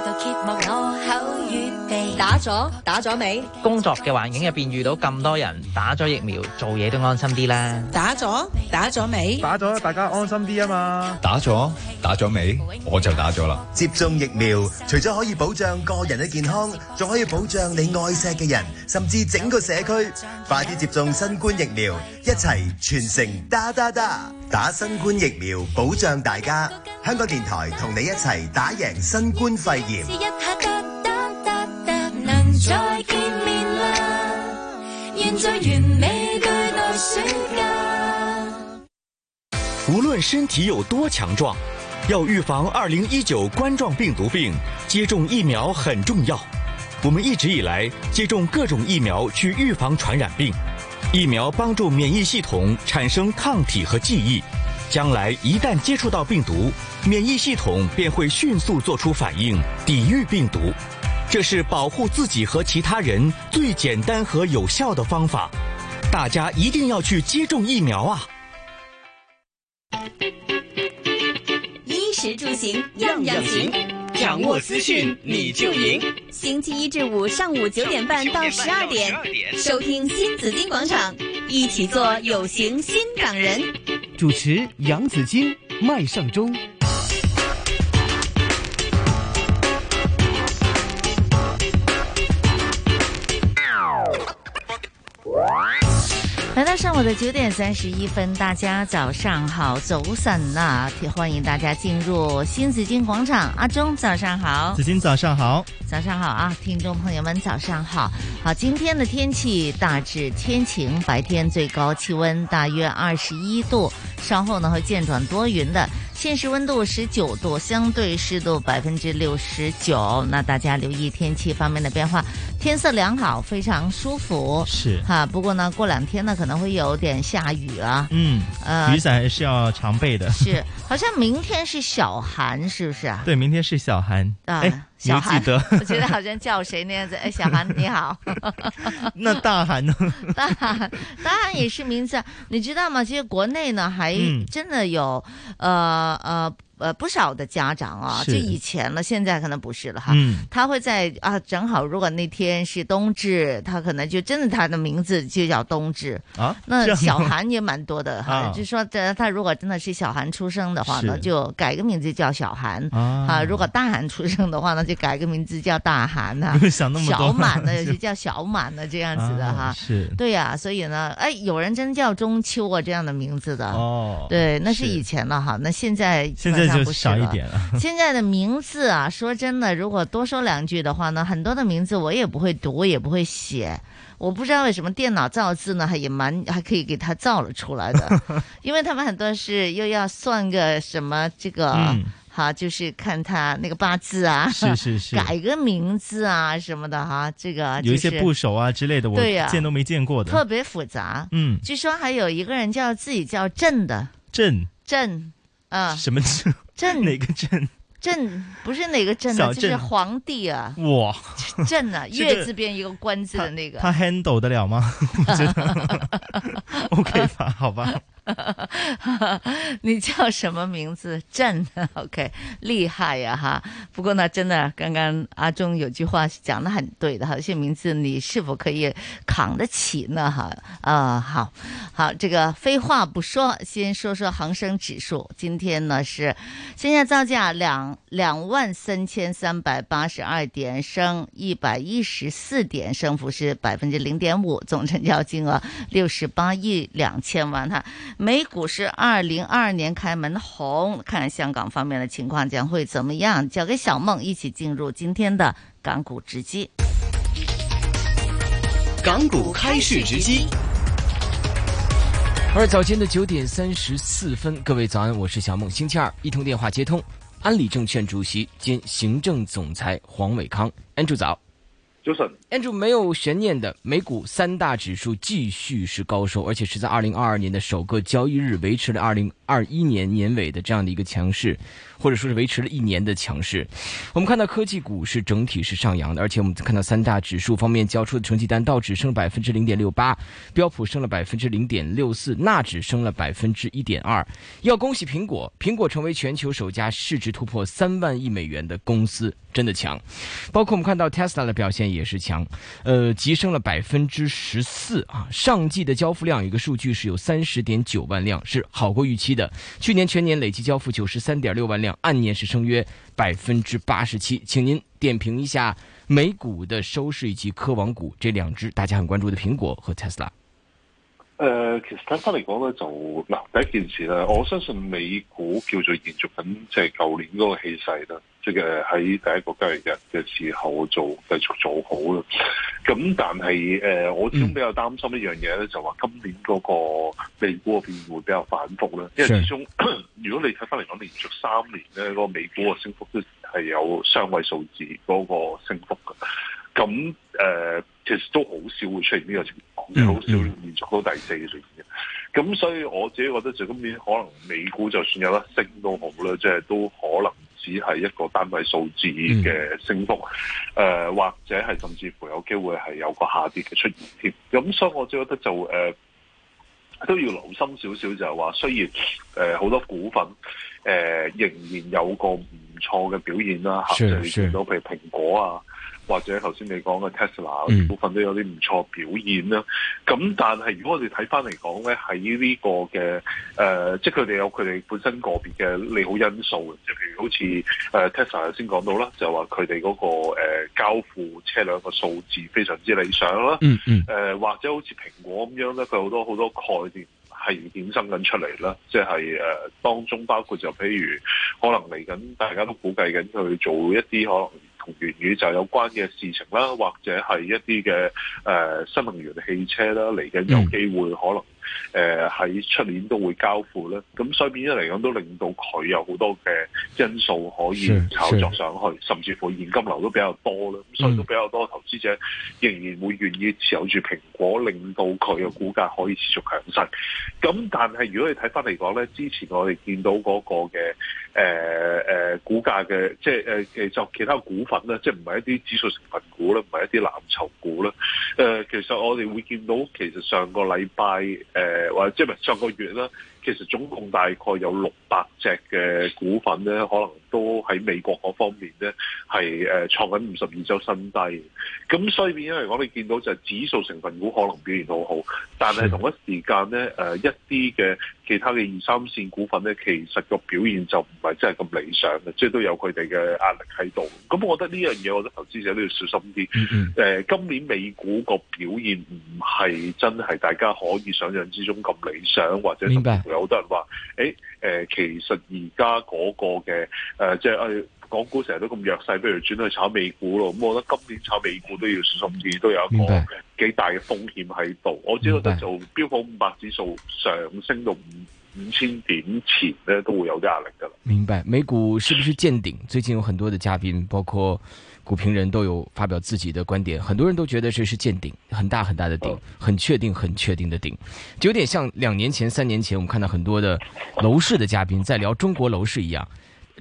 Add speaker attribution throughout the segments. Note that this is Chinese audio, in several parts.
Speaker 1: 度揭幕我口與鼻，
Speaker 2: 打咗打咗未？
Speaker 3: 工作嘅環境入邊遇到咁多人打咗疫苗，做嘢都安心啲啦。
Speaker 2: 打咗打咗未？
Speaker 4: 打咗，大家安心啲啊嘛。
Speaker 5: 打咗，打咗未？我就打咗啦。
Speaker 6: 接種疫苗，除咗可以保障個人嘅健康，仲可以保障你愛錫嘅人，甚至整個社區。快啲接種新冠疫苗，一齊全城打打打！打新冠疫苗，保障大家。香港電台同你一齊打贏新冠肺炎
Speaker 1: 試。一下得得得得，能再見面啦，現在完美巨到暑假。
Speaker 7: 无论身体有多强壮，要预防2019冠状病毒病，接种疫苗很重要。我们一直以来接种各种疫苗去预防传染病，疫苗帮助免疫系统产生抗体和记忆，将来一旦接触到病毒，免疫系统便会迅速做出反应，抵御病毒。这是保护自己和其他人最简单和有效的方法，大家一定要去接种疫苗啊！
Speaker 8: 衣食住行样样行，
Speaker 9: 掌握资讯你就赢。
Speaker 8: 星期一至五上午九点半到十二点，收听新紫金广场，一起做有型新港人。
Speaker 10: 主持杨子金、麦尚中。
Speaker 11: 来到上午的九点三十一分，大家早上好，走散呐！欢迎大家进入新紫金广场。阿忠，早上好
Speaker 12: 子，金早上好，
Speaker 11: 早上好啊，听众朋友们，早上好。好，今天的天气大致天晴，白天最高气温大约二十一度，稍后呢会渐转多云的。现实温度十九度，相对湿度百分之六十九。那大家留意天气方面的变化，天色良好，非常舒服。
Speaker 12: 是
Speaker 11: 哈，不过呢，过两天呢可能会有点下雨啊。
Speaker 12: 嗯，
Speaker 11: 呃
Speaker 12: 雨伞还是要常备的。
Speaker 11: 是，好像明天是小寒，是不是啊？
Speaker 12: 对，明天是小寒，
Speaker 11: 啊
Speaker 12: 哎，你
Speaker 11: 小
Speaker 12: 要
Speaker 11: 寒
Speaker 12: 记得
Speaker 11: 我觉得好像叫谁那样子。哎，小韩你好，
Speaker 12: 那大寒呢？
Speaker 11: 大韩，大韩也是名字，你知道吗？其实国内呢，还
Speaker 12: 嗯
Speaker 11: 真的有，呃呃呃，不少的家长啊，
Speaker 12: 是
Speaker 11: 就以前了，现在可能不是了哈。
Speaker 12: 嗯，
Speaker 11: 他会在啊，正好如果那天是冬至，他可能就真的他的名字就叫冬至。
Speaker 12: 啊，这
Speaker 11: 那
Speaker 12: 样
Speaker 11: 小
Speaker 12: 吗
Speaker 11: 韩也蛮多的哈，
Speaker 12: 啊
Speaker 11: 就说这他如果真的是小韩出生的话呢，
Speaker 12: 是
Speaker 11: 就改个名字叫小韩。啊，
Speaker 12: 啊，
Speaker 11: 如果大韩出生的话呢，就改个名字叫大韩呐、
Speaker 12: 不 想那么多，
Speaker 11: 小 满呢，有
Speaker 12: 就
Speaker 11: 些叫小满呢，这样子的哈。
Speaker 12: 啊是
Speaker 11: 对呀、所以呢，哎，有人真叫中秋啊这样的名字的。
Speaker 12: 哦，，
Speaker 11: 对，那是
Speaker 12: 是
Speaker 11: 以前了哈，那现在基
Speaker 12: 现
Speaker 11: 本
Speaker 12: 在
Speaker 11: 上
Speaker 12: 就
Speaker 11: 不是
Speaker 12: 少一
Speaker 11: 了。
Speaker 12: 点了。
Speaker 11: 现在的名字啊，说真的，如果多说两句的话呢，很多的名字我也不会读，我也不会写。我不知道为什么电脑造字呢，还也蛮 还可以给它造了出 来的，因为他们很多是又要算个什么这个，
Speaker 12: 嗯，
Speaker 11: 哈，就是看他那个八字啊，
Speaker 12: 是是是，
Speaker 11: 改个名字啊什么的哈，这个、就是、
Speaker 12: 有一些部首啊之类的，我
Speaker 11: 对呀
Speaker 12: 见都没见过
Speaker 11: 特
Speaker 12: 的。
Speaker 11: 别复杂。
Speaker 12: 嗯，
Speaker 11: 据说还有一个人叫自己叫郑的
Speaker 12: 镇
Speaker 11: 郑，啊、
Speaker 12: 什么镇？
Speaker 11: 郑
Speaker 12: 哪个镇？
Speaker 11: 郑不是哪个郑啊，
Speaker 12: 小
Speaker 11: 就是
Speaker 12: 郑
Speaker 11: 皇帝啊。
Speaker 12: 哇，
Speaker 11: 朕啊，
Speaker 12: 这个
Speaker 11: 月字边一个官字的那个，
Speaker 12: 他 handle 得了吗？ 我觉得 OK 吧，好吧。
Speaker 11: 你叫什么名字？朕 ，OK，厉害呀、哈！不过呢，真的，刚刚阿忠有句话讲的很对的哈，有些名字你是否可以扛得起呢？哈，啊、好好，这个废话不说，先说说恒生指数，今天呢是现在造价两两万三千三百八十二点，升一百一十四点，升幅是百分之零点五，总成交金额六十八亿两千万哈。美股是二零二二年开门红，看香港方面的情况将会怎么样？交给小梦一起进入今天的港股直击。
Speaker 9: 港股开市直击，
Speaker 13: 而早间的九点三十四分，各位早安，我是小梦。星期二，一通电话接通，安理证券主席兼行政总裁黄伟康，Andrew 早。
Speaker 14: 早晨。
Speaker 13: Andrew 没有悬念的，美股三大指数继续是高收，而且是在二零二二年的首个交易日维持了二零二一年年尾的这样的一个强势，或者说是维持了一年的强势。我们看到科技股是整体是上扬的，而且我们看到三大指数方面交出的成绩单，道指升百分之零点六八，标普升了百分之零点六四，纳指升了百分之一点二。要恭喜苹果，苹果成为全球首家市值突破三万亿美元的公司，真的强。包括我们看到 Tesla 的表现也是强，呃，急升了百分之十四啊。上季的交付量有一个数据是有三十点九万辆，是好过预期的。去年全年累计交付九十三点六万辆，按年是升约百分之八十七。请您点评一下美股的收市以及科网股这两只大家很关注的苹果和 Tesla。
Speaker 14: 誒、呃其實簡單嚟講咧，就嗱第一件事咧，我相信美股叫做延續緊即係舊年嗰個氣勢啦，即係喺第一個交易日嘅時候做繼續做好啦。咁但係誒、我始終比較擔心一樣嘢咧，就話今年嗰個美股嘅變會比較反覆啦，因為始終如果你睇翻嚟講，連續三年咧，嗰、個美股嘅升幅都係有雙位數字嗰個升幅嘅。咁誒、呃其實都好少會出現呢個情況，即係好少連續到第四年嘅。咁所以我自己覺得就今年可能美股就算有得升都好啦，即係都可能只係一個單位數字
Speaker 13: 嗯
Speaker 14: 嘅升幅，誒、呃或者係甚至乎有機會係有個下跌嘅出現添。咁所以我自己覺得就誒。呃都要留心少少，就係話雖然誒好、多股份誒、呃仍然有個唔錯嘅表現啦，嚇，
Speaker 13: 是
Speaker 14: 就係你
Speaker 13: 是
Speaker 14: 見到譬如蘋果啊，或者頭先你講嘅 Tesla 嗰
Speaker 15: 嗯
Speaker 14: 啲股份都有啲唔錯表現啦。咁但係如果我哋睇翻嚟講咧，喺呢個嘅誒、呃即係佢哋有佢哋本身個別嘅利好因素嘅，即係譬如好似誒、呃 Tesla 頭先講到啦，就話佢哋嗰個、呃、交付車輛嘅數字非常之理想啦。
Speaker 15: 嗯嗯
Speaker 14: 誒、或者好似蘋果咁樣咧，佢好多好多概念係衍生緊出嚟啦，即係誒呃當中包括就譬如可能嚟緊大家都估計緊佢做一啲可能。同元宇宙有關嘅事情啦，或者係一啲嘅誒新能源汽車啦，嚟緊有
Speaker 15: 嗯
Speaker 14: 機會可能誒喺出年都會交付啦，咁所以變咗嚟講都令到佢有好多嘅因素可以
Speaker 15: 是
Speaker 14: 炒作上去，甚至乎現金流都比較多啦，咁
Speaker 15: 嗯
Speaker 14: 所以都比較多投資者仍然會願意持有住蘋果，令到佢嘅股價可以持續強勢。咁但係如果你睇翻嚟講咧，之前我哋見到嗰個嘅誒誒股價嘅，即係誒其實其他股份咧，即係唔係一啲指數成分股啦，唔係一啲藍籌股啦。誒、其實我哋會見到其實上個禮拜誒或者即係唔係上個月啦，其實總共大概有六百隻嘅股份咧，可能都喺美國嗰方面咧係誒創緊五十二周新低。咁所以變咗嚟講，你見到就係指數成分股可能表現好好，但係同一時間咧誒、一啲嘅其他嘅二三線股份咧，其實個表現就唔係真係咁理想嘅，即係都有佢哋嘅壓力喺度。咁我覺得呢樣嘢，我覺得投資者都要小心啲。
Speaker 13: 嗯
Speaker 14: 誒、呃今年美股個表現唔係真係大家可以想象之中咁理想，或者甚
Speaker 13: 明
Speaker 14: 至
Speaker 13: 白
Speaker 14: 乎有好多人話，誒、誒，其實而家嗰個嘅誒、即係誒。港股成日都咁弱勢，不如轉去炒美股咯。咁我覺得今年炒美股都要小心啲，都有一
Speaker 13: 明
Speaker 14: 個
Speaker 13: 白
Speaker 14: 幾大嘅風險喺度。我只覺得就標普五百指數上升到五五千點前咧，都會有啲壓力㗎啦。
Speaker 13: 明白，美股是不是见顶？最近有很多的嘉宾，包括股评人都有发表自己的观点，很多人都觉得这是见顶，很大很大的顶，很确定、很确定的顶，就有点像两年前、三年前我们看到很多的楼市的嘉宾在聊中国楼市一样。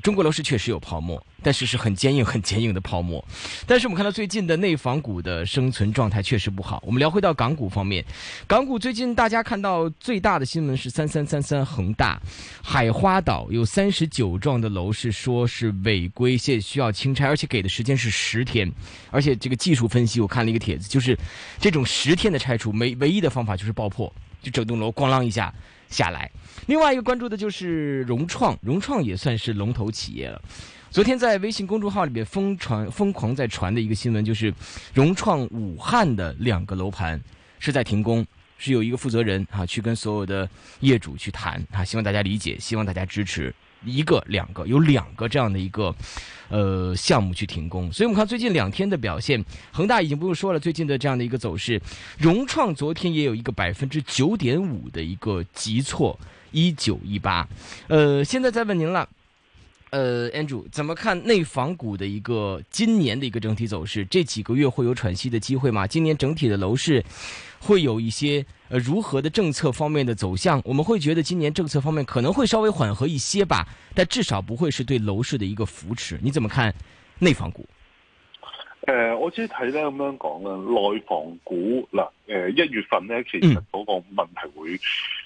Speaker 13: 中国楼市确实有泡沫，但是是很坚硬、很坚硬的泡沫。但是我们看到最近的内房股的生存状态确实不好。我们聊回到港股方面，港股最近大家看到最大的新闻是三三三三恒大，海花岛有三十九幢的楼是说是违规，现需要清拆，而且给的时间是十天。而且这个技术分析，我看了一个帖子，就是这种十天的拆除，唯唯一的方法就是爆破，就整栋楼咣啷一下下来。另外一个关注的就是融创，融创也算是龙头企业了。昨天在微信公众号里面疯传疯狂在传的一个新闻，就是融创武汉的两个楼盘是在停工，是有一个负责人啊去跟所有的业主去谈啊，希望大家理解，希望大家支持。一个、两个，有两个这样的一个呃项目去停工，所以我们看最近两天的表现，恒大已经不用说了，最近的这样的一个走势，融创昨天也有一个百分之九点五的一个急挫，一九一八，呃，现在再问您了。呃，Andrew 怎么看内房股的一个今年的一个整体走势？这几个月会有喘息的机会吗？今年整体的楼市会有一些呃如何的政策方面的走向？我们会觉得今年政策方面可能会稍微缓和一些吧，但至少不会是对楼市的一个扶持。你怎么看内房股？
Speaker 14: 誒、呃我只睇咧咁樣講啦，內房股嗱，誒一、月份咧，其實嗰個問題會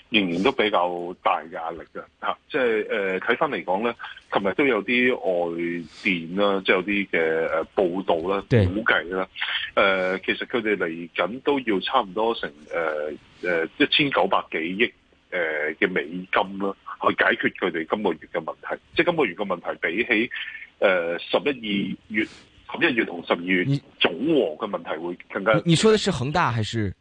Speaker 14: 仍然都比較大嘅壓力嘅嚇、啊即係誒睇翻嚟講咧，琴日都有啲外電啦，即係有啲嘅誒報道啦、
Speaker 13: 對
Speaker 14: 估計啦，誒、其實佢哋嚟緊都要差唔多成誒誒一千九百幾億。誒呃嘅美金啦，去解決佢哋今個月嘅問題。即係今個月嘅問題比起誒十一二月、十一月同十二月
Speaker 13: 嗯
Speaker 14: 總和嘅問題會更加
Speaker 13: 你你说的是恒大还是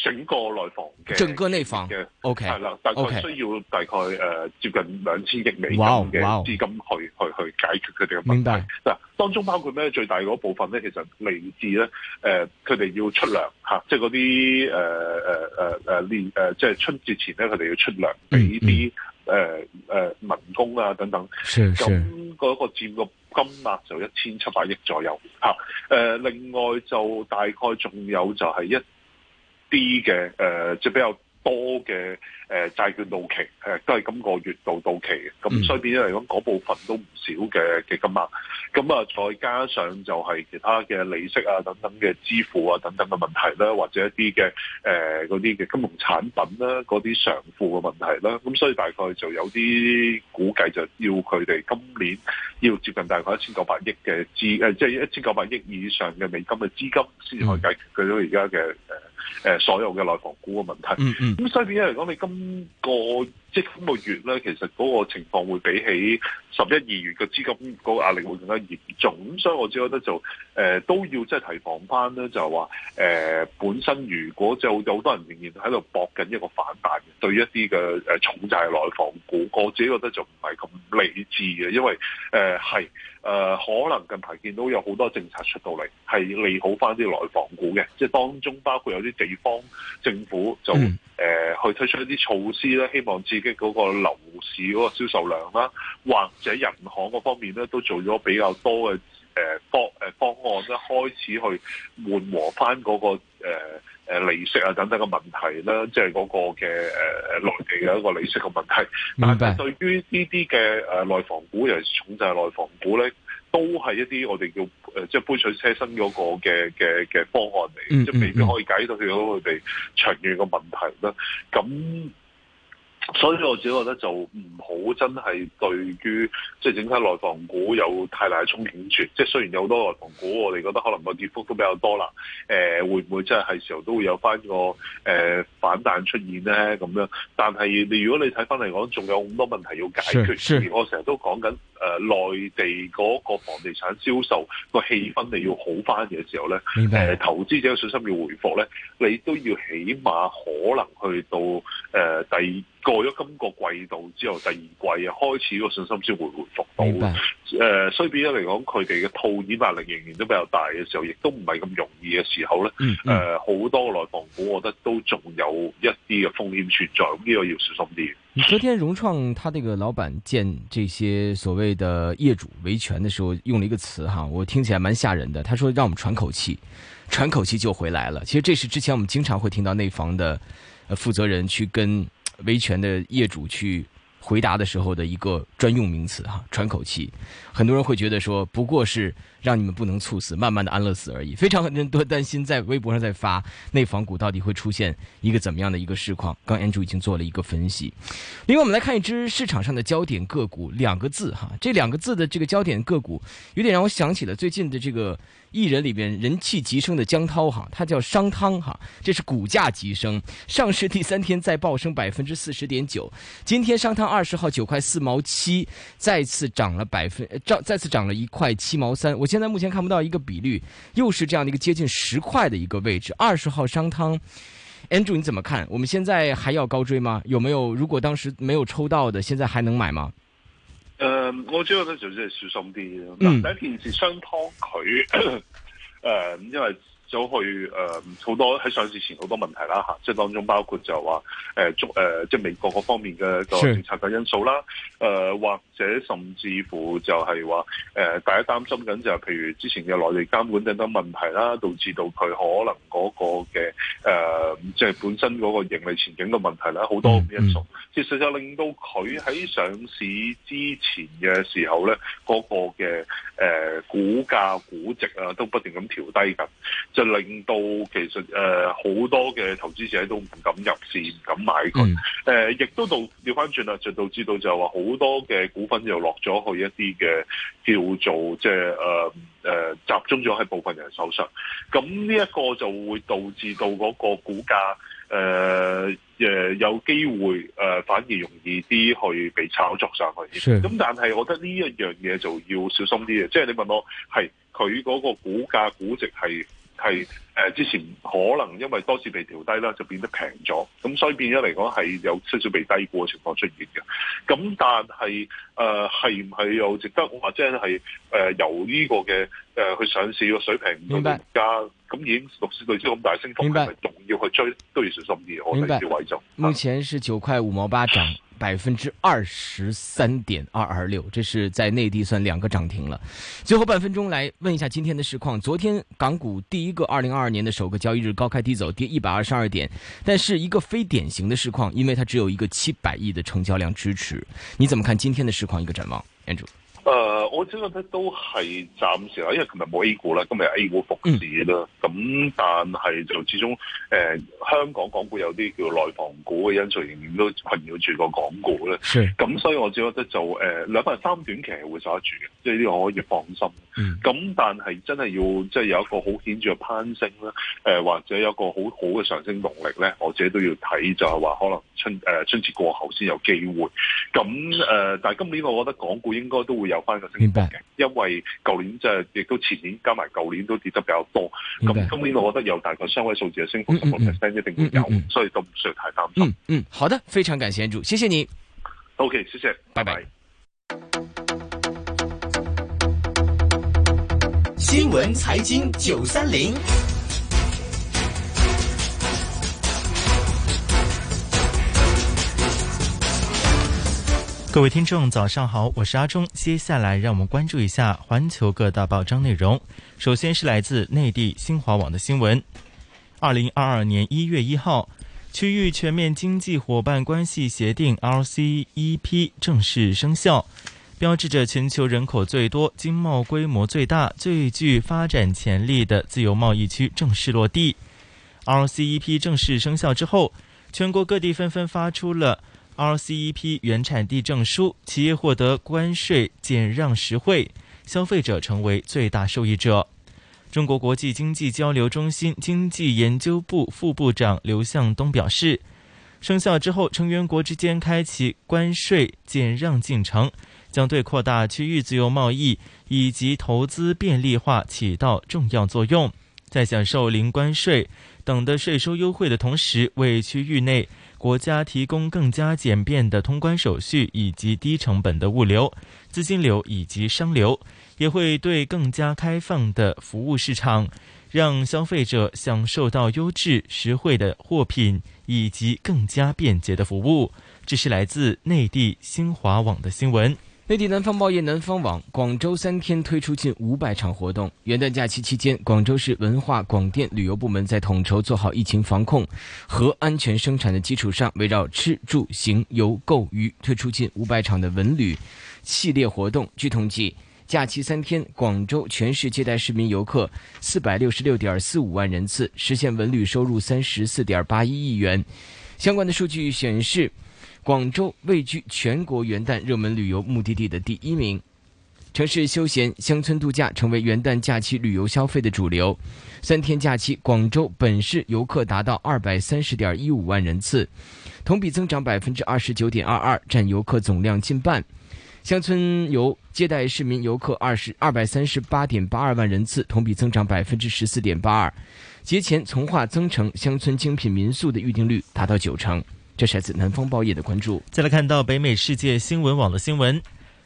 Speaker 14: 整個內房嘅
Speaker 13: 整個內房
Speaker 14: 嘅
Speaker 13: ？OK，
Speaker 14: 係啦，大概
Speaker 13: OK
Speaker 14: 需要大概誒、呃接近兩千億美金
Speaker 13: 哇哦
Speaker 14: 嘅
Speaker 13: 哇哦
Speaker 14: 資金去去去解決佢哋嘅問題。
Speaker 13: 明白。
Speaker 14: 嗱，當中包括咩？最大嗰部分咧，其實嚟自咧，誒、呃佢哋要出糧嚇、即係嗰啲誒呃誒誒誒呃年誒，即係春節前咧，佢哋要出糧
Speaker 13: 嗯
Speaker 14: 俾啲誒誒民工啊等等。
Speaker 13: 是
Speaker 14: 咁
Speaker 13: 是
Speaker 14: 嗰個佔個金額就一千七百億左右嚇。誒、呃另外就大概仲有就係一啲嘅誒，即係比較多嘅誒、債券到期，誒、都係今個月度到期嘅，咁所以變咗嚟講，嗰部分都唔少嘅嘅金額，咁啊再加上就係其他嘅利息啊等等嘅支付啊等等嘅問題啦，或者一啲嘅誒嗰啲嘅金融產品啦，嗰啲償付嘅問題啦，咁所以大概就有啲估計就要佢哋今年要接近大概一千九百億嘅資呃誒，即係一千九百億以上嘅美金嘅資金先至
Speaker 1: 嗯
Speaker 14: 可以解決佢到而家嘅誒。誒所有嘅內房股嘅問題。
Speaker 13: 嗯嗯
Speaker 14: 咁所以變咗嚟講，你今個即係今個月咧，其實嗰個情況會比起十一二月嘅資金嗰個壓力會更加嚴重。咁所以我只覺得就誒、都要即係提防翻咧，就係話誒本身如果就有好多人仍然喺度搏緊一個反彈，對一啲嘅誒重債內房股，我自己覺得就唔係咁理智嘅，因為誒係。誒、可能近排見到有好多政策出到嚟，係利好翻啲內房股嘅，即係當中包括有啲地方政府就誒、
Speaker 16: 嗯
Speaker 14: 呃去推出一啲措施咧，希望刺激嗰個樓市嗰個銷售量啦，或者人行嗰方面咧都做咗比較多嘅誒方誒方案啦，開始去緩和翻嗰、個誒。誒利息啊等等嘅問題啦，即係嗰個嘅誒誒內地嘅一個利息嘅問題。
Speaker 13: 明
Speaker 14: 但
Speaker 13: 白
Speaker 14: 係對於呢啲嘅誒內房股，尤其是重債內房股咧，都係一啲我哋叫誒、呃即係杯水車薪嗰個嘅嘅嘅方案嚟，
Speaker 13: 嗯
Speaker 14: 即係未必
Speaker 13: 嗯嗯
Speaker 14: 可以解到佢嗰佢哋長遠嘅問題啦。咁所以我自己覺得就唔好真係對於即係整體內房股有太大嘅憧憬住。即係雖然有好多內呃房股，我哋覺得可能個跌幅都比較多啦。誒、會唔會真係係時候都會有翻個誒、反彈出現咧？咁樣，但係你如果你睇翻嚟講，仲有好多問題要解
Speaker 13: 是
Speaker 14: 決。
Speaker 13: 是
Speaker 14: 而我成日都講緊誒內地嗰個房地產銷售個氣氛你要好翻嘅時候咧，
Speaker 13: 明
Speaker 14: 誒、
Speaker 13: 白
Speaker 14: 投資者嘅信心要回復咧，你都要起碼可能去到誒、呃第過咗今個季度之後，第二季啊開始個信心先會回復到。
Speaker 13: 明白
Speaker 14: 誒、所以變咗嚟講，佢哋嘅套現壓力仍然都比較大嘅時候，亦都唔係咁容易嘅時候咧，
Speaker 13: 嗯
Speaker 14: 誒、好多內房股，我覺得都仲有一啲嘅風險存在，咁呢個要小心啲。
Speaker 13: 昨天融创他那个老板见这些所谓的业主维权的时候，用了一个词哈，我听起来蛮吓人的。他说让我们喘口气，喘口气就回来了。其实这是之前我们经常会听到内房的呃负责人去跟呃维权的业主去回答的时候的一个专用名词哈，喘口气。很多人会觉得说，不过是让你们不能猝死，慢慢的安乐死而已。非常很多人都担心在微博上在发内房股到底会出现一个怎么样的一个市况。刚 Andrew 已经做了一个分析。另外，我们来看一只市场上的焦点个股，两个字哈，这两个字的这个焦点个股，有点让我想起了最近的这个艺人里边人气急升的江涛哈，他叫商汤哈，这是股价急升，上市第三天再暴升百分之四十点九，今天商汤二十号九块四毛七，再次涨了百分，呃涨再次涨了一块七毛三，我现在目前看不到一个比率，又是这样的一个接近十块的一个位置，二十号商汤。Andrew，你怎么看？我们现在还要高追吗？有没有如果当时没有抽到的，现在还能买吗？
Speaker 14: 誒、呃我只覺得就真係小心啲咯。嗱、
Speaker 13: 嗯
Speaker 14: 第一件事，商湯佢呃誒、因為咗去誒呃好、多喺上市前好多問題啦嚇，即係當中包括就話誒中呃誒即係美國嗰方面嘅個
Speaker 15: 是
Speaker 14: 政策嘅因素啦，誒、或者甚至乎就係話誒大家擔心緊就係譬如之前嘅內地監管等等問題啦，導致到佢可能嗰個嘅誒、呃即係本身嗰個盈利前景嘅問題啦，好多咁嘅因素，其實就令到佢喺上市之前嘅時候咧，嗰、個嘅誒、呃股價估值啊都不斷咁調低緊，就令到其實誒好、多嘅投資者都唔敢入市，唔敢買佢。誒、嗯亦都導調翻轉啦，就導致到就話好多嘅股份又落咗去一啲嘅叫做即係誒誒集中咗喺部分人手上。咁呢一個就會導致到嗰個股價。誒、誒有機會誒、反而容易啲去被炒作上去。
Speaker 15: 是
Speaker 14: 咁但係我覺得呢一樣嘢就要小心啲嘅，即係你問我係佢嗰個股價估值係係誒之前可能因為多次被調低啦，就變得平咗，咁所以變咗嚟講係有少少被低估嘅情況出現嘅。咁但係誒係唔係又值得或者係誒、由呢個嘅呃誒、去上市個水平
Speaker 13: 明
Speaker 14: 到
Speaker 13: 白
Speaker 14: 而家咁已經六市類似咁大升幅，
Speaker 13: 明白
Speaker 14: 係咪仲要去追都要小心啲？我
Speaker 13: 明
Speaker 14: 哋
Speaker 13: 白
Speaker 14: 要位就。
Speaker 13: 目前是九块五毛八涨百分之二十三点二二六，这是在内地算两个涨停了。最后半分钟来问一下今天的市况。昨天港股第一个二零二二年的首个交易日高开低走，跌一百二十二点，但是一个非典型的市况，因为它只有一个七百亿的成交量支持。你怎么看今天的市况一个展望，Andrew？
Speaker 14: 誒、呃我只覺得都係暫時啦，因為琴日冇 A 股啦，今日 A 股復市啦。咁、但係就始終誒、呃香港港股有啲叫內房股嘅因素，仍然都困擾住個港股咧。
Speaker 15: 是
Speaker 14: 咁所以我只覺得就誒、兩百三短期係會守得住嘅，即係呢個可以放心。
Speaker 15: 嗯
Speaker 14: 咁但係真係要即係有一個好顯著嘅攀升啦，誒、或者有一個好好嘅上升動力咧，我自己都要睇，就係話可能春誒、春節過後先有機會。咁誒、但係今年我覺得港股應該都會有翻個升
Speaker 13: 明白，
Speaker 14: 因為舊年即係亦都前年加埋舊年都跌得比較多，咁今年我覺得有大概雙位數字嘅升幅十個 percent 一定會有，所以都唔需要太擔心。
Speaker 13: 嗯嗯，好的，非常感谢 Andrew，谢谢你，
Speaker 14: OK，謝謝，
Speaker 13: 拜拜。
Speaker 1: 新闻财经九三零，
Speaker 12: 各位听众，早上好，我是阿忠。接下来让我们关注一下环球各大报章内容。首先是来自内地新华网的新闻：二零二二年一月一号，区域全面经济伙伴关系协定 （RCEP） 正式生效，标志着全球人口最多、经贸规模最大、最具发展潜力的自由贸易区正式落地。RCEP 正式生效之后，全国各地纷纷发出了 RCEP 原产地证书，企业获得关税减让实惠，消费者成为最大受益者。中国国际经济交流中心经济研究部副部长刘向东表示，生效之后，成员国之间开启关税减让进程，将对扩大区域自由贸易以及投资便利化起到重要作用。在享受零关税等的税收优惠的同时，为区域内国家提供更加简便的通关手续以及低成本的物流、资金流以及商流，也会对更加开放的服务市场，让消费者享受到优质实惠的货品以及更加便捷的服务。这是来自内地新华网的新闻。
Speaker 13: 内地南方报业南方网广州三天推出近五百场活动。元旦假期期间，广州市文化广电旅游部门在统筹做好疫情防控和安全生产的基础上，围绕吃住行游购娱推出近五百场的文旅系列活动。据统计，假期三天，广州全市接待市民游客四百六十六点四五万人次，实现文旅收入三十四点八一亿元。相关的数据显示，广州位居全国元旦热门旅游目的地的第一名。城市休闲、乡村度假成为元旦假期旅游消费的主流。三天假期，广州本市游客达到二百三十点一五万人次，同比增长百分之二十九点二二，占游客总量近半。乡村游接待市民游客二十二百三十八点八二万人次，同比增长百分之十四点八二。节前从化增城乡村精品民宿的预订率达到九成。这是来自南方报业的关注。
Speaker 12: 再来看到北美世界新闻网的新闻，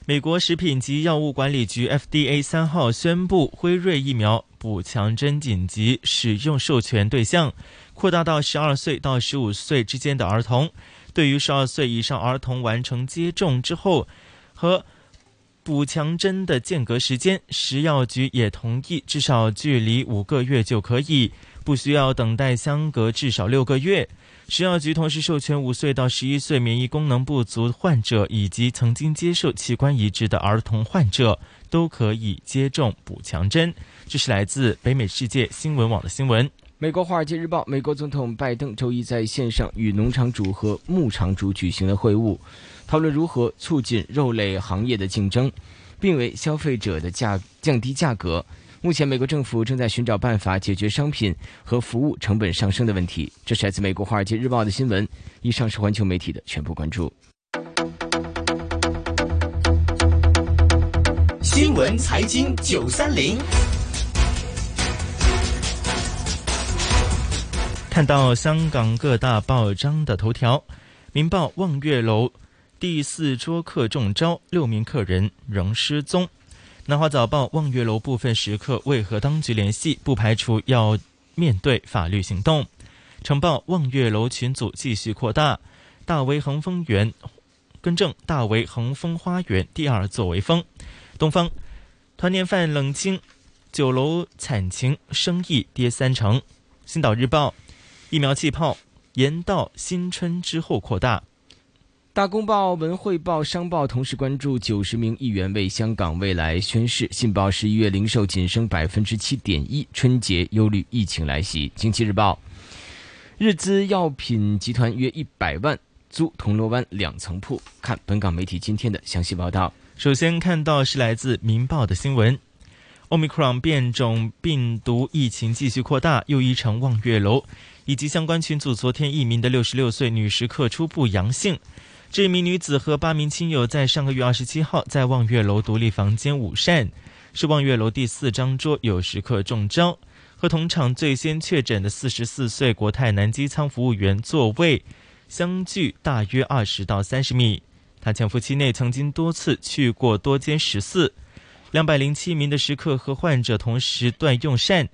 Speaker 12: 美国食品及药物管理局 （FDA） 三号宣布，辉瑞疫苗补强针紧急使用授权对象扩大到十二岁到十五岁之间的儿童。对于十二岁以上儿童完成接种之后和补强针的间隔时间，食药局也同意至少距离五个月就可以，不需要等待相隔至少六个月。食药局同时授权五岁到十一岁免疫功能不足患者以及曾经接受器官移植的儿童患者都可以接种补强针。这是来自北美世界新闻网的新闻。
Speaker 13: 美国《华尔街日报》，美国总统拜登周一在线上与农场主和牧场主举行了会晤，讨论如何促进肉类行业的竞争，并为消费者的价降低价格。目前，美国政府正在寻找办法解决商品和服务成本上升的问题。这是来自美国《华尔街日报》的新闻。以上是环球媒体的全部关注。
Speaker 1: 新闻财经九三零。
Speaker 12: 看到香港各大报章的头条，《明报》望月楼第四桌客中招，六名客人仍失踪。《南华早报》望月楼部分食客未和当局联系，不排除要面对法律行动。《晨报》望月楼群组继续扩大，大围恒丰园更正大围恒丰花园第二座为峰。东方团年饭冷清，酒楼惨情，生意跌三成。《星岛日报》疫苗气泡延到新春之后扩大。
Speaker 13: 大公报、文汇报、商报同时关注九十名议员为香港未来宣誓。信报十一月零售仅升百分之七点一，春节忧虑疫情来袭。经济日报，日资药品集团约一百万租铜锣湾两层铺。看本港媒体今天的详细报道。
Speaker 12: 首先看到是来自《明报》的新闻，Omicron 变种病毒疫情继续扩大，又一城望月楼以及相关群组昨天一名的六十六岁女食客初步阳性。这名女子和八名亲友在上个月二十七号在望月楼独立房间午膳，是望月楼第四张桌有食客中招，和同场最先确诊的四十四岁国泰南机舱服务员座位相距大约二十到三十米。他潜伏期内曾经多次去过多间食肆，两百零七名的食客和患者同时段用膳。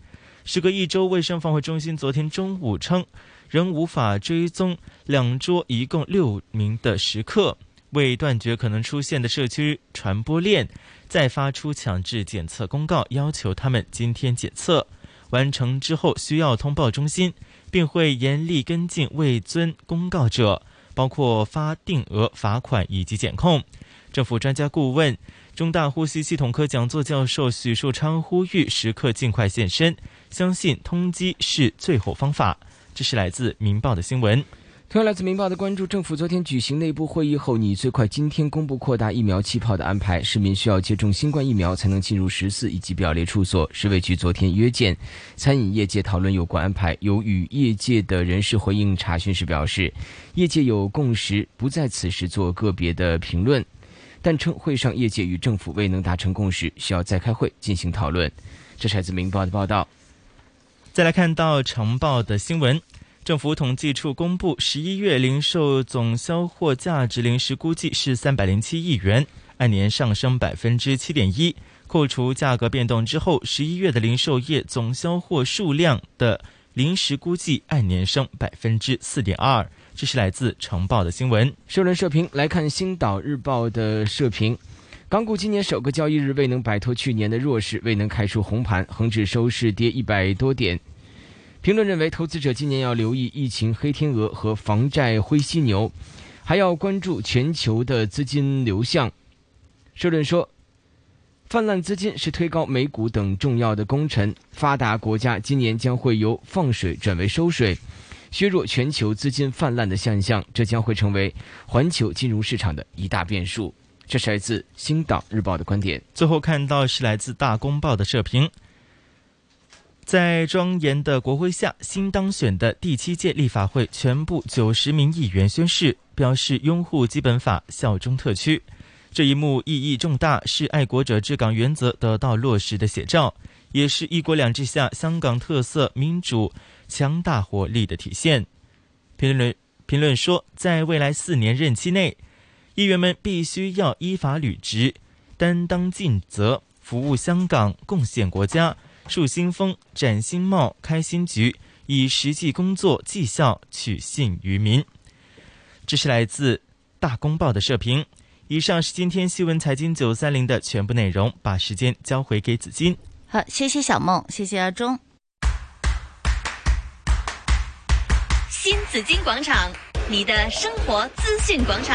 Speaker 12: 时隔一周，卫生防护中心昨天中午称，仍无法追踪两桌一共六名的食客，为断绝可能出现的社区传播链，再发出强制检测公告，要求他们今天检测完成之后需要通报中心，并会严厉跟进未遵公告者。包括发定额罚款以及检控。政府专家顾问、中大呼吸系统科讲座教授许树昌呼吁食客尽快现身，相信通缉是最后方法。这是来自《明报》的新闻。
Speaker 13: 同样来自《明报》的关注，政府昨天举行内部会议后，拟最快今天公布扩大疫苗气泡的安排，市民需要接种新冠疫苗才能进入食肆以及表列处所。食卫局昨天约见餐饮业界讨论有关安排，有与业界的人士回应查询时表示，业界有共识，不在此时做个别的评论，但称会上业界与政府未能达成共识，需要再开会进行讨论。这是来自《明报》的报道。
Speaker 12: 再来看到《晨报》的新闻。政府统计处公布，十一月零售总销货价值零食估计是三百零七亿元，按年上升百分之七点一。扣除价格变动之后，十一月的零售业总销货数量的零食估计按年升百分之四点二。这是来自《城报》的新闻。
Speaker 13: 社论社评来看，《星岛日报》的社评。港股今年首个交易日未能摆脱去年的弱势，未能开出红盘，恒指收市跌一百多点。评论认为，投资者今年要留意疫情黑天鹅和房债灰犀牛，还要关注全球的资金流向。社论说，泛滥资金是推高美股等重要的功臣，发达国家今年将会由放水转为收水，削弱全球资金泛滥的现象，这将会成为环球金融市场的一大变数。这是来自《星岛日报》的观点。
Speaker 12: 最后看到是来自《大公报》的社评。在庄严的国徽下，新当选的第七届立法会全部九十名议员宣誓，表示拥护基本法、效忠特区。这一幕意义重大，是爱国者治港原则得到落实的写照，也是一国两制下香港特色民主强大活力的体现。评论评论说，在未来四年任期内，议员们必须要依法履职，担当尽责，服务香港，贡献国家，树新风，展新貌，开新局，以实际工作绩效取信于民。这是来自《大公报》的社评。以上是今天新闻财经九三零的全部内容，把时间交回给子金。
Speaker 11: 好，谢谢小梦，谢谢阿忠。
Speaker 9: 新紫金广场，你的生活资讯广场。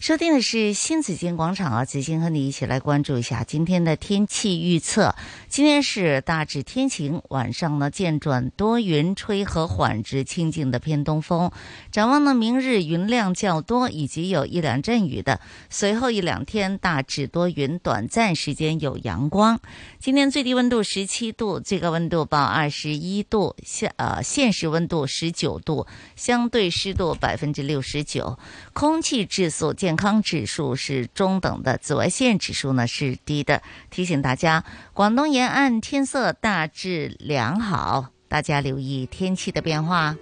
Speaker 11: 收听的是新紫金广场啊，紫金和你一起来关注一下今天的天气预测。今天是大致天晴，晚上呢渐转多云，吹和缓至清劲的偏东风。展望呢，明日云量较多，以及有一两阵雨的。随后一两天大致多云，短暂时间有阳光。今天最低温度十七度，最高温度报二十一度，现呃现实温度十九度，相对湿度百分之六十九，空气质素健康指数是中等的，紫外线指数呢是低的。提醒大家，广东沿岸天色大致良好，大家留意天气的变化。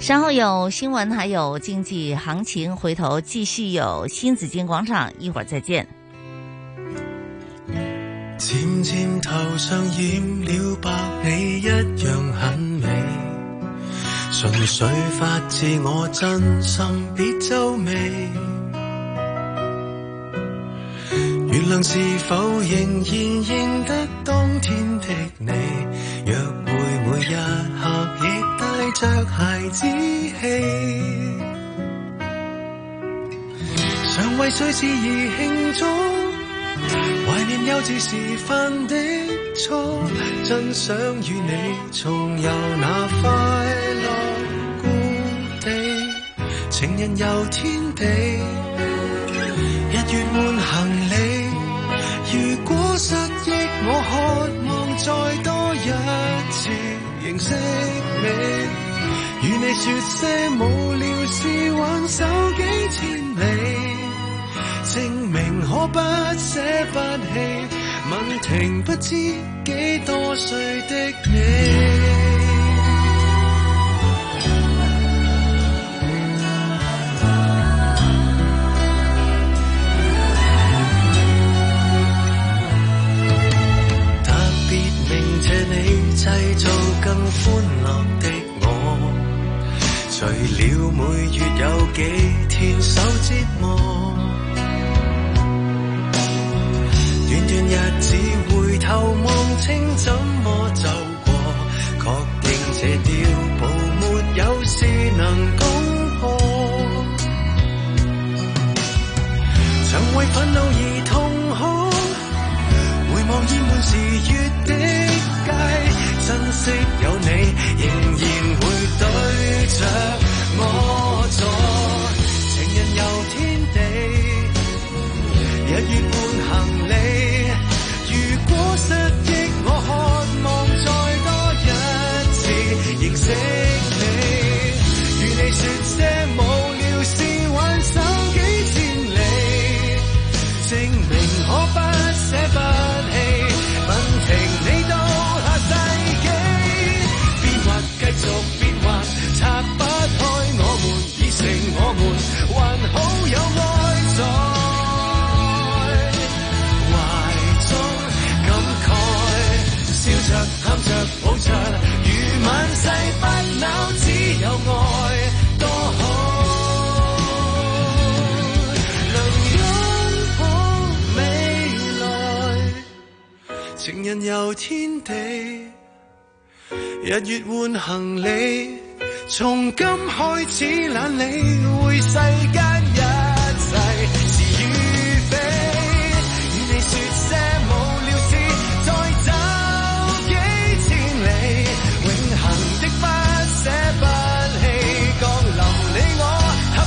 Speaker 11: 稍后有新闻，还有经济行情，回头继续有新紫金广场，一会儿再见。
Speaker 17: 渐渐头上染了白，你一样很美。纯粹发自我真心，别皱眉。月亮是否仍然认得当天的你？约会每一刻亦带着孩子气。常為歲事而慶祝。怀念幼稚時犯的錯，真想與你重遊那快樂故地，情人遊天地，日月換行李。如果失憶，我渴望再多一次認識你，與你說些無聊事，挽手幾千里。證明可不捨不棄，問停不知幾多歲的你。特別鳴謝你製造更歡樂的我，除了每月有幾天受折磨。短短日子回頭望清怎麼走過，確定這碉堡沒有事能攻破。曾為憤怒而痛哭，回望厭悶時月的街，珍惜有你，仍然會對着我坐，情人遊天地。日月換行李，如果失憶，我渴望再多一次認識你，與你說些無聊事，挽手幾千里，證明可不捨不棄，吻停你到下世紀。變幻繼續變幻，拆不開我們已成我們，還好有愛在。笑着、喊着、抱着，如萬世不朽，只有愛多好。能擁抱未來，情人遊天地，日月換行李，從今開始懶理會世間一切是與非，與你說些無聊事，再走。永恆的不捨不棄降臨。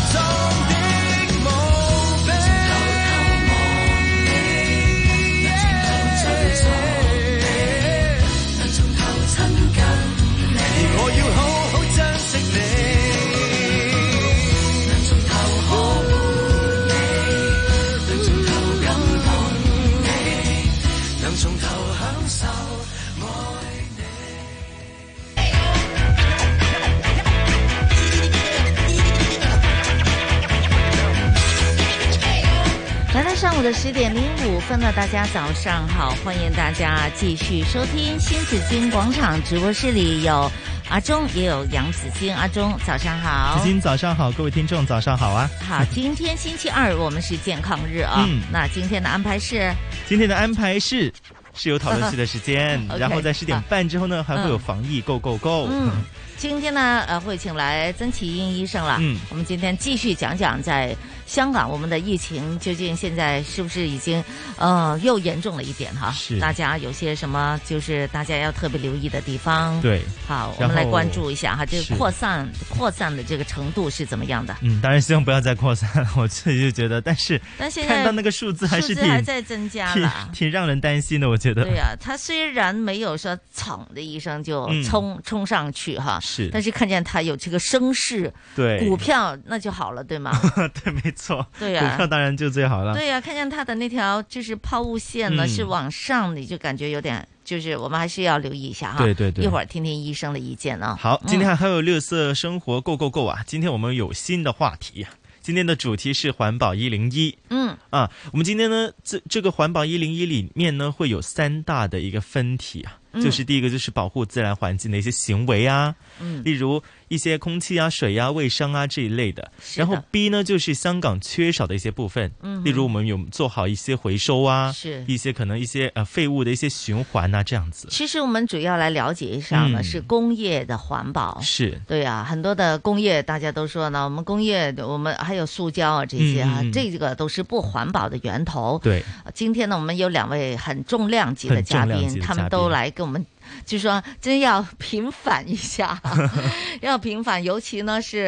Speaker 11: 午的十点零五分了，大家早上好，欢迎大家继续收听新紫金广场直播室里有阿忠，也有杨紫金。阿忠，早上好。
Speaker 12: 紫金早上好，各位听众早上好啊！
Speaker 11: 好，今天星期二，我们是健康日啊。
Speaker 12: 嗯
Speaker 11: 那今天的安排是，
Speaker 12: 今天的安排是是有讨论区的时间
Speaker 11: ，OK，
Speaker 12: 然后在十点半之后呢，还会有
Speaker 11: 嗯
Speaker 12: 防疫 Go Go Go。
Speaker 11: 嗯，今天呢，呃，会请来曾奇英医生啦。
Speaker 12: 嗯
Speaker 11: 我们今天继续讲讲在香港我们的疫情究竟现在是不是已经呃又严重了一点哈？
Speaker 12: 是
Speaker 11: 大家有些什么就是大家要特别留意的地方？
Speaker 12: 对
Speaker 11: 好，我
Speaker 12: 然
Speaker 11: 们
Speaker 12: 后
Speaker 11: 来关注一下哈，这
Speaker 12: 是
Speaker 11: 个扩散扩散的这个程度是怎么样的？
Speaker 12: 嗯，当然希望不要再扩散，我自己就觉得，但是
Speaker 11: 但现在
Speaker 12: 看到那个数字还是
Speaker 11: 数
Speaker 12: 挺
Speaker 11: 字还在增加
Speaker 12: 挺
Speaker 11: 啦
Speaker 12: 挺让人担心的，我觉得。
Speaker 11: 对呀、他虽然没有说噌的一声就
Speaker 12: 嗯
Speaker 11: 冲、冲上去哈，
Speaker 12: 是
Speaker 11: 但是看见他有这个升势，
Speaker 12: 对
Speaker 11: 股票那就好了，对吗？
Speaker 12: 对，没错。
Speaker 11: 对呀
Speaker 12: 股票当然就最好了。
Speaker 11: 对呀、看见他的那条就是抛物线呢、
Speaker 12: 啊嗯
Speaker 11: 是往上的，就感觉有点，就是我们还是要留意一下哈。
Speaker 12: 对对对
Speaker 11: 一会儿听听医生的意见啊。
Speaker 12: 好，今天
Speaker 11: 嗯
Speaker 12: 还有绿色生活 Go Go Go 啊！今天我们有新的话题啊，今天的主题是环保一零一。
Speaker 11: 嗯
Speaker 12: 啊，我们今天呢，这这个环保一零一里面呢，会有三大的一个分体啊，
Speaker 18: 嗯
Speaker 12: 就是第一个就是保护自然环境的一些行为啊，
Speaker 18: 嗯
Speaker 12: 例如一些空气啊、水啊、卫生啊这一类的。
Speaker 18: 是的
Speaker 12: 然后 B 呢，就是香港缺少的一些部分，
Speaker 18: 嗯哼
Speaker 12: 例如我们有做好一些回收啊，
Speaker 11: 是
Speaker 12: 一些可能一些呃废物的一些循环啊这样子。
Speaker 11: 其实我们主要来了解一下呢，
Speaker 12: 嗯
Speaker 11: 是工业的环
Speaker 18: 哦
Speaker 11: 保。
Speaker 12: 是
Speaker 11: 对啊，很多的工业大家都说呢，我们工业我们还有塑胶啊这些啊，
Speaker 12: 嗯嗯嗯
Speaker 11: 这个都是不环保的源头。
Speaker 12: 对，
Speaker 11: 今天呢，我们有两位很重量级的嘉
Speaker 12: 很重量
Speaker 11: 宾
Speaker 12: 级，的
Speaker 11: 他
Speaker 12: 嘉宾
Speaker 11: 们都来跟我们，就说真要平反 一下， 要平反，尤其呢是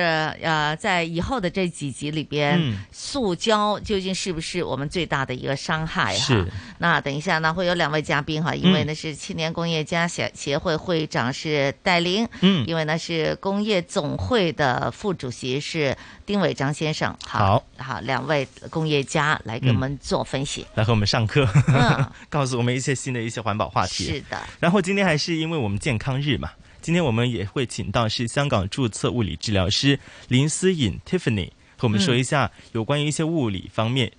Speaker 11: 呃，在以后的这几集里边，
Speaker 19: 嗯
Speaker 11: 塑胶究竟是不是我们最大的一个伤害哈？
Speaker 19: 是
Speaker 11: 那等一下呢，会有两位嘉宾
Speaker 12: 嗯
Speaker 11: 哈，一位呢是青年工业家协协会会长是戴玲，
Speaker 19: 嗯
Speaker 11: 一位呢是工业总会的副主席是丁伟章先生，
Speaker 12: 好嗯
Speaker 11: 好，两位工业家来给我们做分析。
Speaker 12: 来和我们上课，
Speaker 11: 嗯
Speaker 12: 告诉我们一些新的一些环保话题。
Speaker 11: 是的，
Speaker 12: 然后今天还是因为我们健康日嘛，今天我们也会请到是香港注册物理治疗师林思颖 Tiffany 和我们说一下有关于一些物理方面，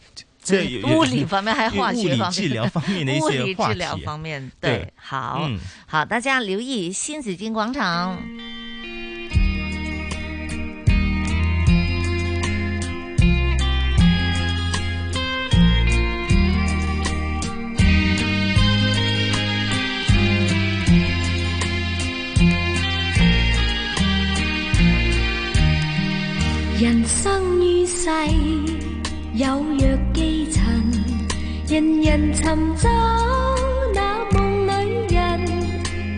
Speaker 12: 这有有
Speaker 11: 嗯物理方面还是化学
Speaker 12: 物
Speaker 11: 方面
Speaker 12: 理治疗方面的一
Speaker 11: 物
Speaker 12: 些
Speaker 11: 理
Speaker 12: 话
Speaker 11: 治
Speaker 12: 题。
Speaker 11: 疗 方面，
Speaker 12: 对
Speaker 11: 对，好
Speaker 12: 嗯
Speaker 11: 好，大家留意新紫金广场。
Speaker 19: 人生于世，有若基尘，人人尋找那夢裏人，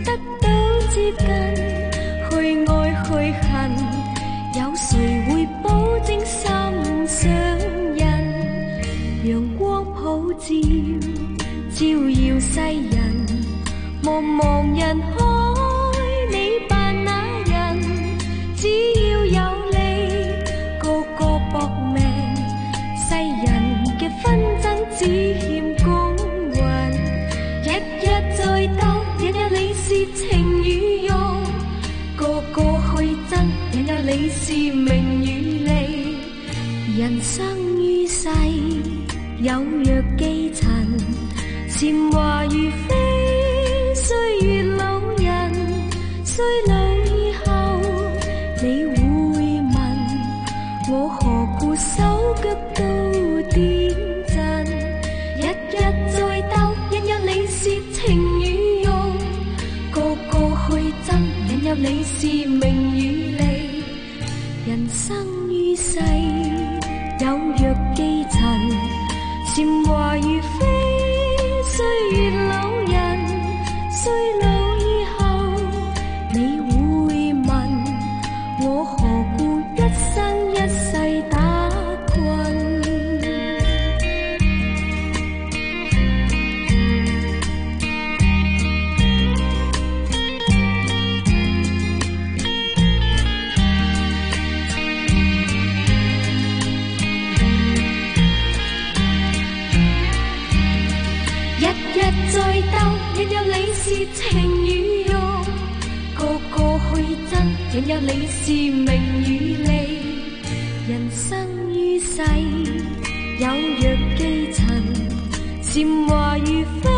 Speaker 19: 得到接近，去愛去恨，有誰會保證心上人？陽光普照，照耀世人，茫茫人海，你扮那人。只要有你，個個搏命，世人嘅紛爭只欠公允。日日在鬥，日日你是情與欲，個個去爭，日日你是名與利。人生於世，有若基塵，韶華如飛，歲月老人，衰老後你會問，我何故手腳都點震？日日在鬥，日日你是情與欲，個個去爭，日日你是名與利。人生於世，有若基塵，韶華如飛，歲月老人，衰老以後，你會問我何故一生一世打困？日日在鬥，日日你是情與欲，個個去爭，日日你是名與利。人生於世，有若基塵，漸華如飛，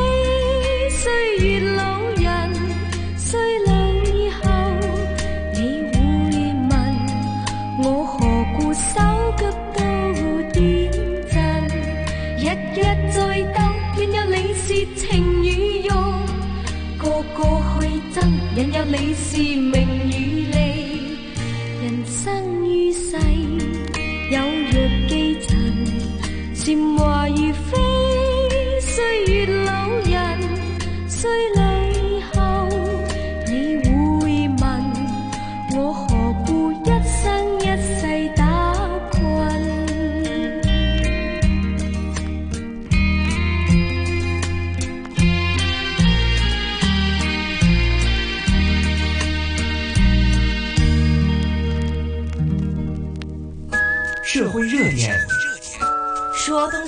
Speaker 19: 歲月老人，衰老以後，你會問我何故手腳都點震？日日在鬥，引有你是情與欲，個個去爭，引有你是名與利。人生於世，有若基塵。漸華如飛，歲月老人，衰老以後，你會問我何故一生一世打滾？
Speaker 18: 社会热点，
Speaker 9: 说东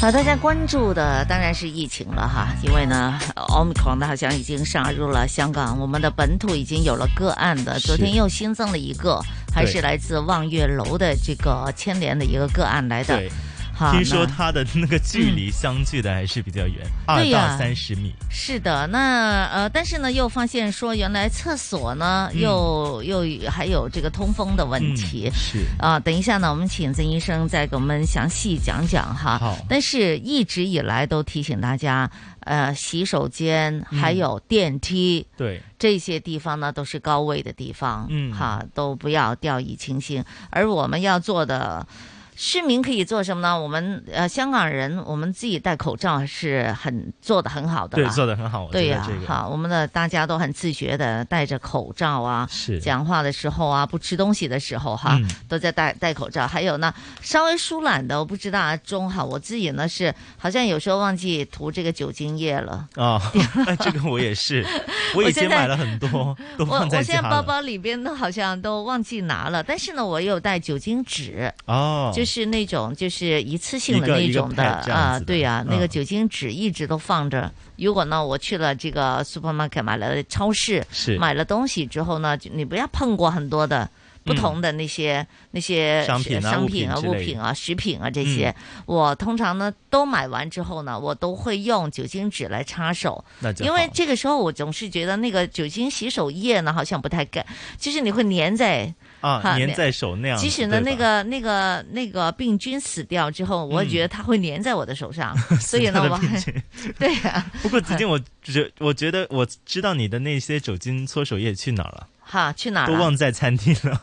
Speaker 11: 好，大家关注的当然是疫情了哈，因为呢呃，omicron 的好像已经杀入了香港，我们的本土已经有了个案的，昨天又新增了一个，还是来自望月楼的这个牵连的一个个案来的。
Speaker 12: 对
Speaker 11: 好，
Speaker 12: 听说
Speaker 11: 那
Speaker 12: 它的那个距离相距的还是比较远，二
Speaker 11: 嗯对呀
Speaker 12: 到三十米。
Speaker 11: 是的，那呃，但是呢，又发现说原来厕所呢，
Speaker 12: 嗯
Speaker 11: 又又还有这个通风的问题。
Speaker 12: 是
Speaker 11: 啊、等一下呢，我们请曾医生再给我们详细讲讲哈。
Speaker 2: 好
Speaker 11: 但是一直以来都提醒大家，呃，洗手间
Speaker 2: 嗯
Speaker 11: 还有电
Speaker 12: 嗯
Speaker 11: 梯。
Speaker 12: 对。
Speaker 11: 这些地方呢都是高危的地方，
Speaker 2: 嗯
Speaker 11: 哈，都不要掉以轻心。而我们要做的，市民可以做什么呢？我们呃，香港人，我们自己戴口罩是很做的很好的啦，
Speaker 12: 对做得很好我觉得
Speaker 11: 对呀、
Speaker 12: 这个
Speaker 11: 好，我们的大家都很自觉的戴着口罩啊，
Speaker 12: 是
Speaker 11: 讲话的时候啊，不吃东西的时候哈、
Speaker 12: 嗯
Speaker 11: 都在戴戴口罩。还有呢，稍微疏懒的，我不知道阿忠哈，我自己呢是好像有时候忘记涂这个酒精液了。
Speaker 12: 啊、 哎这个我也是，我
Speaker 11: 我
Speaker 12: 以
Speaker 11: 现
Speaker 12: 前
Speaker 11: 在
Speaker 12: 买了很多，都
Speaker 11: 我
Speaker 12: 放在家
Speaker 11: 我现在包
Speaker 12: 了。
Speaker 11: 包里边都好像都忘记拿了，但是呢，我有带酒精纸，
Speaker 12: 哦，
Speaker 11: 就是那种就是一次性的
Speaker 12: 一个
Speaker 11: 那种
Speaker 12: 一个 pad 这样
Speaker 11: 啊，
Speaker 12: 子的
Speaker 11: 对呀、那个
Speaker 12: 嗯
Speaker 11: 酒精纸一直都放着。如果呢，我去了这个 supermarket 买了超市，
Speaker 2: 是
Speaker 11: 买了东西之后呢，就你不要碰过很多的。不同的那些、
Speaker 12: 嗯
Speaker 11: 那些
Speaker 2: 商品啊
Speaker 11: 商
Speaker 2: 物
Speaker 11: 品啊、
Speaker 2: 品之
Speaker 11: 物
Speaker 2: 类的
Speaker 11: 品啊、食品啊这些，
Speaker 12: 嗯
Speaker 11: 我通常呢都买完之后呢，我都会用酒精纸来擦手
Speaker 2: 那，就
Speaker 11: 因为这个时候我总是觉得那个酒精洗手液呢好像不太干，就是你会粘在
Speaker 12: 啊，
Speaker 11: 哈
Speaker 12: 粘在手那样子。
Speaker 11: 即使呢，
Speaker 12: 对
Speaker 11: 那
Speaker 12: 吧
Speaker 11: 个那个那个病菌死掉之后，我
Speaker 12: 嗯
Speaker 11: 觉得它会粘在我的 手上，所以呢，
Speaker 12: 死掉的
Speaker 11: 我还 对啊呀、
Speaker 12: 不过 最近我觉我觉得我知道你的那些酒精搓手液去哪儿了，
Speaker 11: 哈，去哪儿
Speaker 12: 都忘
Speaker 11: 了
Speaker 12: 在餐厅 了。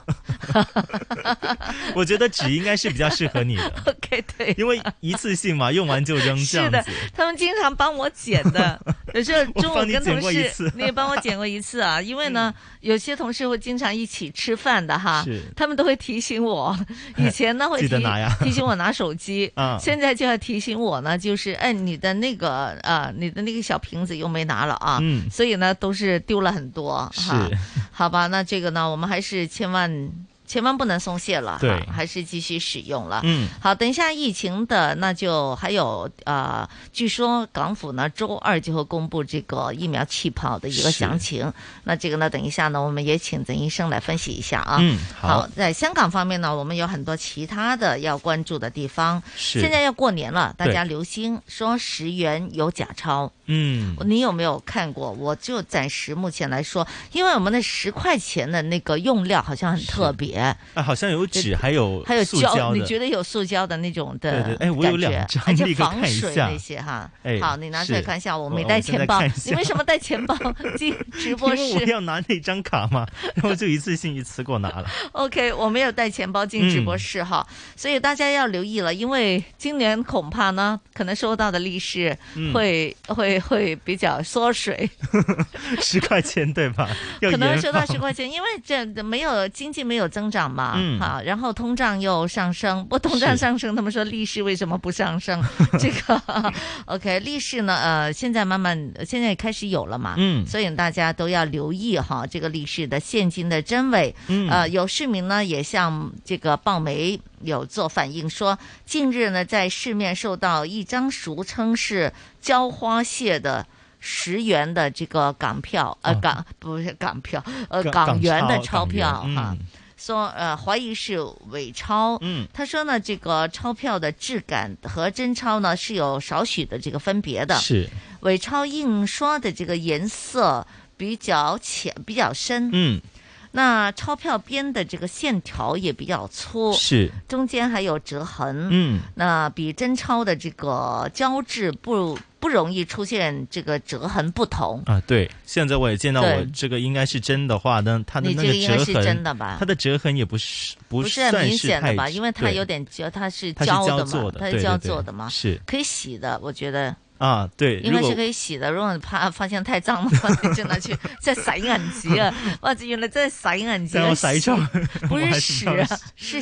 Speaker 12: 我觉得纸应该是比较适合你的。
Speaker 11: OK，对，
Speaker 12: 因为一次性嘛，用完就扔这
Speaker 11: 是
Speaker 12: 样
Speaker 11: 的
Speaker 12: 子。，
Speaker 11: 他们经常帮我剪 的，有时候中午
Speaker 12: 我帮你
Speaker 11: 跟同
Speaker 12: 剪过一
Speaker 11: 事
Speaker 12: 次，嗯
Speaker 11: 你也帮我剪过一 次啊，因为呢，有些同事会经常一起吃饭的哈
Speaker 12: 是，
Speaker 11: 他们都会提 醒我，以前呢会提
Speaker 12: 记得拿呀
Speaker 11: 提醒我拿手机
Speaker 12: 啊，
Speaker 11: 现在就要提醒我呢，就是哎你的那个啊你的那个小瓶子又没拿了啊，
Speaker 2: 嗯
Speaker 11: 所以呢都是丢了很多哈，好吧，那这个呢我们还是千万。千万不能松懈了，
Speaker 2: 对
Speaker 11: 哈还是继续使用了。
Speaker 2: 嗯
Speaker 11: 好，等一下疫情的，那就还有呃，据说港府呢周二就会公布这个疫苗气泡的一个
Speaker 2: 是
Speaker 11: 详情。那这个呢，等一下呢，我们也请曾医生来分析一下啊。
Speaker 2: 嗯
Speaker 11: 好
Speaker 2: 好
Speaker 11: 在香港方面呢，我们有很多其他的要关注的地方。
Speaker 2: 是
Speaker 11: 现在要过年了，大
Speaker 2: 对
Speaker 11: 家留心说十元有假钞。
Speaker 12: 嗯
Speaker 11: 你有没有看过？我就暂时目前来说，因为我们的十块钱的那个用料好像很特别，
Speaker 12: 啊，好像有纸，还有
Speaker 11: 还有
Speaker 12: 塑胶
Speaker 11: 胶，
Speaker 12: 的。
Speaker 11: 你觉得有塑胶的那种
Speaker 12: 对对
Speaker 11: 的感觉？
Speaker 12: 哎我有两张
Speaker 11: 而且
Speaker 12: 立刻
Speaker 11: 防
Speaker 12: 看一
Speaker 11: 水
Speaker 12: 下
Speaker 11: 那些哈。
Speaker 12: 哎
Speaker 11: 好，你拿出来
Speaker 12: 是
Speaker 11: 看一下。我
Speaker 12: 我
Speaker 11: 没
Speaker 12: 我
Speaker 11: 带
Speaker 12: 现
Speaker 11: 钱
Speaker 12: 在
Speaker 11: 包
Speaker 12: 看一，下
Speaker 11: 你为什么带钱 包进直播
Speaker 12: 因为我
Speaker 11: 室
Speaker 12: 要拿那张卡 嘛，然后就一次性一次给我拿了。
Speaker 11: ？OK，我没有带钱包进直播
Speaker 12: 嗯
Speaker 11: 室哈，所以大家要留意了，因为今年恐怕呢，可能收到的利是
Speaker 12: 嗯
Speaker 11: 会会会比较缩水。
Speaker 12: 十块钱对吧？要
Speaker 11: 可能
Speaker 12: 延
Speaker 11: 会收到
Speaker 12: 放
Speaker 11: 十块钱，因为这没有经济没有增增长嘛，
Speaker 2: 嗯
Speaker 11: 好，然后通胀又上升，不过通胀
Speaker 2: 是
Speaker 11: 上升，他们说利息为什么不 上升？这个 OK，利息呢，呃，现在慢慢现在开始有了嘛，
Speaker 2: 嗯
Speaker 11: 所以大家都要留意哈，这个利息的现金的真伪，
Speaker 2: 嗯
Speaker 11: 呃，有市民呢也向这个报媒有做反映说，近日呢在市面受到一张俗称是浇花蟹的。十元的这个港票，呃，
Speaker 2: 哦
Speaker 11: 港不是港票，呃，
Speaker 2: 港
Speaker 11: 港元的
Speaker 2: 港
Speaker 11: 钞票
Speaker 2: 元
Speaker 11: 哈
Speaker 2: 嗯，
Speaker 11: 说呃怀疑是伪钞。
Speaker 2: 嗯
Speaker 11: 他说呢，这个钞票的质感和真钞呢是有少许的这个分别的。
Speaker 2: 是
Speaker 11: 伪钞印刷的这个颜色比较浅，比较深。
Speaker 2: 嗯，
Speaker 11: 那钞票边的这个线条也比较粗，
Speaker 2: 是
Speaker 11: 中间还有折痕。
Speaker 2: 嗯
Speaker 11: 那比真钞的这个胶质不不容易出现这个折痕不同。
Speaker 12: 啊，对，现在我也见到
Speaker 11: 对
Speaker 12: 我这个应该是真的话，但它的
Speaker 11: 你
Speaker 12: 那
Speaker 11: 这
Speaker 12: 个
Speaker 11: 个应该
Speaker 12: 折
Speaker 11: 是
Speaker 12: 痕，
Speaker 11: 真的吧
Speaker 12: 它的折痕也不是不
Speaker 11: 不是很
Speaker 12: 算
Speaker 11: 明
Speaker 12: 是
Speaker 11: 显的
Speaker 12: 太
Speaker 11: 吧？因为它
Speaker 12: 对
Speaker 11: 有点胶，它是
Speaker 12: 它是
Speaker 11: 胶
Speaker 12: 胶
Speaker 11: 的嘛
Speaker 12: 做，的
Speaker 11: 它
Speaker 12: 对
Speaker 11: 胶
Speaker 12: 对对
Speaker 11: 做的嘛，
Speaker 12: 是
Speaker 11: 可以洗的，我觉得。
Speaker 12: 啊，对，
Speaker 11: 应
Speaker 12: 如
Speaker 11: 该
Speaker 12: 果
Speaker 11: 是可以洗的，如果你怕發現太髒嘅話，你就 拿去即係洗銀紙啊！哇，原來真係洗銀紙
Speaker 12: 但
Speaker 11: 啊，
Speaker 12: 我洗咗
Speaker 11: 洗，不
Speaker 12: 我還
Speaker 11: 是
Speaker 12: 是
Speaker 11: 屎
Speaker 12: 不要
Speaker 11: 啊，是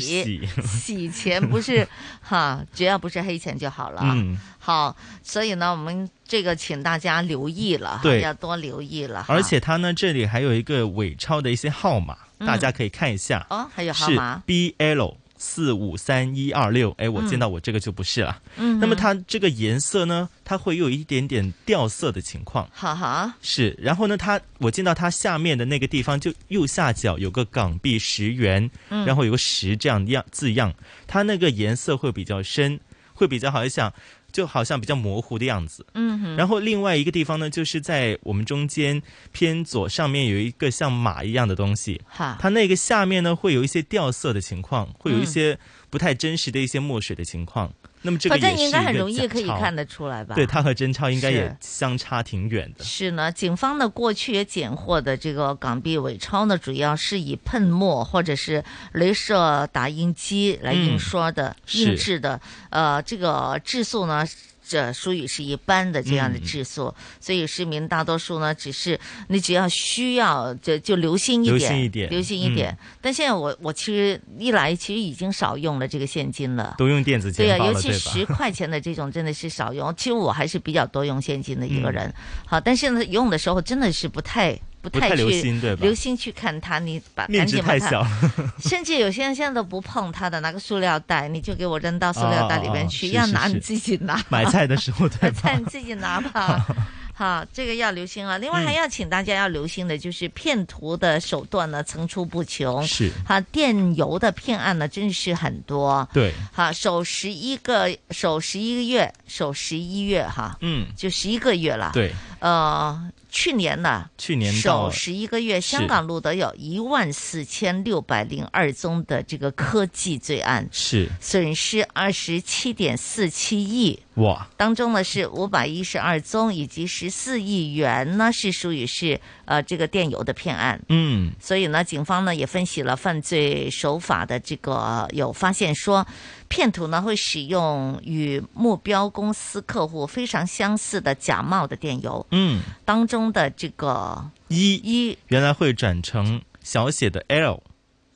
Speaker 12: 是洗
Speaker 11: 洗钱不 是哈，只要不是黑钱就好了。
Speaker 12: 嗯，
Speaker 11: 好，所以呢，我们这个请大家留意了哈，
Speaker 12: 对
Speaker 11: 要多留意了哈。
Speaker 12: 而且它呢这里还有一个伪钞的一些号码，
Speaker 11: 嗯
Speaker 12: 大家可以看一下
Speaker 11: 哦还有号
Speaker 12: 是
Speaker 11: 码
Speaker 12: BL。四五三一二六，哎，我
Speaker 11: 嗯
Speaker 12: 见到我这个就不是了。
Speaker 11: 嗯
Speaker 12: 那么
Speaker 11: 哼
Speaker 12: 它这个颜色呢，它会有一点点掉色的情况。
Speaker 11: 哈哈，
Speaker 12: 是，然后呢，它我见到它下面的那个地方，就右下角有个港币十元，
Speaker 2: 嗯
Speaker 12: 然后有个十这样样字样，它那个颜色会比较深，会比较好一想，就好像比较模糊的样子。
Speaker 2: 嗯哼
Speaker 12: 然后另外一个地方呢，就是在我们中间偏左上面有一个像马一样的东西，
Speaker 11: 哈
Speaker 12: 它那个下面呢会有一些掉色的情况，会有一
Speaker 11: 嗯
Speaker 12: 些不太真实的一些墨水的情况。那么这个
Speaker 11: 反正
Speaker 12: 也是
Speaker 11: 应该
Speaker 12: 一
Speaker 11: 很
Speaker 12: 个
Speaker 11: 容易
Speaker 12: 假
Speaker 11: 可以
Speaker 12: 钞
Speaker 11: 看得出来吧
Speaker 12: 对，它和真钞应该也
Speaker 11: 是
Speaker 12: 相差挺远的。
Speaker 11: 是呢，警方呢过去也检获的这个港币伪钞呢，主要是以喷墨或者是镭射打印机来印刷的、
Speaker 2: 嗯是
Speaker 11: 印制的，呃，这个质素呢。这属于是一般的这样
Speaker 2: 嗯
Speaker 11: 的质素，所以市民大多数呢，只是你只要需要就就留心一点，
Speaker 2: 留心一点嗯
Speaker 11: 留心一点。但现在我我其实一来其实已经少用了这个现金了，
Speaker 12: 都用电子
Speaker 11: 对啊
Speaker 12: 钱包
Speaker 11: 尤
Speaker 12: 了，
Speaker 11: 其
Speaker 12: 对吧？
Speaker 11: 十块钱的这种真的是少用。其实我还是比较多用现金的一个人，好，但是呢，用的时候真的是不太
Speaker 12: 嗯
Speaker 11: 不
Speaker 12: 不太
Speaker 11: 去
Speaker 12: 留心对吧
Speaker 11: 留心去看它，你把
Speaker 12: 面积太小，
Speaker 11: 甚至有些人现在都不碰它的，拿个塑料袋，你就给我扔到塑料袋里面去，
Speaker 12: 哦哦哦
Speaker 11: 要
Speaker 12: 是
Speaker 11: 拿
Speaker 12: 是
Speaker 11: 你自己拿。
Speaker 12: 买 菜的时候，对吧
Speaker 11: 但？你自己拿吧。好，这个要留心啊！
Speaker 12: 嗯
Speaker 11: 另外还要请大家要留心的，就是骗徒的手段呢层出不穷。
Speaker 2: 是
Speaker 11: 哈，电邮的骗案呢真是很多。
Speaker 2: 对
Speaker 11: 哈，首十一个，首十一个月，首十一月哈，
Speaker 12: 嗯
Speaker 11: 就十一个月了。
Speaker 12: 对，
Speaker 11: 呃，去年呢，
Speaker 12: 去年
Speaker 11: 首
Speaker 12: 到
Speaker 11: 十一个月，
Speaker 12: 是
Speaker 11: 香港录得有一万四千六百零二宗的这个科技罪案，
Speaker 12: 是
Speaker 11: 损失二十七点四七亿。
Speaker 12: 哇，
Speaker 11: 当中呢是五百一十二宗，以及十四亿元呢是属于是呃这个电邮的骗案。
Speaker 12: 嗯
Speaker 11: 所以呢，警方呢也分析了犯罪手法的这个，呃有发现说，骗徒呢会使用与目标公司客户非常相似的假冒的电邮，
Speaker 12: 嗯，
Speaker 11: 当中的这个
Speaker 12: 一
Speaker 11: 一
Speaker 12: 原来会转成小写的 L，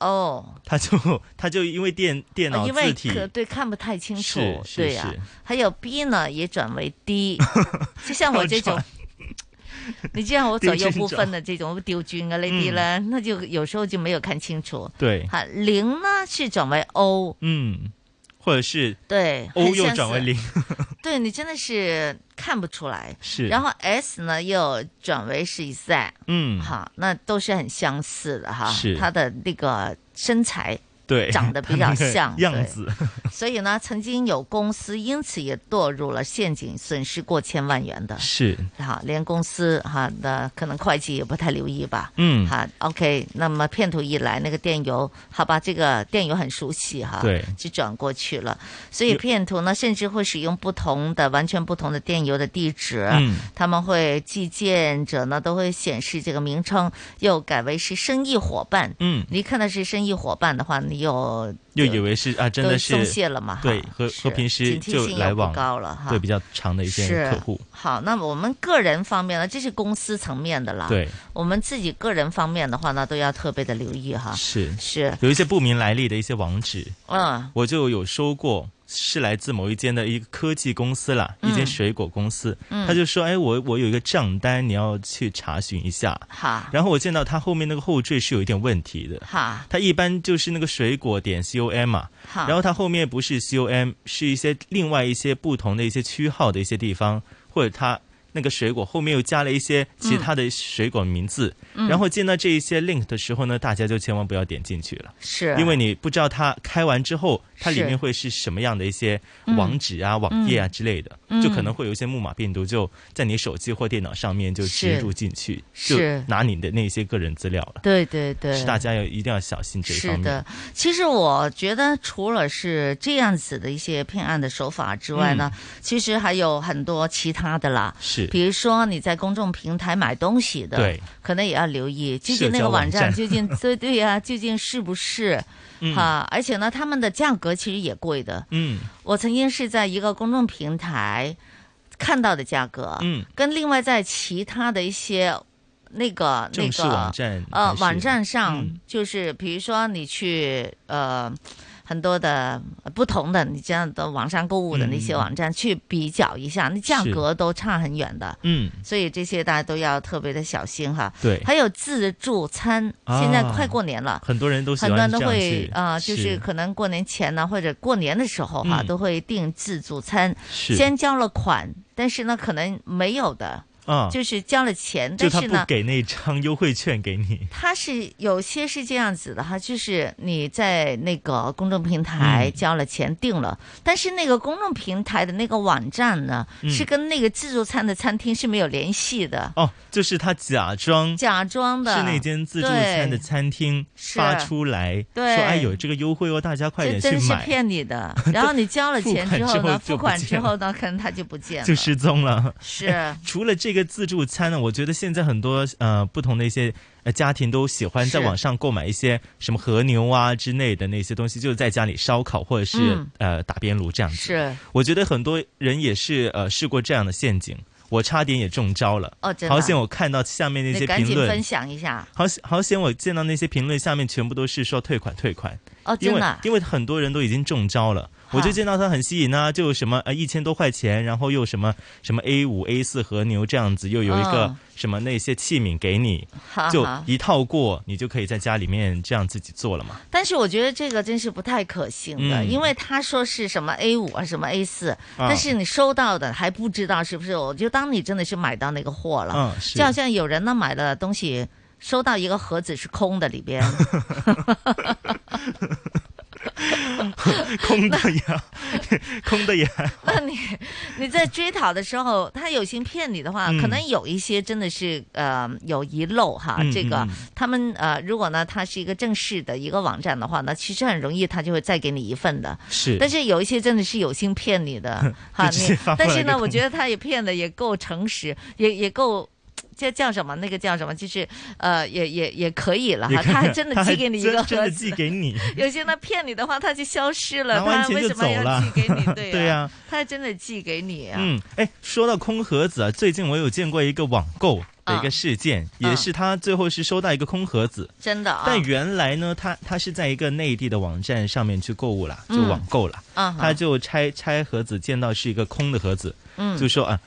Speaker 11: 哦，呃
Speaker 12: 它就它就因为电电脑
Speaker 11: 因
Speaker 12: 字
Speaker 11: 为
Speaker 12: 体
Speaker 11: 可对看不太清楚
Speaker 12: 是，是
Speaker 11: 对呀、
Speaker 12: 是
Speaker 11: 还有 B 呢也转为 D，就像我这种。 你这样我左右不分的这种丢军啊那啲呢，那就有时候就没有看清楚。
Speaker 12: 嗯对
Speaker 11: 好，零呢是转为 O，
Speaker 12: 嗯，或者是
Speaker 11: 对很
Speaker 12: O 又
Speaker 11: 相
Speaker 12: 转为
Speaker 11: 似
Speaker 12: 零，
Speaker 11: 对你真的是看不出来。
Speaker 12: 是
Speaker 11: 然后 S 呢又转为是 Z，
Speaker 12: 嗯
Speaker 11: 好，那都是很相似的哈，
Speaker 2: 是
Speaker 11: 他的那个身材
Speaker 12: 对，
Speaker 11: 长得比较像
Speaker 12: 样
Speaker 11: 对
Speaker 12: 子，
Speaker 11: 所以呢，曾经有公司因此也堕入了陷阱，损失过千万元的。
Speaker 12: 是
Speaker 11: 哈，连公司哈的可能会计也不太留意吧。
Speaker 2: 嗯
Speaker 11: 哈，OK，那么骗徒一来，那个电邮，好吧，这个电邮很熟悉哈，
Speaker 2: 对
Speaker 11: 就转过去了。所以骗徒呢，甚至会使用不同的、完全不同的电邮的地址，
Speaker 2: 嗯
Speaker 11: 他们会寄件者呢都会显示这个名称，又改为是生意伙伴，
Speaker 2: 嗯
Speaker 11: 你看到是生意伙伴的话，你有
Speaker 12: 又以为是啊，真的是
Speaker 11: 松懈了嘛哈
Speaker 12: 对，和
Speaker 11: 是
Speaker 12: 和平时
Speaker 11: 警惕
Speaker 12: 就
Speaker 11: 性
Speaker 12: 来
Speaker 11: 又不
Speaker 12: 往
Speaker 11: 高了哈
Speaker 12: 对比较长的一些
Speaker 11: 是
Speaker 12: 客户，
Speaker 11: 好，那么我们个人方面呢，这是公司层面的啦。
Speaker 12: 对，
Speaker 11: 我们自己个人方面的话呢，都要特别的留意哈。
Speaker 12: 是
Speaker 11: 是
Speaker 12: 有一些不明来历的一些网址，
Speaker 11: 嗯
Speaker 12: 我就有收过，是来自某一间的一个科技公司啦，
Speaker 11: 嗯
Speaker 12: 一间水果公司，
Speaker 11: 嗯
Speaker 12: 他就说，哎，我我有一个账单，你要去查询一下。
Speaker 11: 好，
Speaker 12: 然后我见到他后面那个后缀是有一点问题的，
Speaker 11: 好，
Speaker 12: 它一般就是那个水果点 com 嘛，
Speaker 11: 好
Speaker 12: 啊然后它后面不是 com，是一些另外一些不同的一些区号的一些地方，或者它那个水果后面又加了一些其他的水果名字，
Speaker 11: 嗯
Speaker 12: 然后见到这一些 link 的时候呢，大家就千万不要点进去了，
Speaker 11: 是
Speaker 12: 因为你不知道它开完之后，它里
Speaker 11: 是
Speaker 12: 面会是什么样的一些
Speaker 11: 嗯
Speaker 12: 网址啊、网页啊
Speaker 11: 嗯
Speaker 12: 之类的，
Speaker 11: 嗯
Speaker 12: 就可能会有一些木马病毒就在你手机或电脑上面就植
Speaker 11: 是
Speaker 12: 入进去，就是拿你的那些个人资料了。
Speaker 11: 对对对，
Speaker 12: 是大家要一定要小心这一
Speaker 11: 是
Speaker 12: 方面。
Speaker 11: 的，其实我觉得除了是这样子的一些骗案的手法之外呢，其实还有很多其他的啦。
Speaker 12: 嗯是
Speaker 11: 比如说你在公众平台买东西的，
Speaker 12: 对，
Speaker 11: 可能也要留意，究
Speaker 12: 社
Speaker 11: 竟那
Speaker 12: 交
Speaker 11: 个
Speaker 12: 网
Speaker 11: 网站
Speaker 12: 站
Speaker 11: 究竟对对呀、究竟是不是？
Speaker 12: 嗯
Speaker 11: 哈，而且呢，他们的价格其实也贵的。
Speaker 12: 嗯，
Speaker 11: 我曾经是在一个公众平台看到的价格，
Speaker 12: 嗯
Speaker 11: 跟另外在其他的一些那个那
Speaker 12: 正式
Speaker 11: 个
Speaker 12: 网站
Speaker 11: 呃
Speaker 12: 还是嗯
Speaker 11: 网站上，就是比如说你去呃。很多的呃不同的，你这样的网上购物的那些
Speaker 12: 嗯
Speaker 11: 网站去比较一下，那价
Speaker 12: 是
Speaker 11: 格都差很远的。
Speaker 12: 嗯
Speaker 11: 所以这些大家都要特别的小心哈。
Speaker 12: 对
Speaker 11: 还有自助餐，
Speaker 12: 啊
Speaker 11: 现在快过年了，
Speaker 12: 很多人都喜
Speaker 11: 很
Speaker 12: 欢
Speaker 11: 多人都
Speaker 12: 这样
Speaker 11: 会
Speaker 12: 去
Speaker 11: 啊、就是
Speaker 12: 是
Speaker 11: 可能过年前呢，或者过年的时候哈，
Speaker 12: 嗯
Speaker 11: 都会订自助餐，
Speaker 12: 是
Speaker 11: 先交了款，但是呢，可能没有的，
Speaker 12: 啊
Speaker 11: 就是交了钱，
Speaker 12: 就
Speaker 11: 但
Speaker 12: 他
Speaker 11: 是
Speaker 12: 不
Speaker 11: 呢。
Speaker 12: 给那张优惠券给 你，
Speaker 11: 它是有些是这样子的哈，就是你在那个公众平台
Speaker 12: 嗯
Speaker 11: 交了钱定了，但是那个公众平台的那个网站呢，
Speaker 12: 嗯
Speaker 11: 是跟那个自助餐的餐厅是没有联系的。
Speaker 12: 哦，就是他假装
Speaker 11: 假装的
Speaker 12: 是那间自助餐的餐厅
Speaker 11: 是
Speaker 12: 发出来，说
Speaker 11: 对
Speaker 12: 哎有这个优惠哦，大家快
Speaker 11: 这
Speaker 12: 点
Speaker 11: 真
Speaker 12: 去
Speaker 11: 是
Speaker 12: 买，
Speaker 11: 骗你的。 然后你交了钱之后呢，付
Speaker 12: 付
Speaker 11: 款
Speaker 12: 款
Speaker 11: 之
Speaker 12: 之
Speaker 11: 后
Speaker 12: 后
Speaker 11: 呢，可能他就不见了。
Speaker 12: 就失踪了。
Speaker 11: 是
Speaker 12: 哎除了这个自助餐呢，我觉得现在很多呃不同的一些呃家庭都喜欢在
Speaker 11: 是
Speaker 12: 网上购买一些什么和牛啊之类的那些东西，就是在家里烧烤或者是、
Speaker 11: 嗯
Speaker 12: 呃打边炉这样子。
Speaker 11: 是
Speaker 12: 我觉得很多人也是呃试过这样的陷阱，我差点也中招了。
Speaker 11: 哦真的啊
Speaker 12: 好险我看到下面那
Speaker 11: 你
Speaker 12: 些
Speaker 11: 赶
Speaker 12: 评
Speaker 11: 紧分
Speaker 12: 论，
Speaker 11: 享一下。
Speaker 12: 好险好险我见到那些评论下面全部都是说退款退款。
Speaker 11: 哦
Speaker 12: 因
Speaker 11: 真
Speaker 12: 为
Speaker 11: 的啊
Speaker 12: 因为很多人都已经中招了，我就见到它很吸引啊，就什么呃一千多块钱，然后又什么什么 A 五 A 四和牛这样子，又有一个
Speaker 11: 嗯
Speaker 12: 什么那些器皿给你
Speaker 11: 哈，
Speaker 12: 就
Speaker 11: 哈
Speaker 12: 一套过，你就可以在家里面这样自己做 了嘛。
Speaker 11: 但是我觉得这个真是不太可行的，
Speaker 12: 嗯
Speaker 11: 因为他说是什么 A 五啊，什么 A 四，但是你收到的还不知道是不是。我就当你真的是买到那个货了，
Speaker 12: 嗯是
Speaker 11: 就好像有人呢买了东西，收到一个盒子是空的，里边
Speaker 12: 空的也空的也还好
Speaker 11: 那你你在追讨的时候，他有心骗你的话，
Speaker 12: 嗯
Speaker 11: 可能有一些真的是呃有遗漏哈。
Speaker 12: 嗯
Speaker 11: 这个
Speaker 12: 嗯
Speaker 11: 他们呃，如果呢它是一个正式的一个网站的话呢，其实很容易他就会再给你一份的。
Speaker 12: 是
Speaker 11: 但是有一些真的是有心骗 你的哈。
Speaker 12: 就直接
Speaker 11: 你
Speaker 12: 发过来
Speaker 11: 但是呢，
Speaker 12: 就
Speaker 11: 我觉得他也骗的也够诚实，也也够。这叫什么？那个叫什么？就是呃，也也也可以了
Speaker 12: 也
Speaker 11: 哈。
Speaker 12: 可以
Speaker 11: 他还真的
Speaker 12: 他
Speaker 11: 寄
Speaker 12: 还
Speaker 11: 给你一
Speaker 12: 真
Speaker 11: 个
Speaker 12: 真
Speaker 11: 盒
Speaker 12: 的
Speaker 11: 子
Speaker 12: 寄，给 你，
Speaker 11: 有些呢骗你的话，他就消失了。
Speaker 12: 拿完
Speaker 11: 他
Speaker 12: 钱
Speaker 11: 为
Speaker 12: 就
Speaker 11: 什
Speaker 12: 走
Speaker 11: 么要
Speaker 12: 了
Speaker 11: 寄给你？对
Speaker 12: 对
Speaker 11: 呀
Speaker 12: 呀，
Speaker 11: 他真的寄给你啊。
Speaker 12: 嗯，哎，说到空盒子啊，最近我有见过一个网购的一个事件，也是他最后是收到一个空盒子，
Speaker 11: 嗯真的啊。
Speaker 12: 但原来呢，他他是在一个内地的网站上面去购物啦，就
Speaker 11: 嗯
Speaker 12: 网购啦，
Speaker 11: 啊哈
Speaker 12: 他就拆拆盒子，见到是一个空的盒子，
Speaker 11: 嗯
Speaker 12: 就说啊，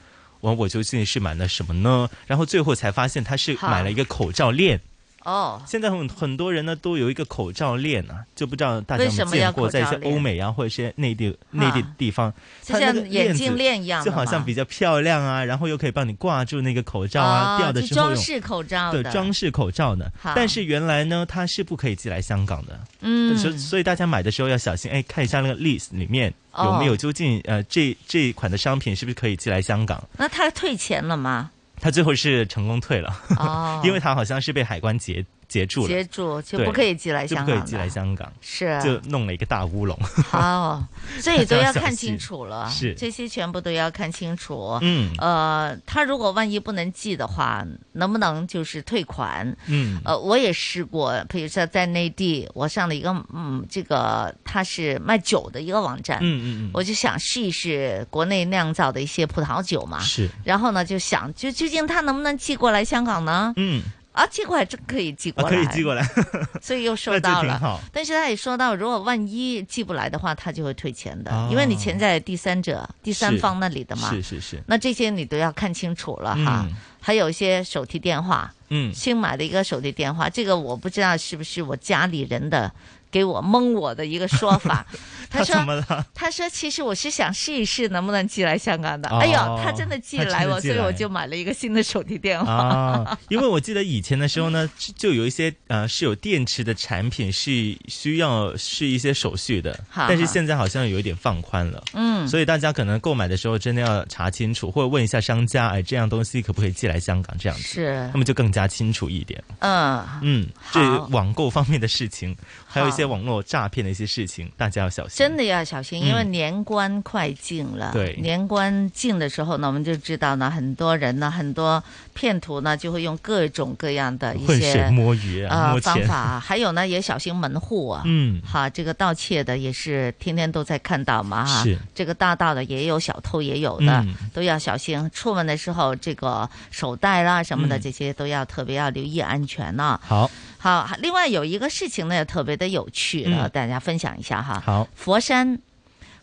Speaker 12: 我我究竟是买了什么呢？然后最后才发现他是
Speaker 11: 哈
Speaker 12: 买了一个口罩链。
Speaker 11: 哦，
Speaker 12: 现在很很多人呢都有一个口罩链啊，就不知道大家
Speaker 11: 为
Speaker 12: 有没
Speaker 11: 什
Speaker 12: 有
Speaker 11: 么要
Speaker 12: 见过，
Speaker 11: 口罩
Speaker 12: 在一些
Speaker 11: 链
Speaker 12: 欧美啊或者一些内地内地地方，
Speaker 11: 就
Speaker 12: 它那
Speaker 11: 像
Speaker 12: 个
Speaker 11: 眼
Speaker 12: 子
Speaker 11: 镜链一样的
Speaker 12: 就好像
Speaker 11: 嘛
Speaker 12: 比较漂亮啊，然后又可以帮你挂住那个口罩啊，
Speaker 11: 哦
Speaker 12: 掉的
Speaker 11: 就
Speaker 12: 时候
Speaker 11: 装
Speaker 12: 用
Speaker 11: 饰口罩
Speaker 12: 对
Speaker 11: 的
Speaker 12: 装饰口罩呢
Speaker 11: 好。
Speaker 12: 但是原来呢，它是不可以寄来香港的，
Speaker 11: 嗯
Speaker 12: 所以所以大家买的时候要小心，哎，看一下那个 list 里面
Speaker 11: 哦
Speaker 12: 有没有究竟呃这这一款的商品是不是可以寄来香港。
Speaker 11: 那他退钱了吗？
Speaker 12: 他最后是成功退了，
Speaker 11: 哦
Speaker 12: 因为他好像是被海关截截住了，
Speaker 11: 截住就
Speaker 12: 对
Speaker 11: 不可以寄来
Speaker 12: 就
Speaker 11: 香
Speaker 12: 不可以
Speaker 11: 港
Speaker 12: 寄
Speaker 11: 的
Speaker 12: 来香港，
Speaker 11: 是
Speaker 12: 就弄了一个大乌龙。
Speaker 11: 好，哦所以都
Speaker 12: 要
Speaker 11: 要
Speaker 12: 小
Speaker 11: 看
Speaker 12: 心
Speaker 11: 清楚了，
Speaker 12: 是
Speaker 11: 这些全部都要看清楚。
Speaker 12: 嗯
Speaker 11: 呃，他如果万一不能寄的话，能不能就是退款？
Speaker 2: 嗯
Speaker 11: 呃，我也试过，比如说在内地，我上了一个嗯，这个它是卖酒的一个网站，
Speaker 2: 嗯嗯嗯
Speaker 11: 啊我就想试一试国内酿造的一些葡萄酒嘛，
Speaker 2: 是
Speaker 11: 然后呢，就想就究竟它能不能寄过来香港呢？
Speaker 12: 嗯，
Speaker 11: 啊，结果还真可以寄
Speaker 12: 啊
Speaker 11: 过 来，
Speaker 12: 可以寄过来，
Speaker 11: 所以又收
Speaker 12: 那就
Speaker 11: 到
Speaker 12: 挺
Speaker 11: 了
Speaker 12: 好。
Speaker 11: 但是他也说到，如果万一寄不来的话，他就会退钱的，
Speaker 12: 哦
Speaker 11: 因为你钱在第三者、第三
Speaker 12: 是
Speaker 11: 方那里的嘛。
Speaker 12: 是是是，
Speaker 11: 那这些你都要看清楚了哈。
Speaker 12: 嗯
Speaker 11: 还有一些手提电话，
Speaker 12: 嗯
Speaker 11: 新买的一个手提电话，这个我不知道是不是我家里人的给我蒙我的一个 说法。他说
Speaker 12: 怎么了？
Speaker 11: 他说：“其实我是想试一试能不能寄来香港的。
Speaker 12: 哦
Speaker 11: 哎呦，他真的寄
Speaker 12: 他真的
Speaker 11: 来我，
Speaker 12: 寄
Speaker 11: 所以我
Speaker 12: 来
Speaker 11: 就买了一个新的手提电话。
Speaker 12: 啊，因为我记得以前的时候呢，就就有一些呃是有电池的产品是需要是一些手续的，
Speaker 11: 好
Speaker 12: 但是
Speaker 11: 好
Speaker 12: 现在好像有一点放宽了，
Speaker 11: 嗯
Speaker 12: 所以大家可能购买的时候真的要查清楚，或者问一下商家，哎，这样东西可不可以寄来香港这样子，
Speaker 11: 是
Speaker 12: 那么就更加清楚一点。
Speaker 11: 嗯
Speaker 12: 嗯，这是
Speaker 11: 好
Speaker 12: 网购方面的事情，还有一些
Speaker 11: 好
Speaker 12: 网络诈骗的一些事情，大家要小心。
Speaker 11: 真的要小心，因为年关快近了。
Speaker 12: 嗯对
Speaker 11: 年关近的时候呢，我们就知道呢，很多人呢，很多骗徒呢，就会用各种各样的一
Speaker 12: 浑
Speaker 11: 些
Speaker 12: 水摸鱼啊，
Speaker 11: 呃
Speaker 12: 摸
Speaker 11: 方
Speaker 12: 钱。
Speaker 11: 法啊，还有呢，也小心门户啊。
Speaker 12: 嗯
Speaker 11: 哈，这个盗窃的也是天天都在看到嘛哈。
Speaker 2: 是
Speaker 11: 这个大盗的也有，小偷也有的
Speaker 2: 嗯，
Speaker 11: 都要小心。出门的时候，这个手袋啦什么的，
Speaker 2: 嗯
Speaker 11: 这些都要特别要留意安全呐。
Speaker 12: 好，
Speaker 11: 好，另外有一个事情呢，也特别的有趣，然后
Speaker 2: 嗯
Speaker 11: 大家分享一下哈。
Speaker 2: 好
Speaker 11: 佛山，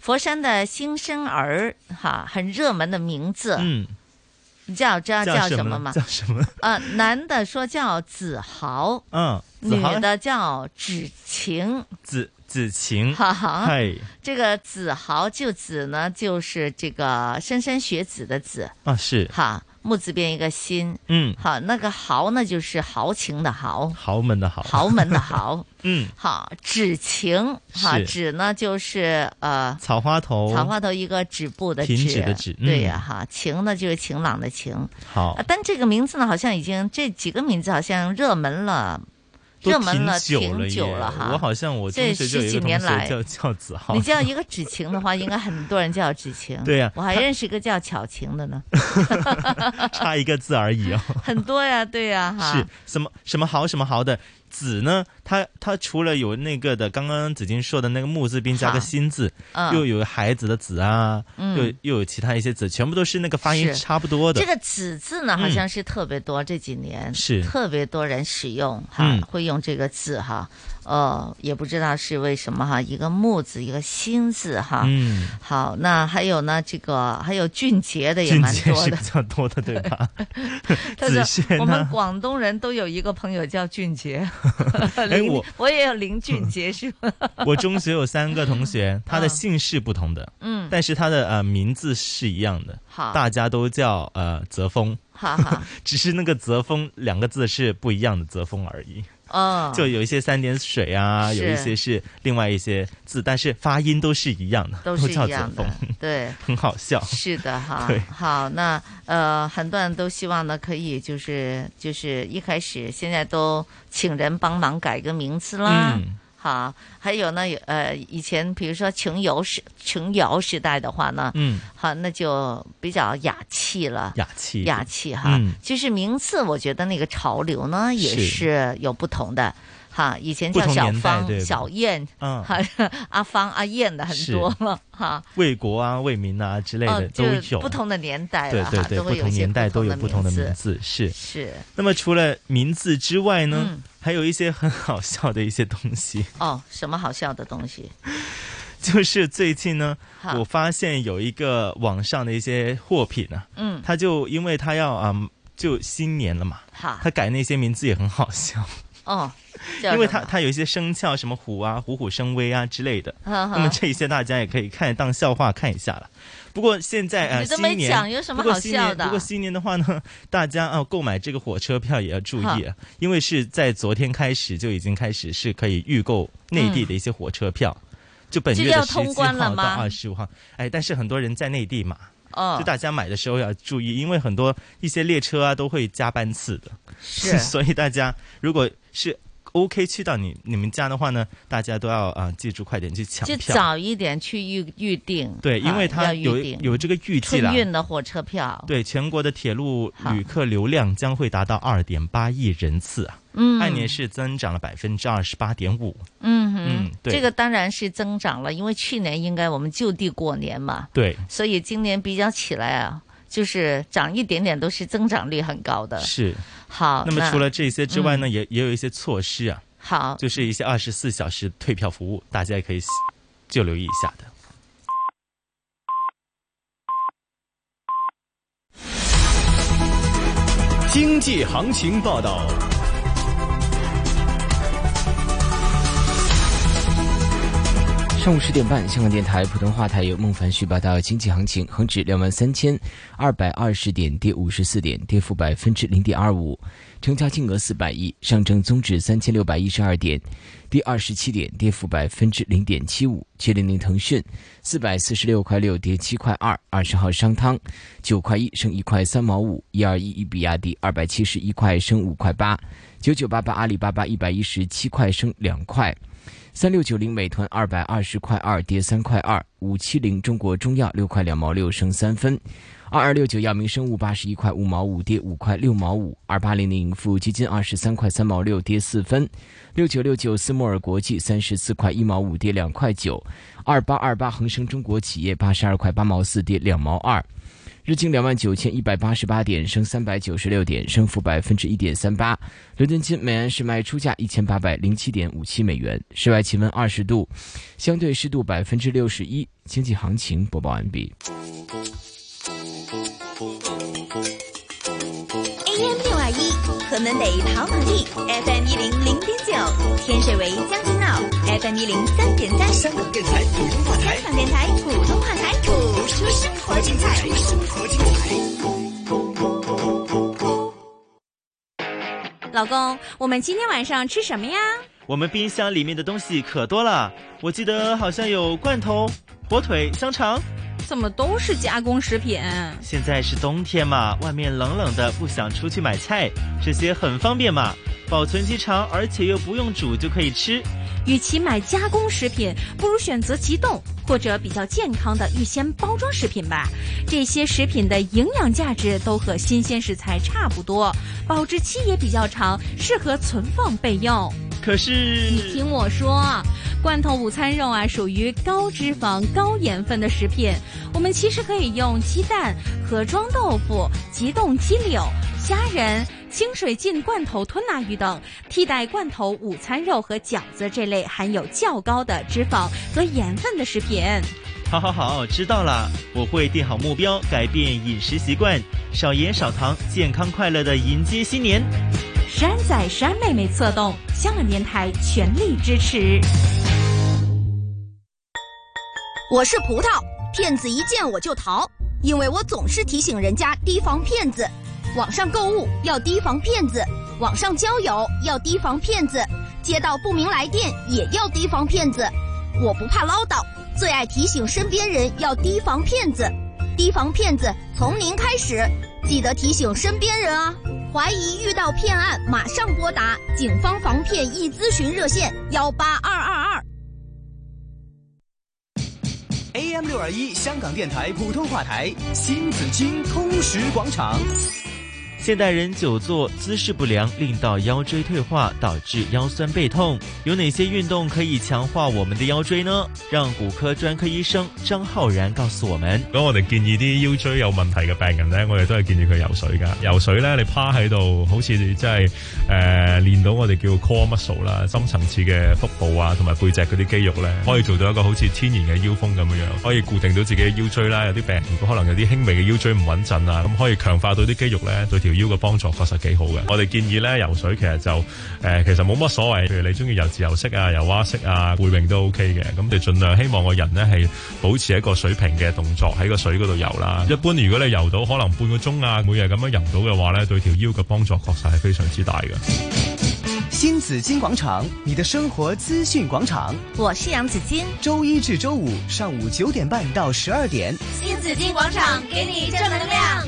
Speaker 11: 佛山的新生儿哈，很热门的名字，
Speaker 12: 嗯，
Speaker 11: 你知道知道叫
Speaker 12: 什
Speaker 11: 么吗
Speaker 12: 呢？？叫什么呢？
Speaker 11: 呃，男的说叫子豪，
Speaker 12: 嗯，子
Speaker 11: 女
Speaker 12: 豪
Speaker 11: 的叫芷晴，
Speaker 12: 子子晴，
Speaker 11: 哈哈
Speaker 12: 嗨
Speaker 11: 这个子豪就子呢，就是这个莘莘学子的子，
Speaker 12: 啊是，
Speaker 11: 哈，木字边一个心，
Speaker 12: 嗯，
Speaker 11: 好，那个豪呢就是豪情的豪，
Speaker 12: 豪门的豪，
Speaker 11: 豪门的豪，
Speaker 12: 嗯，
Speaker 11: 好，芷晴，哈，
Speaker 12: 是
Speaker 11: 芷呢就是呃
Speaker 12: 草花头，
Speaker 11: 草花头一个止步的
Speaker 12: 停
Speaker 11: 止，
Speaker 12: 止的止嗯
Speaker 11: 对呀、哈，晴呢就是晴朗的晴。
Speaker 12: 好
Speaker 11: 啊，，但这个名字呢，好像已经这几个名字好像热门了，
Speaker 12: 都
Speaker 11: 热门了
Speaker 12: 挺久了
Speaker 11: 挺久
Speaker 12: 耶
Speaker 11: 了哈。
Speaker 12: 我好像我中
Speaker 11: 这
Speaker 12: 学就有
Speaker 11: 十
Speaker 12: 一
Speaker 11: 几
Speaker 12: 个同
Speaker 11: 年
Speaker 12: 学
Speaker 11: 来，
Speaker 12: 叫叫 子豪，
Speaker 11: 你叫一个芷晴的话，应该很多人叫芷晴。
Speaker 12: 对呀
Speaker 11: 我还
Speaker 12: 他
Speaker 11: 认识一个叫巧晴的呢，
Speaker 12: 差一个字而已哦。
Speaker 11: 很多呀，对呀，
Speaker 12: 是
Speaker 11: 哈，
Speaker 12: 什么什么豪什么豪的子呢？它它除了有那个的，刚刚紫金说的那个木字边加
Speaker 11: 好
Speaker 12: 个心字，
Speaker 11: 嗯
Speaker 12: 又有孩子的子啊，
Speaker 11: 嗯
Speaker 12: 又又有其他一些子，全部都是那个发音
Speaker 11: 是
Speaker 12: 差不多的。
Speaker 11: 这个子字呢，好像
Speaker 12: 嗯
Speaker 11: 是特别多，这几年
Speaker 12: 是
Speaker 11: 特别多人使用哈，
Speaker 12: 嗯
Speaker 11: 会用这个字哈，呃，也不知道是为什么哈，一个木字，一个心字哈，
Speaker 12: 嗯，
Speaker 11: 好，那还有呢，这个还有俊杰的也
Speaker 12: 俊
Speaker 11: 蛮
Speaker 12: 杰
Speaker 11: 多
Speaker 12: 是
Speaker 11: 的
Speaker 12: 比， 较多的，对吧？
Speaker 11: 他
Speaker 12: 子
Speaker 11: 说
Speaker 12: 轩
Speaker 11: 我们
Speaker 12: 呢？
Speaker 11: 广东人都有一个朋友叫俊杰，
Speaker 12: 哎
Speaker 11: 林
Speaker 12: 我
Speaker 11: 我也有林俊杰是吧？
Speaker 12: 我中学有三个同学，他的姓氏不同的，
Speaker 11: 嗯
Speaker 12: 但是他的呃名字是一样的，
Speaker 11: 好
Speaker 12: 大家都叫呃泽峰，
Speaker 11: 哈哈，
Speaker 12: 只是那个泽峰两个字是不一样的泽峰而已。
Speaker 11: 哦，
Speaker 12: 就有一些三点水啊，
Speaker 11: 是
Speaker 12: 有一些是另外一些字，但是发音都是一样的，
Speaker 11: 都
Speaker 12: 都
Speaker 11: 是
Speaker 12: 叫
Speaker 11: 一
Speaker 12: 泽
Speaker 11: 样的
Speaker 12: 峰，
Speaker 11: 对。
Speaker 12: 很好笑。
Speaker 11: 是的哈
Speaker 12: 对，
Speaker 11: 好，那呃，很多人都希望呢，可以就是就是一开始现在都请人帮忙改个名字啦。
Speaker 2: 嗯
Speaker 11: 好，还有呢，有呃，以前比如说琼瑶时琼瑶时代的话呢，
Speaker 2: 嗯，
Speaker 11: 好，那就比较雅气了，
Speaker 12: 雅气一点
Speaker 11: 雅气哈，
Speaker 2: 嗯
Speaker 11: 就是名字，我觉得那个潮流呢也
Speaker 2: 是
Speaker 11: 是有不同的。哈，以前
Speaker 12: 不
Speaker 11: 叫
Speaker 12: 同
Speaker 11: 小
Speaker 12: 年代对
Speaker 11: 芳、
Speaker 12: 吧
Speaker 11: 小燕，
Speaker 12: 嗯
Speaker 11: 哈， 阿芳、阿燕的很
Speaker 12: 是
Speaker 11: 多了，哈。
Speaker 12: 为国啊，为民啊之类
Speaker 11: 哦，
Speaker 12: 的
Speaker 11: 就
Speaker 12: 都有，啊
Speaker 11: 不同的年代
Speaker 12: 对
Speaker 11: 了
Speaker 12: 对
Speaker 11: 哈，
Speaker 12: 对，
Speaker 11: 都
Speaker 12: 不
Speaker 11: 会有
Speaker 12: 同
Speaker 11: 一些
Speaker 12: 年代都有不同的
Speaker 11: 名
Speaker 12: 名。字，是
Speaker 11: 是
Speaker 12: 那么除了名字之外呢，
Speaker 11: 嗯
Speaker 12: 还有一些很好笑的一些东西，
Speaker 11: 哦，什么好笑的东西？
Speaker 12: 就是最近呢，
Speaker 11: 好
Speaker 12: 我发现有一个网上的一些货品啊，
Speaker 11: 嗯
Speaker 12: 他就因为他要啊、嗯就新年了嘛，
Speaker 11: 好
Speaker 12: 他改那些名字也很好笑，
Speaker 11: 哦，叫
Speaker 12: 因为
Speaker 11: 什么
Speaker 12: 他他有一些生肖什么虎啊、虎虎生威啊之类的，
Speaker 11: 哈哈
Speaker 12: 那么这一些大家也可以看当笑话看一下了。不过现在呃，
Speaker 11: 你都没
Speaker 12: 新年
Speaker 11: 讲有什么
Speaker 12: 不过
Speaker 11: 好
Speaker 12: 新年
Speaker 11: 笑的
Speaker 12: 不过新年的话呢，大家啊、购买这个火车票也要注意
Speaker 11: 哈
Speaker 12: 啊，因为是在昨天开始就已经开始是可以预购内地的一些火车票，就本
Speaker 11: 这
Speaker 12: 月
Speaker 11: 要
Speaker 12: 的十
Speaker 11: 通
Speaker 12: 七
Speaker 11: 关
Speaker 12: 号
Speaker 11: 了
Speaker 12: 到
Speaker 11: 吗
Speaker 12: 二十五号。哎，但是很多人在内地嘛，
Speaker 11: 哦
Speaker 12: 就大家买的时候要注意，因为很多一些列车啊都会加班次的，
Speaker 11: 是
Speaker 12: 所以大家如果是 OK 去到你你们家的话呢，大家都要啊、呃记住快点去抢
Speaker 11: 就
Speaker 12: 票，
Speaker 11: 早一点去预预定。
Speaker 12: 对，
Speaker 11: 哈
Speaker 12: 因为它
Speaker 11: 要预
Speaker 12: 有
Speaker 11: 定
Speaker 12: 有这个预计啦
Speaker 11: 春。运的火车票。
Speaker 12: 对，全国的铁路旅客流量将会达到二点八亿人次啊，
Speaker 11: 嗯
Speaker 12: 按年是增长了百分之二十八点五。
Speaker 11: 嗯哼
Speaker 12: 嗯对
Speaker 11: 这个当然是增长了，因为去年应该我们就地过年嘛，
Speaker 12: 对，
Speaker 11: 所以今年比较起来啊，就是涨一点点都是增长率很高的。
Speaker 12: 是。
Speaker 11: 好，
Speaker 12: 那么除了这些之外呢，
Speaker 11: 嗯
Speaker 12: 也也有一些措施啊，
Speaker 11: 好，
Speaker 12: 就是一些二十四小时退票服务，大家也可以就留意一下的。
Speaker 7: 经济行情报道。
Speaker 13: 上午十点半，香港电台普通话台有孟凡旭报道经济行情：恒指两万三千二百二十点，跌五十四点，跌幅百分之零点二五，成交金额四百亿；上证综指三千六百一十二点，跌二十七点，跌幅百分之零点七五；七零零腾讯四百四十六块六，跌七块二；二十号商汤九块一，升一块三毛五；一二一一比亚迪二百七十一块，升五块八；九九八八阿里巴巴一百一十七块，升两块。三六九零美团二百二十块二跌三块二，五七零中国中药六块两毛六升三分，二二六九药明生物八十一块五毛五跌五块六毛五，二八零零盈富基金二十三块三毛六跌四分，六九六九斯莫尔国际三十四块一毛五跌两块九，二八二八恒生中国企业八十二块八毛四跌两毛二。日经两万九千一百八十八点，升三百九十六点，升幅百分之一点三八。伦敦金每安士卖出价一千八百零七点五七美元。室外气温二十度，相对湿度百分之六十一。经济行情播报完毕。
Speaker 9: AM 六二一，河门北跑马地，FM 一零零点九，天水围将军澳，FM 一零三点三。香港电台普通话台，香港电台普通话台，播出生活精彩，生活精
Speaker 2: 老公，我们今天晚上吃什么呀？
Speaker 20: 我们冰箱里面的东西可多了，我记得好像有罐头、火腿、香肠。
Speaker 2: 怎么都是加工食品？
Speaker 20: 现在是冬天嘛，外面冷冷的，不想出去买菜，这些很方便嘛，保存期长，而且又不用煮就可以吃。
Speaker 2: 与其买加工食品，不如选择急冻或者比较健康的预先包装食品吧。这些食品的营养价值都和新鲜食材差不多，保质期也比较长，适合存放备用。
Speaker 20: 可是，
Speaker 2: 你听我说，罐头午餐肉啊，属于高脂肪、高盐分的食品。我们其实可以用鸡蛋、盒装豆腐、急冻鸡柳、虾仁、清水浸罐头吞拿鱼等替代罐头午餐肉和饺子这类含有较高的脂肪和盐分的食品。
Speaker 20: 好好好，知道了，我会定好目标，改变饮食习惯，少盐少糖，健康快乐的迎接新年。
Speaker 2: 十安仔、十安妹妹策动，香港电台全力支持。
Speaker 21: 我是葡萄，骗子一见我就逃，因为我总是提醒人家提防骗子。网上购物要提防骗子，网上交友要提防骗子，接到不明来电也要提防骗子。我不怕唠叨，最爱提醒身边人要提防骗子。提防骗子从您开始，记得提醒身边人啊！怀疑遇到骗案，马上拨打警方防骗易咨询热线幺八二二二。
Speaker 10: AM 六二一香港电台普通话台新紫金通识广场。
Speaker 20: 现代人久坐姿势不良，令到腰椎退化，导致腰酸背痛。有哪些运动可以强化我们的腰椎呢？让骨科专科医生张浩然告诉我们。
Speaker 16: 咁我哋建議啲腰椎有問題嘅病人咧，我哋都係建議佢游水噶。游水咧，你趴喺度，好似即係誒練到我哋叫 core muscle 啦，深層次嘅腹部啊，同埋背脊嗰啲肌肉咧，可以做到一個好似天然嘅腰封咁樣樣，可以固定到自己嘅腰椎啦。有啲病人如果可能有啲輕微嘅腰椎唔穩陣啊，咁可以強化到啲肌肉咧，對條腰嘅幫助確實幾好嘅。我哋建議咧游水其實就誒、呃其實冇乜所謂，譬如你中意游自由式啊、游蛙式啊、背泳都 OK 嘅。咁你盡量希望個人咧係保持一個水平嘅動作喺個水嗰度游啦。一般如果你游到可能半個鐘啊，每日咁樣游到嘅話咧，對條腰嘅幫助確實係非常之大嘅。
Speaker 10: 新紫金广场，你的生活资讯广场。
Speaker 22: 我是杨子金。
Speaker 10: 周一至周五上午九点半到十二点，
Speaker 22: 新紫金广场给你正能量。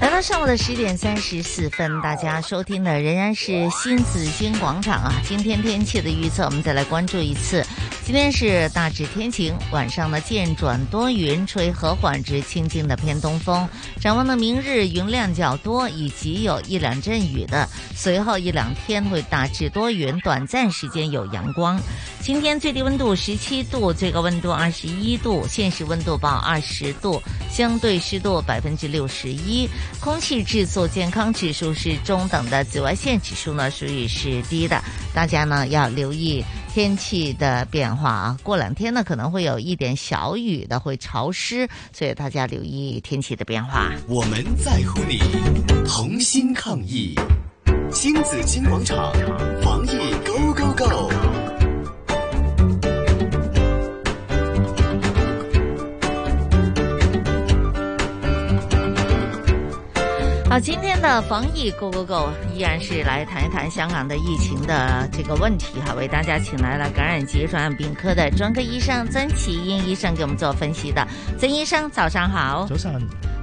Speaker 11: 来到上午的十点三十四分，大家收听的仍然是新紫金广场啊。今天天气的预测，我们再来关注一次。今天是大致天晴，晚上呢渐转多云，吹和缓至清劲的偏东风。展望呢，明日云量较多，以及有一两阵雨的。随后一两天会大致多云，短暂时间有阳光。今天最低温度十七度，最高温度二十一度，现实温度报二十度，相对湿度百分之六十一。空气质素健康指数是中等的，紫外线指数呢属于是低的，大家呢要留意天气的变化啊。过两天呢可能会有一点小雨的，会潮湿，所以大家留意天气的变化。
Speaker 10: 我们在乎你，同心抗疫，新紫金广场防疫 Go Go Go。
Speaker 11: 好，今天的防疫 Go Go Go 依然是来谈一谈香港的疫情的这个问题哈，为大家请来了感染及传染病科的专科医生曾奇英医生给我们做分析的。曾医生，早上好。
Speaker 23: 早上。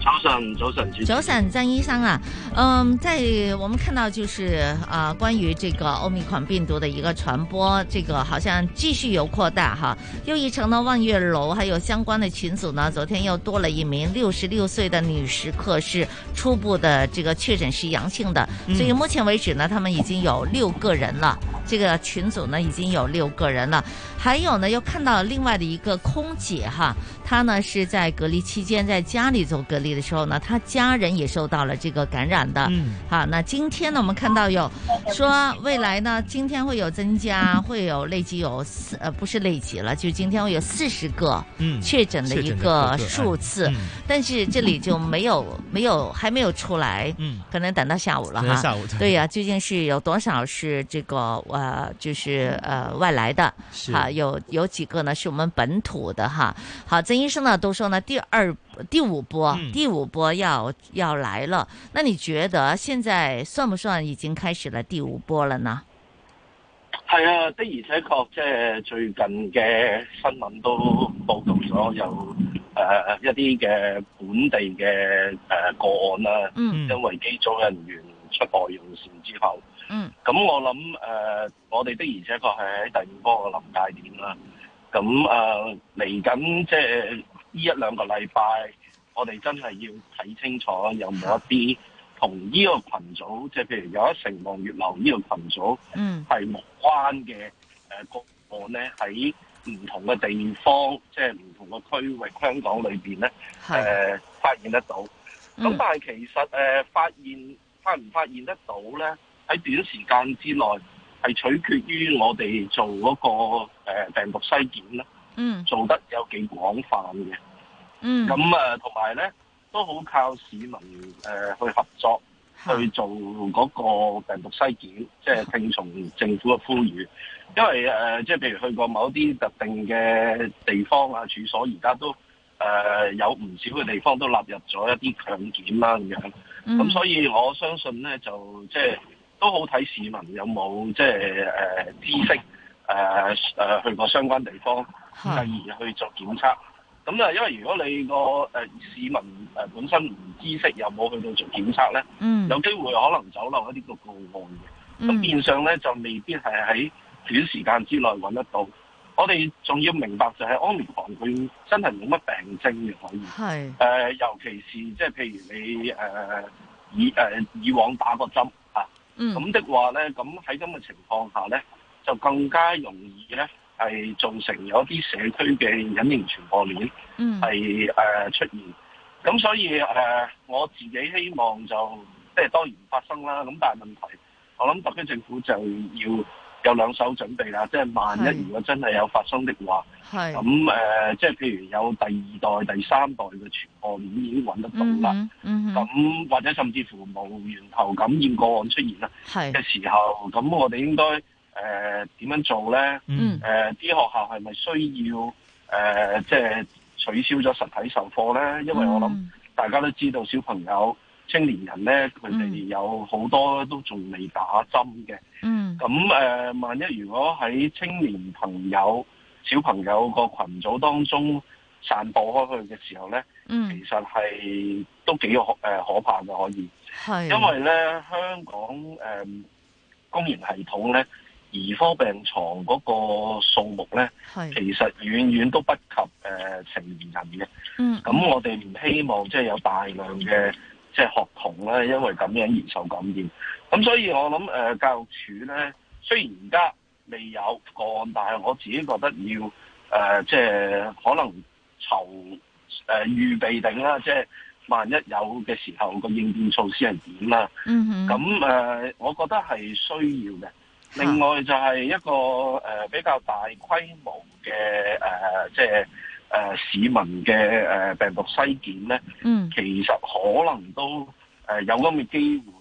Speaker 24: 早晨，早晨。
Speaker 11: 早晨，曾医生啊，嗯，在我们看到就是啊、呃，关于这个欧米款病毒的一个传播，这个好像继续有扩大哈。又一城呢，望月楼还有相关的群组呢，昨天又多了一名六十六岁的女食客是初步的。呃，这个确诊是阳性的，所以目前为止呢，他们已经有六个人了。这个群组呢已经有六个人了，还有呢又看到另外的一个空姐哈，她呢是在隔离期间在家里做隔离的时候呢，她家人也受到了这个感染的。嗯，好，那今天呢我们看到有说未来呢今天会有增加，会有累计有四呃不是累计了，就今天会有四十个嗯确诊的一个数字，嗯嗯、但是这里就没有没有还没有出来。来，嗯，可能等到下午了哈。
Speaker 23: 下午
Speaker 11: 对呀、啊，究竟是有多少是这个呃，就是呃外来的？哈，有有几个呢？是我们本土的哈。好，曾医生呢都说呢，第二、第五波、嗯、第五波要要来了。那你觉得现在算不算已经开始了第五波了呢？
Speaker 24: 係啊，的而且確，即係最近嘅新聞都報道咗有。誒、呃、一啲嘅本地嘅誒、呃、個案啦，嗯、因為機組人員出外用膳之後，咁、嗯、我諗誒、呃，我哋的而且確係喺第五波嘅臨界點啦。咁誒嚟緊即係呢一兩個禮拜，我哋真係要睇清楚有冇一啲同呢個群組，即係譬如有一城望月樓呢個群組，係無關嘅呃誒個案咧喺。唔同嘅地方，即係唔同嘅區域，香港裏邊咧，誒、呃、發現得到。咁、嗯、但係其實誒、呃、發現發唔發現得到咧，喺短時間之內係取決於我哋做嗰、那個、呃、病毒篩檢啦，嗯，做得有幾廣泛嘅，嗯，咁啊同埋咧都好靠市民誒、呃、去合作。去做嗰個病毒篩檢，即係聽從政府嘅呼籲，因為呃誒，即係譬如去過某啲特定嘅地方啊、處所，而家都誒、呃、有唔少嘅地方都納入咗一啲強檢啦咁樣。咁、嗯、所以我相信咧，就即係都好睇市民有冇即係誒知識誒誒、呃、去過相關地方，繼而去做檢測。咁啊，因為如果你個誒、呃、市民誒、呃、本身唔知悉，又冇去到做檢測咧，嗯、有機會可能走漏一啲個個案嘅。咁、嗯、變相咧就未必係喺短時間之內揾得到。我哋仲要明白就係 Omicron 佢真係冇乜病徵嘅可以。係、呃。尤其是即係譬如你誒、呃、以誒、呃、以往打過針啊，咁、嗯、的話咧，咁喺咁嘅情況下咧，就更加容易咧。係造成有一啲社區嘅隱形傳播鏈係誒、呃、出現，咁所以誒、呃、我自己希望就即係當然發生啦，咁但係問題我諗特區政府就要有兩手準備啦。即係萬一如果真係有發生的話，
Speaker 11: 係
Speaker 24: 咁誒、呃即係譬如有第二代、第三代嘅傳播鏈已經揾得到啦。
Speaker 11: 嗯
Speaker 24: 咁、或者甚至乎無源頭感染個案出現啦
Speaker 11: 係
Speaker 24: 嘅時候，咁我哋應該誒點、樣做咧？
Speaker 11: 嗯
Speaker 24: 誒啲、學校係咪需要誒、呃即係取消咗實體授課咧？因為
Speaker 11: 嗯
Speaker 24: 我諗大家都知道小朋友、青年人咧，佢哋有好多都仲未打針嘅。
Speaker 11: 嗯
Speaker 24: 咁誒、呃，萬一如果喺青年朋友、小朋友個群組當中散播開去嘅時候咧，
Speaker 11: 嗯
Speaker 24: 其實係都幾可誒、呃可怕嘅，可以，
Speaker 11: 係
Speaker 24: 因為咧香港誒、呃公營系統咧兒科病床嗰個數目咧，
Speaker 11: 係
Speaker 24: 其實遠遠都不及誒、呃成年人嘅。
Speaker 11: 嗯
Speaker 24: 咁我哋唔希望即係有大量嘅即係學童咧，因為咁樣而受感染。咁所以我諗誒、呃教育署咧，雖然而家未有個案，但係我自己覺得要誒、呃即係可能籌誒、呃、預備定啦，即係萬一有嘅時候個應變措施係點啦。
Speaker 11: 嗯哼
Speaker 24: 咁誒、呃我覺得係需要嘅。另外就係一個誒、呃比較大規模嘅誒、呃即係誒、呃市民嘅誒、呃病毒篩檢咧，
Speaker 11: 嗯
Speaker 24: 其實可能都誒、呃有咁嘅機會。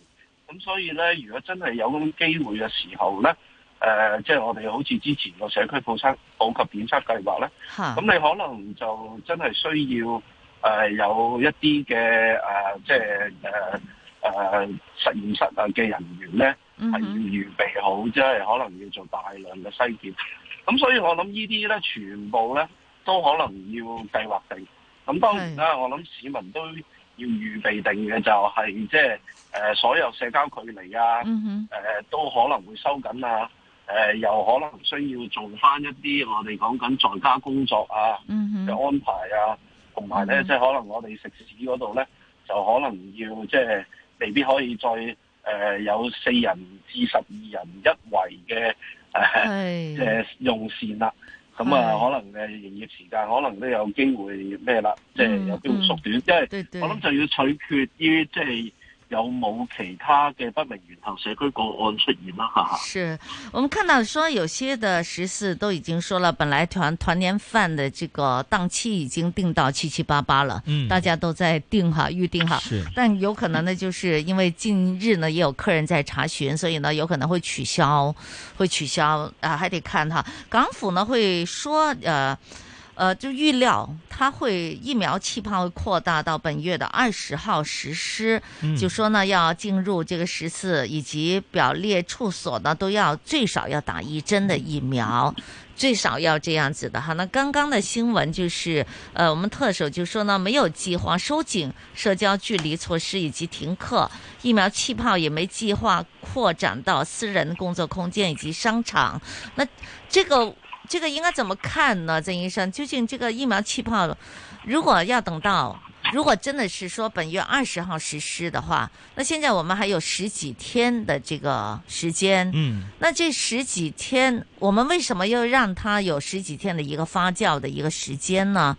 Speaker 24: 咁所以咧，如果真係有咁嘅機會嘅時候咧，誒、即係我哋好似之前個社區普測普及檢測計劃咧，
Speaker 11: 嚇
Speaker 24: 咁你可能就真係需要誒、呃有一啲嘅誒，即係誒誒實驗室啊嘅人員咧。
Speaker 11: 嗯
Speaker 24: 係要預備好，即係可能要做大量嘅篩檢。 咁所以我諗呢啲咧，全部咧都可能要計劃定。咁當然啦，我諗市民都要預備定嘅就係即係誒所有社交距離啊，誒、
Speaker 11: 嗯哼
Speaker 24: 都可能會收緊啊。誒、又可能需要做翻一啲我哋講緊在家工作啊
Speaker 11: 嗯哼
Speaker 24: 嘅安排啊，同埋咧
Speaker 11: 嗯
Speaker 24: 即係可能我哋食肆嗰度咧就可能要即係未必可以再誒、呃有四人至十二人一圍嘅
Speaker 11: 係
Speaker 24: 誒即係用膳啦。咁啊，可能嘅營業時間可能都有機會咩啦，即
Speaker 11: 嗯
Speaker 24: 係有機會縮短，因為我諗就要取決於即係有冇其他嘅不明源頭社區個案出現啦嚇。
Speaker 11: 是我们看到说有些的十四都已经说了，本来团团年饭的这个档期已经定到七七八八了，
Speaker 4: 嗯
Speaker 11: 大家都在定哈预定哈，
Speaker 4: 是
Speaker 11: 但有可能呢，就是因为近日呢也有客人在查询，所以呢有可能会取消，会取消啊，还得看哈。港府呢会说呃。呃，就预料它会疫苗气泡会扩大到本月的二十号实施，
Speaker 4: 嗯
Speaker 11: 就说呢要进入这个十四以及表列处所呢都要最少要打一针的疫苗。最少要这样子的哈。那刚刚的新闻就是，呃，我们特首就说呢，没有计划收紧社交距离措施以及停课，疫苗气泡也没计划扩展到私人工作空间以及商场。那这个这个应该怎么看呢？曾医生，究竟这个疫苗气泡，如果要等到，如果真的是说本月二十号实施的话，那现在我们还有十几天的这个时间，
Speaker 4: 嗯，
Speaker 11: 那这十几天，我们为什么要让它有十几天的一个发酵的一个时间呢？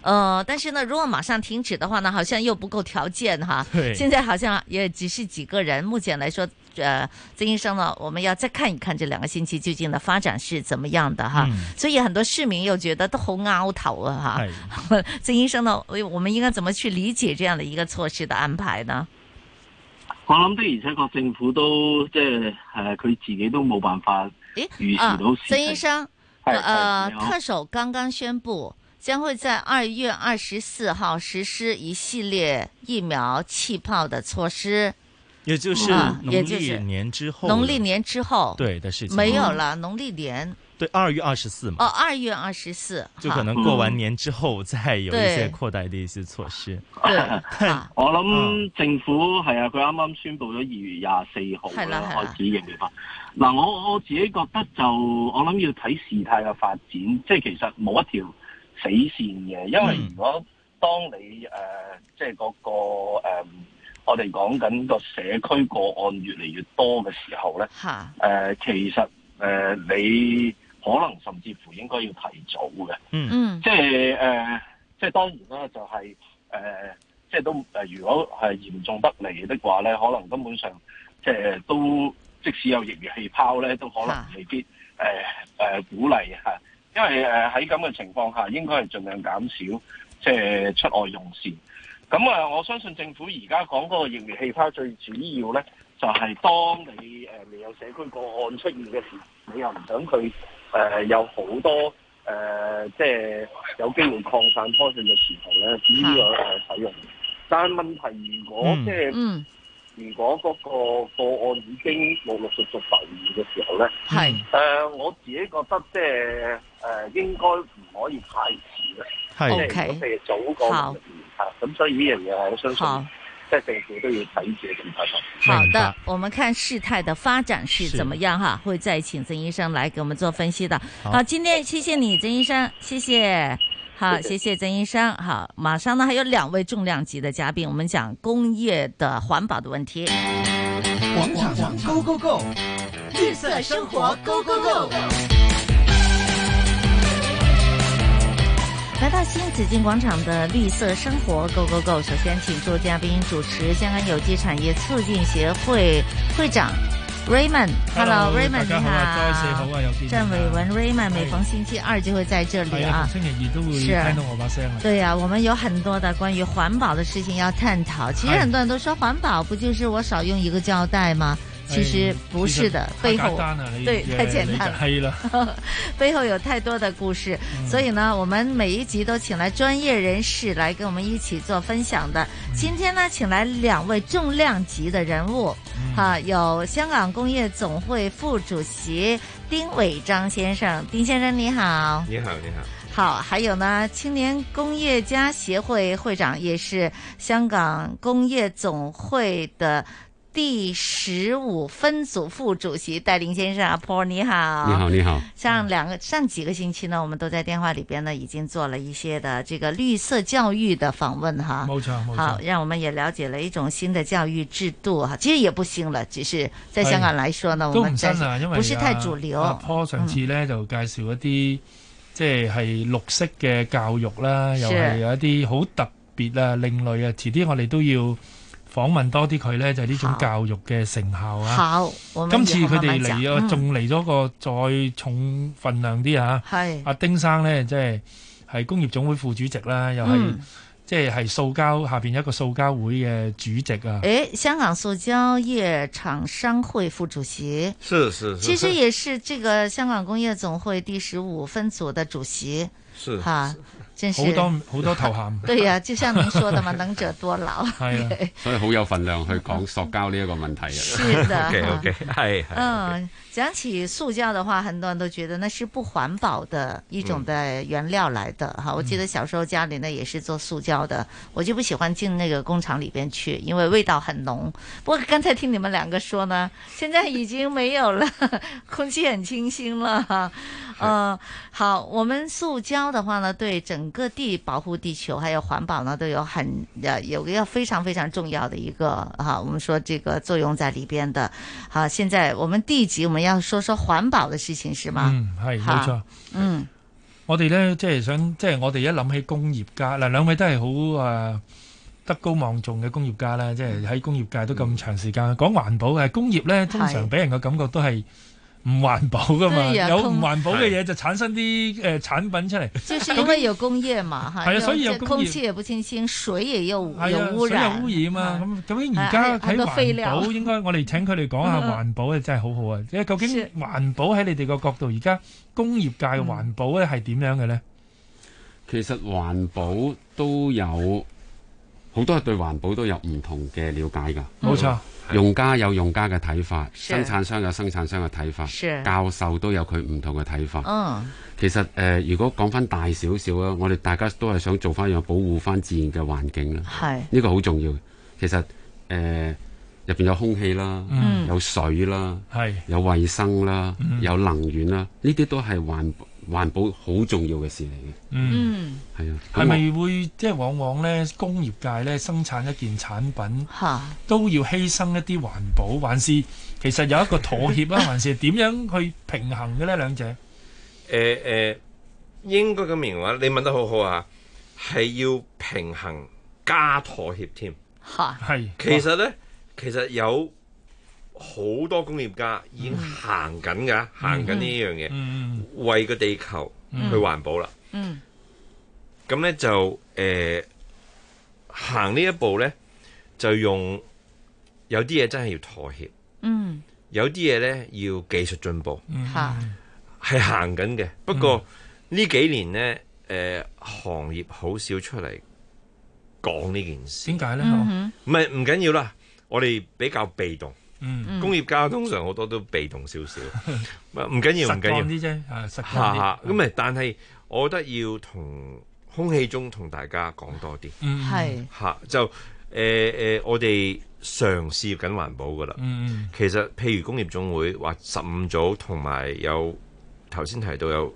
Speaker 11: 呃，但是呢，如果马上停止的话呢，好像又不够条件哈。
Speaker 4: 对
Speaker 11: 现在好像也只是几个人。目前来说，呃，曾医生呢，我们要再看一看这两个星期究竟的发展是怎么样的哈。
Speaker 4: 嗯
Speaker 11: 所以很多市民又觉得都好拗头啊
Speaker 4: 哎
Speaker 11: 哈。 曾医生呢，我我们应该怎么去理解这样的一个措施的安排呢？
Speaker 24: 我諗的而且確政府都即係誒，佢自己都冇辦法預
Speaker 11: 啊
Speaker 24: 示到，事
Speaker 11: 曾
Speaker 24: 情
Speaker 11: 医。生，
Speaker 24: 是
Speaker 11: 呃
Speaker 24: 是，你好
Speaker 11: 特首刚刚宣布，将会在二月二十四号实施一系列疫苗气泡的措施，
Speaker 20: 也就是
Speaker 11: 啊
Speaker 20: 农
Speaker 11: 也就是
Speaker 20: 历年之后了，
Speaker 11: 农历年之后
Speaker 20: 对的事情
Speaker 11: 没有了，农历年
Speaker 20: 对，二月二十四嘛，
Speaker 11: 哦，二月二十四，
Speaker 20: 嗯就可能
Speaker 11: 哈
Speaker 20: 过完年之后再有一些
Speaker 11: 对
Speaker 20: 扩大的一些措施。
Speaker 11: 对，啊
Speaker 24: 我諗政府係啊，佢啱啱宣布咗二月廿四號
Speaker 11: 係啦
Speaker 24: 啦
Speaker 11: 係啦
Speaker 24: 開始疫苗法。嗱，我我自己覺得就我諗要睇事態嘅發展，即係其實冇一條死線嘅，因為
Speaker 11: 嗯
Speaker 24: 如果當你誒、呃即係嗰、個、呃、我哋講緊個社區個案越嚟越多嘅時候咧，呃
Speaker 11: 哈
Speaker 24: 誒、其實誒、呃你可能甚至乎應該要提早嘅，
Speaker 20: 嗯
Speaker 11: 嗯
Speaker 24: 即係誒、呃即係當然啦，就係、呃即係都誒、呃如果係嚴重不離的話咧，可能根本上即係都即即使有盈餘氣泡咧，都可能未必誒誒、呃呃、鼓勵嚇，因為誒喺咁嘅情況下，應該係盡量減少即係出外用事。咁啊，我相信政府而家講嗰個疫苗氣泡最主要咧，就係、當你誒未有社區個案出現嘅時候，你又唔想佢誒、呃有好多誒、呃即係有機會擴散開去嘅時候咧，至於呢個誒呃使用。但係問題，如果
Speaker 1: 嗯
Speaker 24: 即係、如果嗰個個案已經陸陸續續浮現嘅時候咧，
Speaker 11: 係誒、
Speaker 24: 呃我自己覺得即係誒應該唔可以太遲啦，
Speaker 11: 係
Speaker 24: 即
Speaker 11: OK
Speaker 24: 係如果你早過
Speaker 11: 好
Speaker 24: 嚇，咁所以呢樣嘢我相
Speaker 11: 好
Speaker 24: 信即係政府都要睇住嘅情況。
Speaker 11: 好的，我们看事态的发展是
Speaker 24: 是
Speaker 11: 怎么样哈，会再请曾医生来给我们做分析的。
Speaker 4: 好
Speaker 11: 好，今天谢谢你，曾医生，谢谢。好，
Speaker 4: 谢
Speaker 11: 谢谢曾医生。好，马上呢还有两位重量级的嘉宾，我们讲工业的环保的问题。
Speaker 18: 广场 Go Go Go，
Speaker 9: 绿色生活 Go Go Go。
Speaker 11: 来到新紫金广场的绿色生活 Go Go Go，首先请出嘉宾主持香港有机产业促进协会会长 Raymond。
Speaker 4: Hello，
Speaker 11: Hello，Raymond，
Speaker 4: 大
Speaker 11: 你
Speaker 4: 家好啊，Joyce，好啊有機
Speaker 11: 郑伟文 Raymond 每
Speaker 4: 係
Speaker 11: 逢星期二就会在这里
Speaker 4: 係
Speaker 11: 啊
Speaker 4: 啊，。星期二都會
Speaker 11: 是
Speaker 4: 聽到我把聲啊。
Speaker 11: 对呀、我们有很多的关于环保的事情要探讨。其实
Speaker 4: 哎
Speaker 11: 很多人都说环保不就是我少用一个胶带吗？其实不是的，
Speaker 4: 哎其實
Speaker 11: 背
Speaker 4: 太
Speaker 11: 后
Speaker 4: 簡單啦，你
Speaker 11: 对太简单了。
Speaker 4: 係啦，
Speaker 11: 背后有太多的故事，所以呢，我们每一集都请来专业人士来跟我们一起做分享的。今天呢，请来两位重量级的人物，哈、有香港工业总会副主席丁伟章先生，丁先生你好。
Speaker 25: 你好，你好。
Speaker 11: 好，还有呢，青年工业家协会会长，也是香港工业总会的第十五分组副主席戴林先生。阿婆你好，
Speaker 26: 你好，你好。
Speaker 11: 上
Speaker 4: 嗯
Speaker 11: 两个上几个星期呢，我们都在电话里边呢已经做了一些的这个绿色教育的访问哈。
Speaker 4: 冇錯冇錯
Speaker 11: 好，让我们也了解了一种新的教育制度哈，其实也不新了，只是在香港来说呢，
Speaker 4: 哎都
Speaker 11: 我
Speaker 4: 唔
Speaker 11: 们
Speaker 4: 新
Speaker 11: 暂时
Speaker 4: 啊，因為啊
Speaker 11: 不是太主流。
Speaker 4: 阿 Paul 上次咧就介紹一啲即係係綠色嘅教育啦，又係
Speaker 11: 是
Speaker 4: 有一啲好特別啊、另類啊，遲啲我哋都要訪問多啲佢咧，就係呢種教育嘅成效啊。
Speaker 11: 好，我们
Speaker 4: 今次
Speaker 11: 以後
Speaker 4: 佢
Speaker 11: 慢慢
Speaker 4: 哋嚟
Speaker 11: 講
Speaker 4: 咗，
Speaker 11: 嗯
Speaker 4: 仲嚟咗個再重份量啲嚇。
Speaker 11: 係
Speaker 4: 阿丁生呢，即係係工業總會副主席啦，又係
Speaker 11: 嗯
Speaker 4: 即係係塑膠下邊一個塑膠會嘅主席啊。
Speaker 11: 诶，香港塑胶业厂商会副主席，
Speaker 25: 是是是，
Speaker 11: 其实也是这个香港工业总会第十五分组的主席，
Speaker 25: 是
Speaker 11: 哈，真是。
Speaker 4: 好多好多哎頭銜
Speaker 11: 对呀、就像您说的嘛，能者多 劳。啊
Speaker 25: 係所以好有份量去講塑膠呢一個問題啊。
Speaker 11: 是 的
Speaker 25: OK OK，係係。
Speaker 11: 嗯，讲起塑胶的话，很多人都觉得那是不环保的一种的原料来的哈。我记得小时候家里呢也是做塑胶的，我就不喜欢进那个工厂里边去，因为味道很浓。不过刚才听你们两个说呢，现在已经没有了， 空气很清新了哈。嗯，好，我们塑胶的话呢，对整个地保护地球还有环保呢，都有很呃有个要非常非常重要的一个哈，我们说这个作用在里边的。好，现在我们第一集我们要说说环保的事情是吗？
Speaker 4: 嗯，係
Speaker 11: 好
Speaker 4: 冇錯。
Speaker 11: 嗯，
Speaker 4: 我哋咧即係想，即係我哋一諗起工業家嗱，兩位都係好誒德高望重嘅工業家啦，即係喺工業界都咁長時間講環保嘅工業咧，通常俾人嘅感覺都係唔環保噶嘛，
Speaker 11: 對呀
Speaker 4: 有
Speaker 11: 空
Speaker 4: 唔環保嘅嘢就產生啲誒產品出嚟，
Speaker 11: 就是因为有工业嘛哈，
Speaker 4: 係啊所以有
Speaker 11: 这
Speaker 4: 工業
Speaker 11: 空气也不清新，水也有
Speaker 4: 係啊
Speaker 11: 有污染，
Speaker 4: 水有污染啊！咁究竟而
Speaker 11: 係
Speaker 4: 家
Speaker 11: 啊好
Speaker 4: 喺
Speaker 11: 多廢
Speaker 4: 環
Speaker 11: 料
Speaker 4: 保，應該我哋請佢哋講下
Speaker 11: 嗯
Speaker 4: 環保咧，真係好好啊！即係究竟環保喺你哋個角度，而家工業界嘅環保咧係點樣嘅咧？
Speaker 25: 其實環保都有好多人對環保都有唔同嘅了解㗎。
Speaker 4: 冇錯，
Speaker 25: 用家有用家嘅睇法，
Speaker 4: 是
Speaker 25: 生產商有生產商嘅睇法
Speaker 4: 是，
Speaker 25: 教授都有佢唔同嘅睇法。
Speaker 1: 哦
Speaker 11: 嗯，
Speaker 25: 其實誒、呃如果講翻大少少啦，我哋大家都係想做翻樣保護翻自然嘅環境啊啦。
Speaker 11: 係
Speaker 25: 呢個好重要。其實誒入邊有空氣啦，
Speaker 4: 嗯
Speaker 25: 有水啦，
Speaker 4: 係
Speaker 25: 有衞生啦，
Speaker 4: 嗯
Speaker 25: 有能源啦，呢啲都係環環保好重要嘅事嚟
Speaker 4: 嗯，
Speaker 25: 嘅。係啊，咁
Speaker 4: 係咪會即係往往咧工業界咧生產一件產品，都要犧牲一啲環保，還是其實有一個妥 協啊？還是點樣去平衡嘅呢？兩者
Speaker 26: 呃
Speaker 25: 誒誒，
Speaker 26: 應該咁形容，你問得好好啊，係要平衡加妥協添。
Speaker 11: 吓
Speaker 4: 係
Speaker 26: 其實呢，其實有好多工業家已經行緊㗎，行緊呢樣嘢，
Speaker 17: 嗯
Speaker 26: 為個地球去環保啦。
Speaker 11: 嗯
Speaker 26: 咁咧就誒行呢一步咧，就用有啲嘢真係要妥協，
Speaker 11: 嗯，
Speaker 26: 有啲嘢咧要技術進步，
Speaker 17: 嗯
Speaker 11: 好，
Speaker 26: 係行緊嘅。不過呢幾年咧，誒行業好少出嚟講呢件事。點
Speaker 4: 解哦咧
Speaker 11: 嗯哼
Speaker 26: 唔係唔緊要啦，我哋比較被動。
Speaker 4: 嗯
Speaker 26: 工業家通常好多都被動少 少，唔緊要，唔緊
Speaker 4: 實
Speaker 26: 要
Speaker 4: 幹啲啫啊實幹啲
Speaker 26: 嚇嚇咁咪，但係我覺得要同空氣中同大家講多啲，
Speaker 4: 嗯係
Speaker 26: 嚇就誒誒，我哋嘗試緊環保噶啦。
Speaker 4: 嗯
Speaker 26: 其實譬如工業總會或十五組同埋有頭先提到有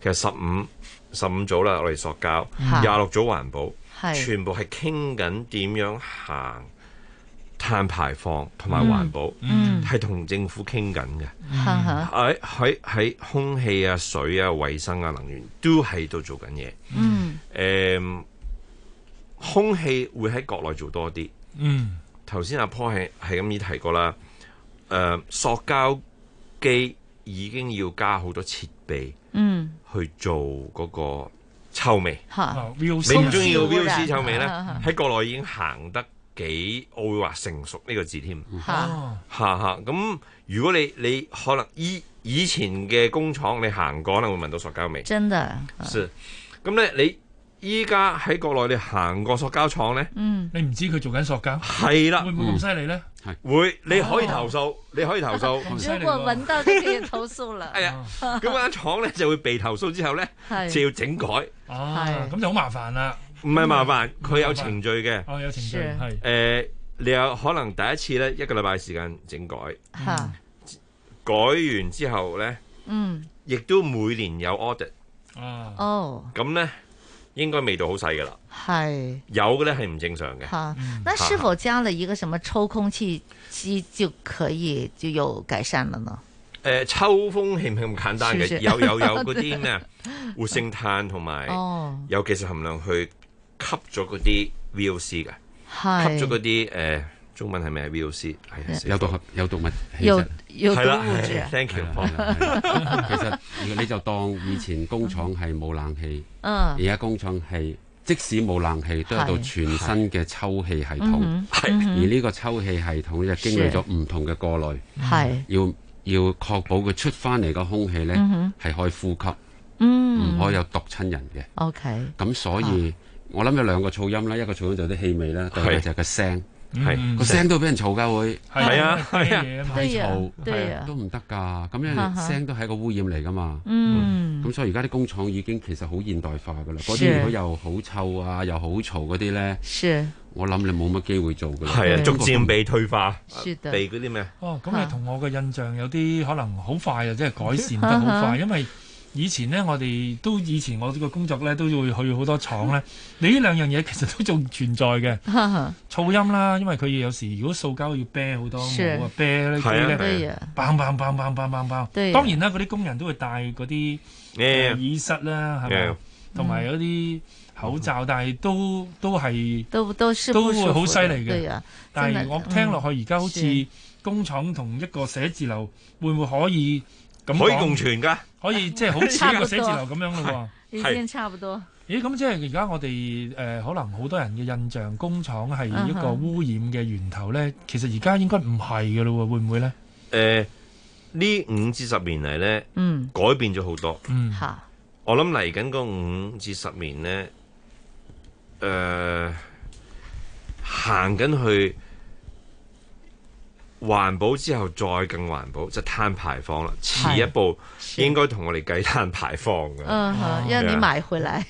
Speaker 26: 其實十五十五組啦，我哋塑膠
Speaker 17: 嗯
Speaker 26: 廿六組環保，
Speaker 17: 係
Speaker 26: 全部係傾緊點樣行碳排放同埋環保，
Speaker 17: 嗯嗯嗯
Speaker 26: 係同、政府傾緊嘅。
Speaker 11: 哈
Speaker 12: 嗯
Speaker 11: 哈，
Speaker 26: 喺喺喺空氣啊、水啊、衞生啊、能源都喺度做緊嘢。
Speaker 11: 嗯
Speaker 26: 誒、空氣會喺國內做多啲。Ừ.
Speaker 4: 嗯
Speaker 26: 頭先阿 Paul 係係咁已提過啦。誒、塑膠機已經要加好多設備
Speaker 11: 嗯，
Speaker 26: 去做嗰個臭味。
Speaker 11: 好
Speaker 4: 哦
Speaker 26: 你唔
Speaker 4: 啊
Speaker 11: 空
Speaker 26: 中意
Speaker 11: 氣
Speaker 26: 個
Speaker 11: 污染
Speaker 26: VOC 臭味呢
Speaker 11: 啊？
Speaker 26: 喺國內已經行得幾，我會話成熟呢個字添。
Speaker 11: 嗯嚇
Speaker 26: 嚇嚇，咁如果你你可能以以前嘅工廠你行過，可能會聞到塑膠味。
Speaker 11: 真的，啊
Speaker 26: 是，咁咧你依家喺國內你行過塑膠廠咧，
Speaker 11: 嗯，
Speaker 4: 你唔知佢做緊塑膠，
Speaker 26: 係啦，
Speaker 4: 會唔會咁犀利哦咧？
Speaker 26: 會，你可以投訴，你可以投訴。
Speaker 11: 如果闻到就可以投訴了。
Speaker 26: 哎呀，
Speaker 4: 哦
Speaker 26: 咁間廠咧就會被投訴之後咧
Speaker 11: 係，
Speaker 26: 就要整改。
Speaker 4: 啊，咁就好麻煩啦。
Speaker 26: 唔係麻
Speaker 11: 嗯
Speaker 26: 煩，佢有程序嘅。
Speaker 4: 哦，有程序
Speaker 26: 誒
Speaker 4: 係、
Speaker 26: 呃你有可能第一次咧一個禮拜時間整改，
Speaker 11: 哈，
Speaker 26: 改完之後咧，
Speaker 11: 嗯，
Speaker 26: 亦都每年有 audit。
Speaker 4: 啊，
Speaker 11: 哦，
Speaker 26: 咁咧應該味道好細噶啦，
Speaker 11: 係。
Speaker 26: 有嘅咧係唔正常嘅。
Speaker 11: 嗯好，那是否加了一個什麼抽空氣機就可以就有改善了呢？
Speaker 26: 誒呃抽風係唔係咁簡單嘅？
Speaker 11: 是不是
Speaker 26: 有有 有嗰啲咩啊活性炭同
Speaker 4: 哎
Speaker 26: 埋
Speaker 11: 哦
Speaker 26: 有技術含量去吸咗嗰啲 VOC 嘅，
Speaker 11: 係
Speaker 26: 吸咗嗰啲誒中文係咩啊 VOC？係
Speaker 25: 有毒合有毒物
Speaker 11: 有有毒
Speaker 26: 係啦
Speaker 11: 物質啊
Speaker 26: 係，thank you
Speaker 25: 係啦係啦其實如果你就當以前工廠係冇冷氣，
Speaker 11: 嗯
Speaker 25: 而家工廠係即使冇冷氣，都有一套
Speaker 11: 係
Speaker 25: 全新嘅抽氣系統
Speaker 11: 嗯哼，係嗯哼
Speaker 25: 而呢個抽氣系統就經歷咗唔同嘅過濾，
Speaker 22: 嗯
Speaker 11: 係
Speaker 25: 要要確保佢出翻嚟嘅空氣呢
Speaker 11: 嗯哼
Speaker 25: 係可以呼吸，
Speaker 11: 嗯
Speaker 25: 唔可以有毒親人嘅。
Speaker 26: 哦
Speaker 11: OK，
Speaker 25: 咁
Speaker 26: 啊
Speaker 25: 所以我諗有兩個噪音啦，一個噪音就係啲氣味啦，第二個就係個聲，
Speaker 26: 係
Speaker 25: 個聲都俾人嘈㗎會，
Speaker 26: 嗯係啊係啊係啊
Speaker 25: 太
Speaker 26: 對啊
Speaker 25: 嘈
Speaker 26: 對啊
Speaker 25: 都唔得㗎，
Speaker 26: 哈
Speaker 25: 咁樣
Speaker 26: 哈
Speaker 25: 聲都係一個污染嚟㗎嘛。
Speaker 26: 嗯
Speaker 25: 咁所以而家啲工廠已經其實好現代化㗎啦，嗰
Speaker 26: 是
Speaker 25: 啲如果又好臭啊，又好嘈嗰啲咧
Speaker 11: 是，
Speaker 25: 我諗你冇乜機會做㗎啦。
Speaker 26: 係啊，逐漸被退化
Speaker 11: 是，的
Speaker 26: 被嗰啲咩？
Speaker 4: 哦，咁你同我嘅印象有啲可能好快啊，即係改善得好快，因為以前呢，我哋都以前我個工作呢，都會去好多廠呢。你呢兩樣嘢其實都仲存在嘅。
Speaker 11: 哈 哈，
Speaker 4: 噪音啦，因為佢有時如果塑膠要啤好多
Speaker 11: 是
Speaker 4: 冇啊，啤呢
Speaker 26: 係啊
Speaker 4: 啲
Speaker 26: 對
Speaker 4: 咧
Speaker 26: 啊
Speaker 4: ，bang bang bang bang bang bang bang。
Speaker 26: 對啊
Speaker 4: 當然啦，嗰啲工人都會戴嗰啲
Speaker 26: 誒
Speaker 4: 呃耳塞啦，係咪
Speaker 26: Yeah？
Speaker 4: 同埋嗰啲口罩，但係都都係
Speaker 11: 都都是
Speaker 4: 都
Speaker 11: 不舒服
Speaker 4: 會
Speaker 11: 的
Speaker 4: 好犀利
Speaker 11: 對
Speaker 4: 嘅
Speaker 11: 啊。
Speaker 4: 但
Speaker 11: 真
Speaker 4: 係
Speaker 11: 的
Speaker 4: 我聽落去而家好
Speaker 11: 嗯
Speaker 4: 似工廠同一個寫字樓會唔會可以咁
Speaker 26: 可以
Speaker 4: 講
Speaker 26: 共存㗎，
Speaker 4: 可以即係 好似一個寫字樓咁樣咯
Speaker 11: 已
Speaker 4: 喎。
Speaker 11: 經差不多。
Speaker 4: 咦，咁即係而家我哋誒、呃可能好多人嘅印象，工廠係一個
Speaker 11: 嗯哼
Speaker 4: 污染嘅源頭咧。其實而家應該唔係嘅咯喎，會唔會咧？
Speaker 26: 誒呃呢五至十年嚟咧，
Speaker 11: 嗯
Speaker 26: 改變咗好多。
Speaker 4: 嗯
Speaker 11: 好，
Speaker 26: 我諗嚟緊嗰五至十年呢，誒、行緊去環保之後再更環保，即係碳排放啦。遲一步應該同我哋計碳排放㗎。
Speaker 11: 嗯
Speaker 4: 哦
Speaker 11: 哼，讓你
Speaker 26: 係啊
Speaker 11: 買回 來。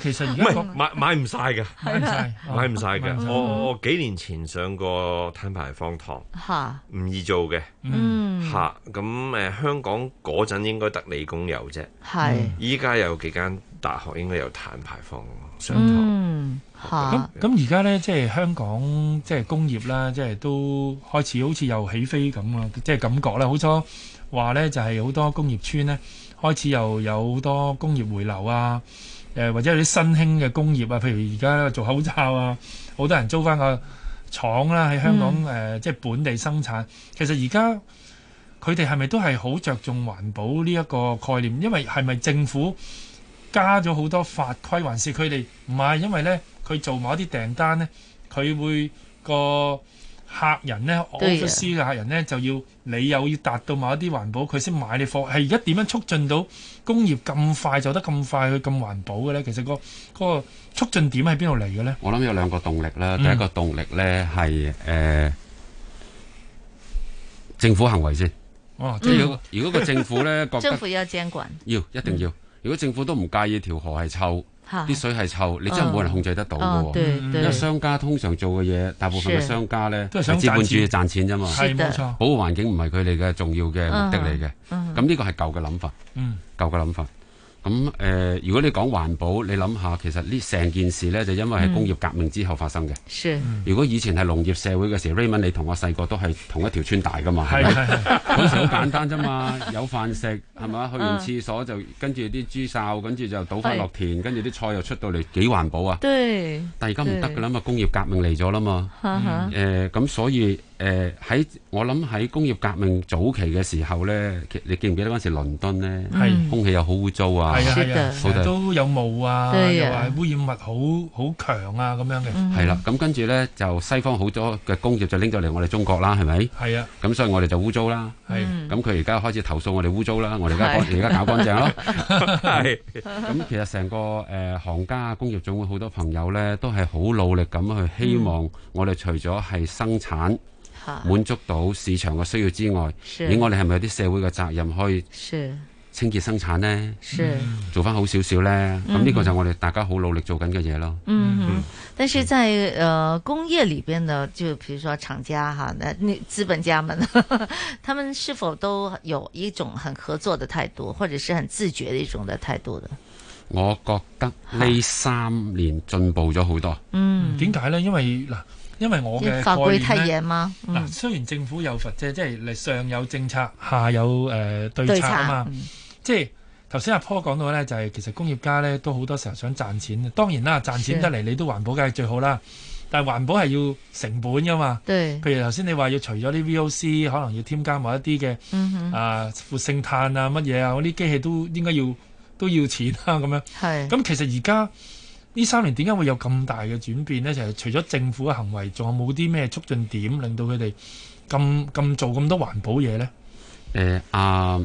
Speaker 4: 其實
Speaker 26: 唔係買買唔晒㗎，買
Speaker 11: 係啊
Speaker 26: 買唔晒
Speaker 11: 買唔
Speaker 26: 㗎。
Speaker 11: 晒
Speaker 26: 我我幾年前上過碳排放堂，
Speaker 11: 哈，
Speaker 26: 唔易做嘅。
Speaker 11: 嗯
Speaker 26: 嚇咁誒，香港嗰陣應該得理工有啫。
Speaker 11: 係
Speaker 26: 依家有幾間大學應該有碳排放上堂。
Speaker 11: 嗯，
Speaker 4: 咁
Speaker 11: 好，
Speaker 4: 咁而家咧，即係香港即係工業啦，即係都開始好似又起飛咁啦，即係感覺啦。好多話咧，就係好多工業村咧開始又有好多工業回流啊，誒、或者有啲新興嘅工業啊，譬如而家做口罩啊，好多人租翻個。廠啦，喺香港
Speaker 1: 嗯
Speaker 4: 誒、呃即係本地生產。其實而家佢哋係咪都係好着重環保呢一個概念？因為係咪政府加咗好多法規，還是佢哋唔係？因為呢，佢做某一啲訂單呢，佢會個客人呢
Speaker 11: 對啊
Speaker 4: ，office 嘅客人呢，就要你又要達到某一啲環保，佢先買你貨。係而家點樣促進到工業咁快做得咁快，佢咁環保嘅呢？其實、個嗰個促進點喺邊度嚟嘅呢？
Speaker 25: 我諗有兩個動力啦，
Speaker 4: 嗯
Speaker 25: 第一個動力咧係誒政府行為先，
Speaker 4: 哦
Speaker 25: 即係如果如果個政 府咧覺
Speaker 11: 嗯政
Speaker 25: 得
Speaker 11: 府要监管，
Speaker 25: 要一定要，如果政府都唔介意條河係臭，
Speaker 11: 嚇
Speaker 25: 啲水係臭，你真係冇人控制得到
Speaker 11: 嗯
Speaker 25: 嘅
Speaker 11: 對
Speaker 25: 喎。因
Speaker 11: 對
Speaker 25: 為商家通常做嘅嘢，大部分嘅
Speaker 11: 是
Speaker 25: 商家咧
Speaker 4: 都係想
Speaker 25: 資本
Speaker 4: 賺
Speaker 25: 主
Speaker 4: 錢
Speaker 25: 義賺錢啫嘛，
Speaker 4: 是的係冇錯
Speaker 25: 保護環境唔係佢哋嘅重要嘅目的嚟嘅
Speaker 4: 嗯。
Speaker 25: 咁呢個係舊嘅諗法。
Speaker 4: 嗯
Speaker 25: 舊嘅諗法。咁誒、呃如果你講環保，你諗下，其實呢成件事呢，就因為係工業革命之後發生嘅。
Speaker 11: 是
Speaker 25: 如果以前係農業社會嘅時候，Raymond 你同我細個都係同一條村大噶嘛，係咪？
Speaker 4: 係係係
Speaker 25: 嗰時好簡單啫嘛，有飯食係嘛？去完廁所就跟住啲豬潲，跟住就倒翻落田，跟住啲菜又出到嚟，幾環保啊！
Speaker 11: 對，
Speaker 25: 但而家唔得㗎
Speaker 11: 對，
Speaker 25: 啦嘛，工業革命嚟咗啦嘛。
Speaker 11: 哈哈
Speaker 25: 誒咁、所以誒喺、我諗喺工業革命早期嘅時候咧，其你記唔記得嗰陣時倫敦咧，
Speaker 4: 係
Speaker 25: 空氣又好污糟啊，
Speaker 4: 係啊係啊，
Speaker 25: 好
Speaker 4: 成
Speaker 25: 多
Speaker 4: 日都有霧啊，
Speaker 25: 對
Speaker 4: 又
Speaker 25: 啊
Speaker 4: 話污染物好好強啊咁樣嘅，
Speaker 11: 嗯
Speaker 25: 係啦。咁跟住咧就西方好多嘅工業就拎咗嚟我哋中國啦，係咪？
Speaker 4: 係啊。
Speaker 25: 咁所以我哋就污糟啦。
Speaker 4: 係
Speaker 11: 嗯
Speaker 25: 咁佢而家開始投訴我哋污糟啦，我哋而家乾
Speaker 4: 嗯係
Speaker 25: 而家搞乾淨咯。
Speaker 26: 係
Speaker 11: 嗯
Speaker 25: 咁其實成個誒、呃行家工業總會好多朋友咧，都係好努力咁去希
Speaker 11: 嗯
Speaker 25: 望我哋除咗係生產。
Speaker 11: 好，
Speaker 25: 滿足到市場嘅需要之外，
Speaker 11: 啊是
Speaker 25: 咦，我哋係咪有啲社會嘅責任可以
Speaker 11: 是
Speaker 25: 清潔生產呢？
Speaker 11: 是。
Speaker 25: 做翻好少少呢？咁呢個
Speaker 11: 嗯
Speaker 25: 就我哋大家好努力做緊嘅嘢咯。
Speaker 11: 嗯，但是在呃工业里边的，就比如说厂家哈，那那资本家们， 他们是否都有一种很合作的态度，或者是很自觉的一种的态度的？
Speaker 25: 我覺得
Speaker 11: 啊
Speaker 25: 呢三年進步咗好多。
Speaker 11: 嗯，
Speaker 4: 點解呢？因為嗱，因為我嘅
Speaker 11: 法規
Speaker 4: 概
Speaker 11: 太
Speaker 4: 念
Speaker 11: 嚴
Speaker 4: 呢
Speaker 11: 嗎？
Speaker 4: 嗱，
Speaker 11: 嗯，
Speaker 4: 雖然政府有罰啫，即係你上有政策，下有誒、呃、對
Speaker 11: 對
Speaker 4: 策
Speaker 11: 策
Speaker 4: 啊嘛
Speaker 11: 嗯。
Speaker 4: 即係頭先阿 Paul 講到呢，就係、其實工業家呢都好多時候想賺錢嘅。當然啦，賺
Speaker 11: 是
Speaker 4: 錢得嚟你都環保梗係最好啦。但係環保係要成本噶嘛。
Speaker 11: 對
Speaker 4: 譬如頭先你話要除咗啲 VOC，可能要添加某一啲嘅、
Speaker 11: 嗯哼
Speaker 4: 啊活性炭啊乜嘢啊，嗰啲機器都應該要 都要錢啦、咁樣。
Speaker 11: 係
Speaker 4: 咁其實而家呢三年點解會有咁大嘅轉變呢？就係、除咗政府嘅行為，仲有冇啲咩促進點令到佢哋咁咁做咁多環保嘢呢？
Speaker 25: 誒呃阿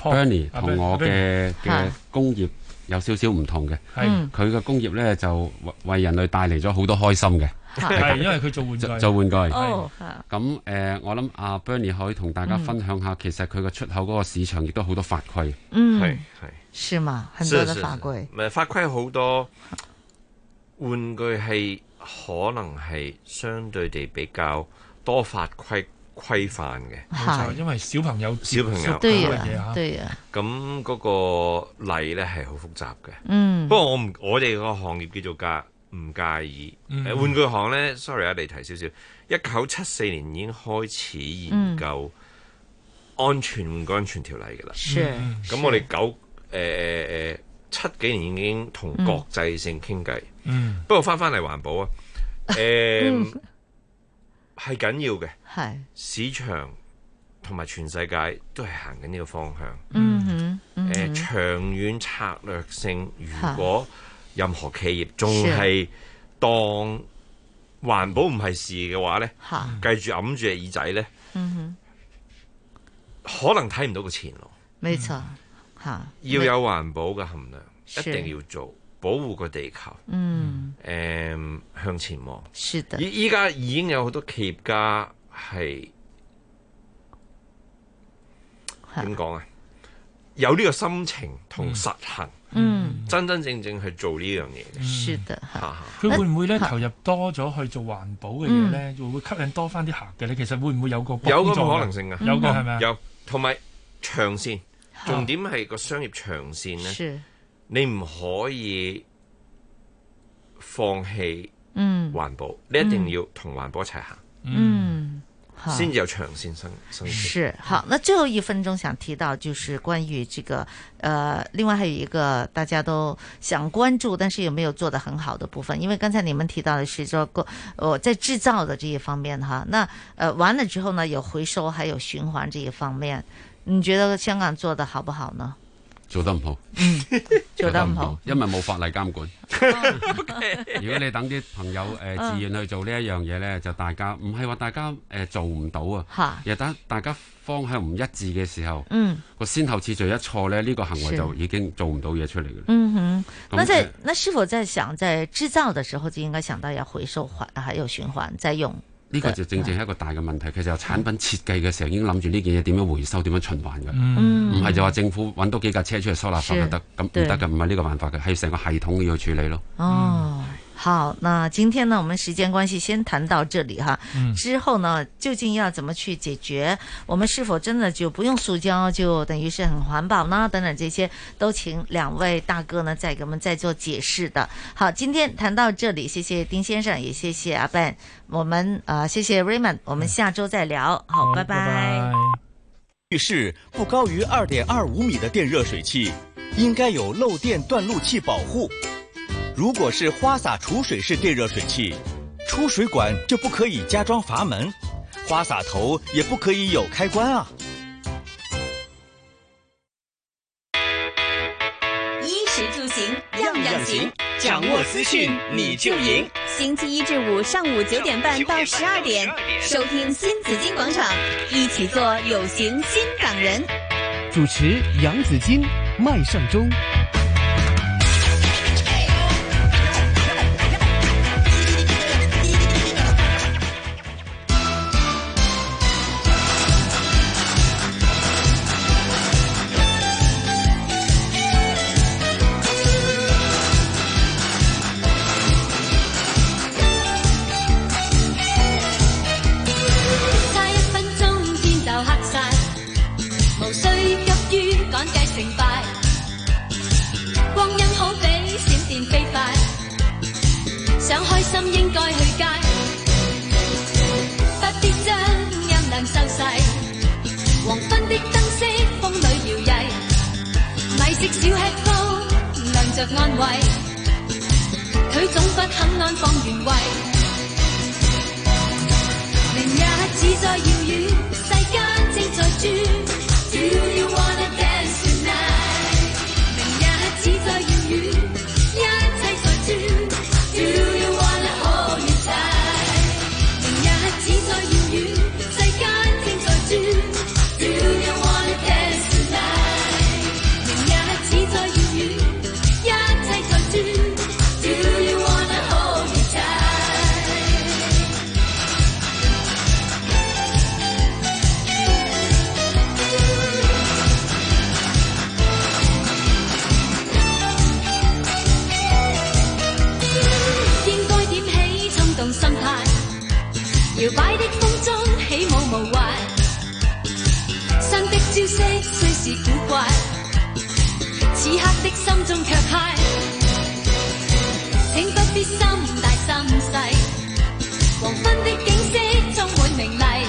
Speaker 4: Paul，
Speaker 25: Bernie
Speaker 4: 阿
Speaker 25: 同
Speaker 4: Bernie，
Speaker 25: 我嘅
Speaker 4: 阿
Speaker 11: 啊
Speaker 4: Bernie
Speaker 25: 嘅工業有少少唔同嘅，
Speaker 4: 係嗯
Speaker 25: 佢嘅工業呢，就為為人類帶嚟咗好多開心 嘅，
Speaker 4: 係因為佢做 玩具
Speaker 25: 做做玩具。
Speaker 4: 哦
Speaker 25: 咁誒、呃我諗阿 Bernie 可以同大家
Speaker 11: 嗯
Speaker 25: 分享下，其實佢嘅出口嗰個市場亦都好多法規。
Speaker 11: 嗯
Speaker 25: 係
Speaker 26: 係
Speaker 11: 是嘛？很多的法
Speaker 26: 是
Speaker 11: 規
Speaker 26: 是，是咪法規好多，玩具係可能係相對地比較多法規規範嘅。
Speaker 4: 冇錯，因為小朋友接
Speaker 26: 小朋
Speaker 4: 觸
Speaker 26: 友
Speaker 4: 到嘅
Speaker 11: 呀
Speaker 4: 嘢啊
Speaker 11: 對呀
Speaker 26: 咁嗰個例咧係好複雜嘅。
Speaker 11: 嗯
Speaker 26: 不過我唔，我哋個行業叫做介唔介意。
Speaker 11: 嗯
Speaker 26: 誒玩具行咧，sorry 啊，離題少少。一九七四年已經開始研究安全玩具安全條例嘅啦。
Speaker 11: 嗯是嗯
Speaker 26: 咁我哋九誒誒誒七幾年已經同國際性傾偈。
Speaker 11: 嗯
Speaker 26: 不過翻翻嚟環保啊， 誒係緊要嘅。
Speaker 11: 係
Speaker 26: 市場同埋全世界都係行緊呢個方向。
Speaker 11: 嗯哼嗯
Speaker 26: 誒、
Speaker 25: 哎
Speaker 11: 哼
Speaker 26: 長遠策略性，
Speaker 11: 嚇
Speaker 26: 如果任何企業仲係當環保唔係事嘅話呢
Speaker 11: 嚇
Speaker 26: 繼續揞住隻耳仔呢，
Speaker 11: 嗯哼，
Speaker 26: 可能睇唔到個前路。
Speaker 11: 沒錯，好
Speaker 26: 要有環保嘅含量，
Speaker 11: 是
Speaker 26: 一定要做，保護個地球。
Speaker 11: 嗯
Speaker 26: 誒、向前望。
Speaker 11: 是的
Speaker 26: 依依家已經有好多企業家係點講啊？有呢個心情同實行，
Speaker 11: 嗯，
Speaker 26: 真真正正去做呢樣嘢嘅。
Speaker 11: 是的，
Speaker 26: 嚇
Speaker 4: 佢會唔會咧投入多咗去做環保嘅嘢
Speaker 11: 嗯
Speaker 4: 呢？會唔會吸引多翻啲客嘅呢？其實會唔會有個
Speaker 26: 有咁
Speaker 4: 幫
Speaker 26: 嘅
Speaker 4: 助㗎
Speaker 26: 可能
Speaker 11: 嗯
Speaker 26: 性啊，
Speaker 4: 有個係咪啊？
Speaker 26: 有，同埋長線，重點係個商業長線
Speaker 11: 是
Speaker 26: 呢，你唔可以放棄
Speaker 11: 嗯
Speaker 26: 環保，你一定要同環保一齊行。
Speaker 11: 嗯，哈
Speaker 26: 先至有長線生生存。
Speaker 11: 是好，那最后一分钟想提到就是关于这个呃，另外还有一个大家都想关注，但是有没有做得很好的部分？因为刚才你们提到的是说过，呃，在制造的这一方面哈，那呃完了之后呢，有回收还有循环这一方面，你觉得香港做得好不好呢？
Speaker 25: 做得唔好，
Speaker 11: 做得唔好，
Speaker 25: 因為冇法例監管。 如果你等啲朋友誒、呃
Speaker 11: 哦嗯
Speaker 25: 自願去做呢一樣嘢呢，就大家唔係話大家誒、呃做唔到啊
Speaker 11: 嚇，
Speaker 25: 而係等大家方向唔一致嘅時候，
Speaker 11: 嗯
Speaker 25: 個先後次序一錯呢，呢、個行為
Speaker 11: 是
Speaker 25: 就已經做唔到嘢出嚟嘅啦。
Speaker 11: 嗯哼，那
Speaker 25: 咁
Speaker 11: 在那是否在想在制造的时候就应该想到要回收环还有循环再用？
Speaker 25: 呢個就正正係一個大嘅問題。其實由產品設計嘅時候已經諗住呢件嘢點樣回收、點樣循環嘅，
Speaker 11: 嗯
Speaker 25: 唔係就話政府揾多幾架車出去收垃圾
Speaker 11: 是
Speaker 25: 就得，咁唔
Speaker 11: 對
Speaker 25: 得嘅，唔係呢個辦法嘅，係成個系統要去處理咯。
Speaker 11: 哦，好，那今天呢，我们时间关系先谈到这里哈。
Speaker 25: 嗯
Speaker 11: 之后呢，究竟要怎么去解决？我们是否真的就不用塑胶，就等于是很环保呢？等等这些，都请两位大哥呢再给我们再做解释的。好，今天谈到这里，谢谢丁先生，也谢谢阿 Ben，我们啊、呃谢谢 Raymond，我们下周再聊。
Speaker 6: 嗯
Speaker 11: 好，拜拜
Speaker 7: 浴室不高于二点二五米的电热水器，应该有漏电断路器保护。如果是花洒储水式电热水器，出水管就不可以加装阀门，花洒头也不可以有开关啊。
Speaker 9: 衣食住行样
Speaker 10: 样行掌握资讯你就赢。
Speaker 9: 星期一至五上午九点半到十二点，收听新紫金广场，一起做有型新港人。
Speaker 10: 主持杨紫金，麦上中。
Speaker 1: 差一分鐘天就黑晒，無需急於趕計成敗。光陰好比閃電飛快，想開心應該去街，不必將音量收細。黃昏的燈飾風裏搖曳，咪即小吃風亮着安慰，佢總不肯安放原位。明日只在遙遠，世間正在轉。Do you wanna dance tonight？明日只在遙遠，一切在轉。Do you wanna hold me tight？明日只在遙遠，世間正在轉。Do you wanna dance tonight？明日只在遙遠，一切在轉。Do you wanna hold me tight？應該點起衝動心態，搖擺的風中起舞無壞，新的招式雖是古怪，此刻的心中卻嗨。請不必心大心細，黃昏的景色終會明麗，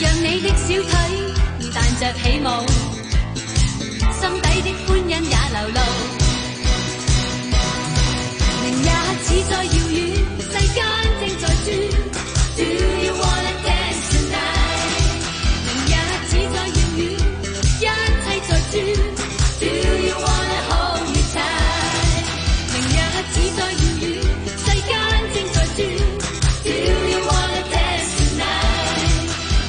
Speaker 1: 讓你的小腿彈着起舞，心底的歡欣也流露。明日只在遙遠，世間正在轉。Do you wanna dance tonight？明日只在遙遠，一切在轉。Do you wanna hold me tight？明日只在遙遠，世間正在轉。Do you wanna dance tonight？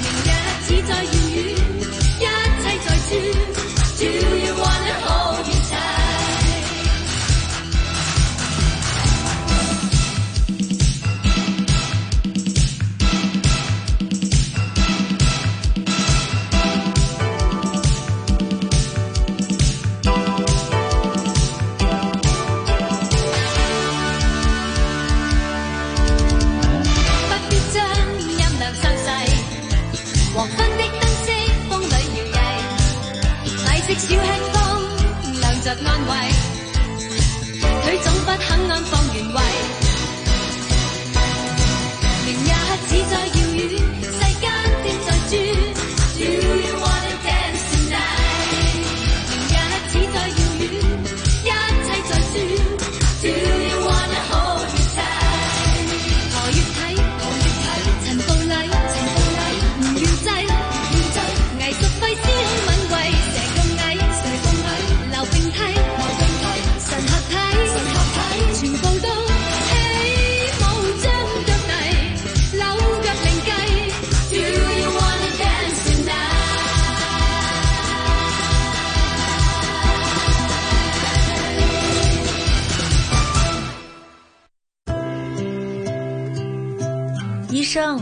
Speaker 1: 明日只在遙遠，一切在轉。Do you wanna hold me tight？不必將音量收細，黃昏的燈飾風裏搖曳，禮飾小吃風亮着安慰，佢總不肯安放原位。明日只在遙遠世間
Speaker 11: 生，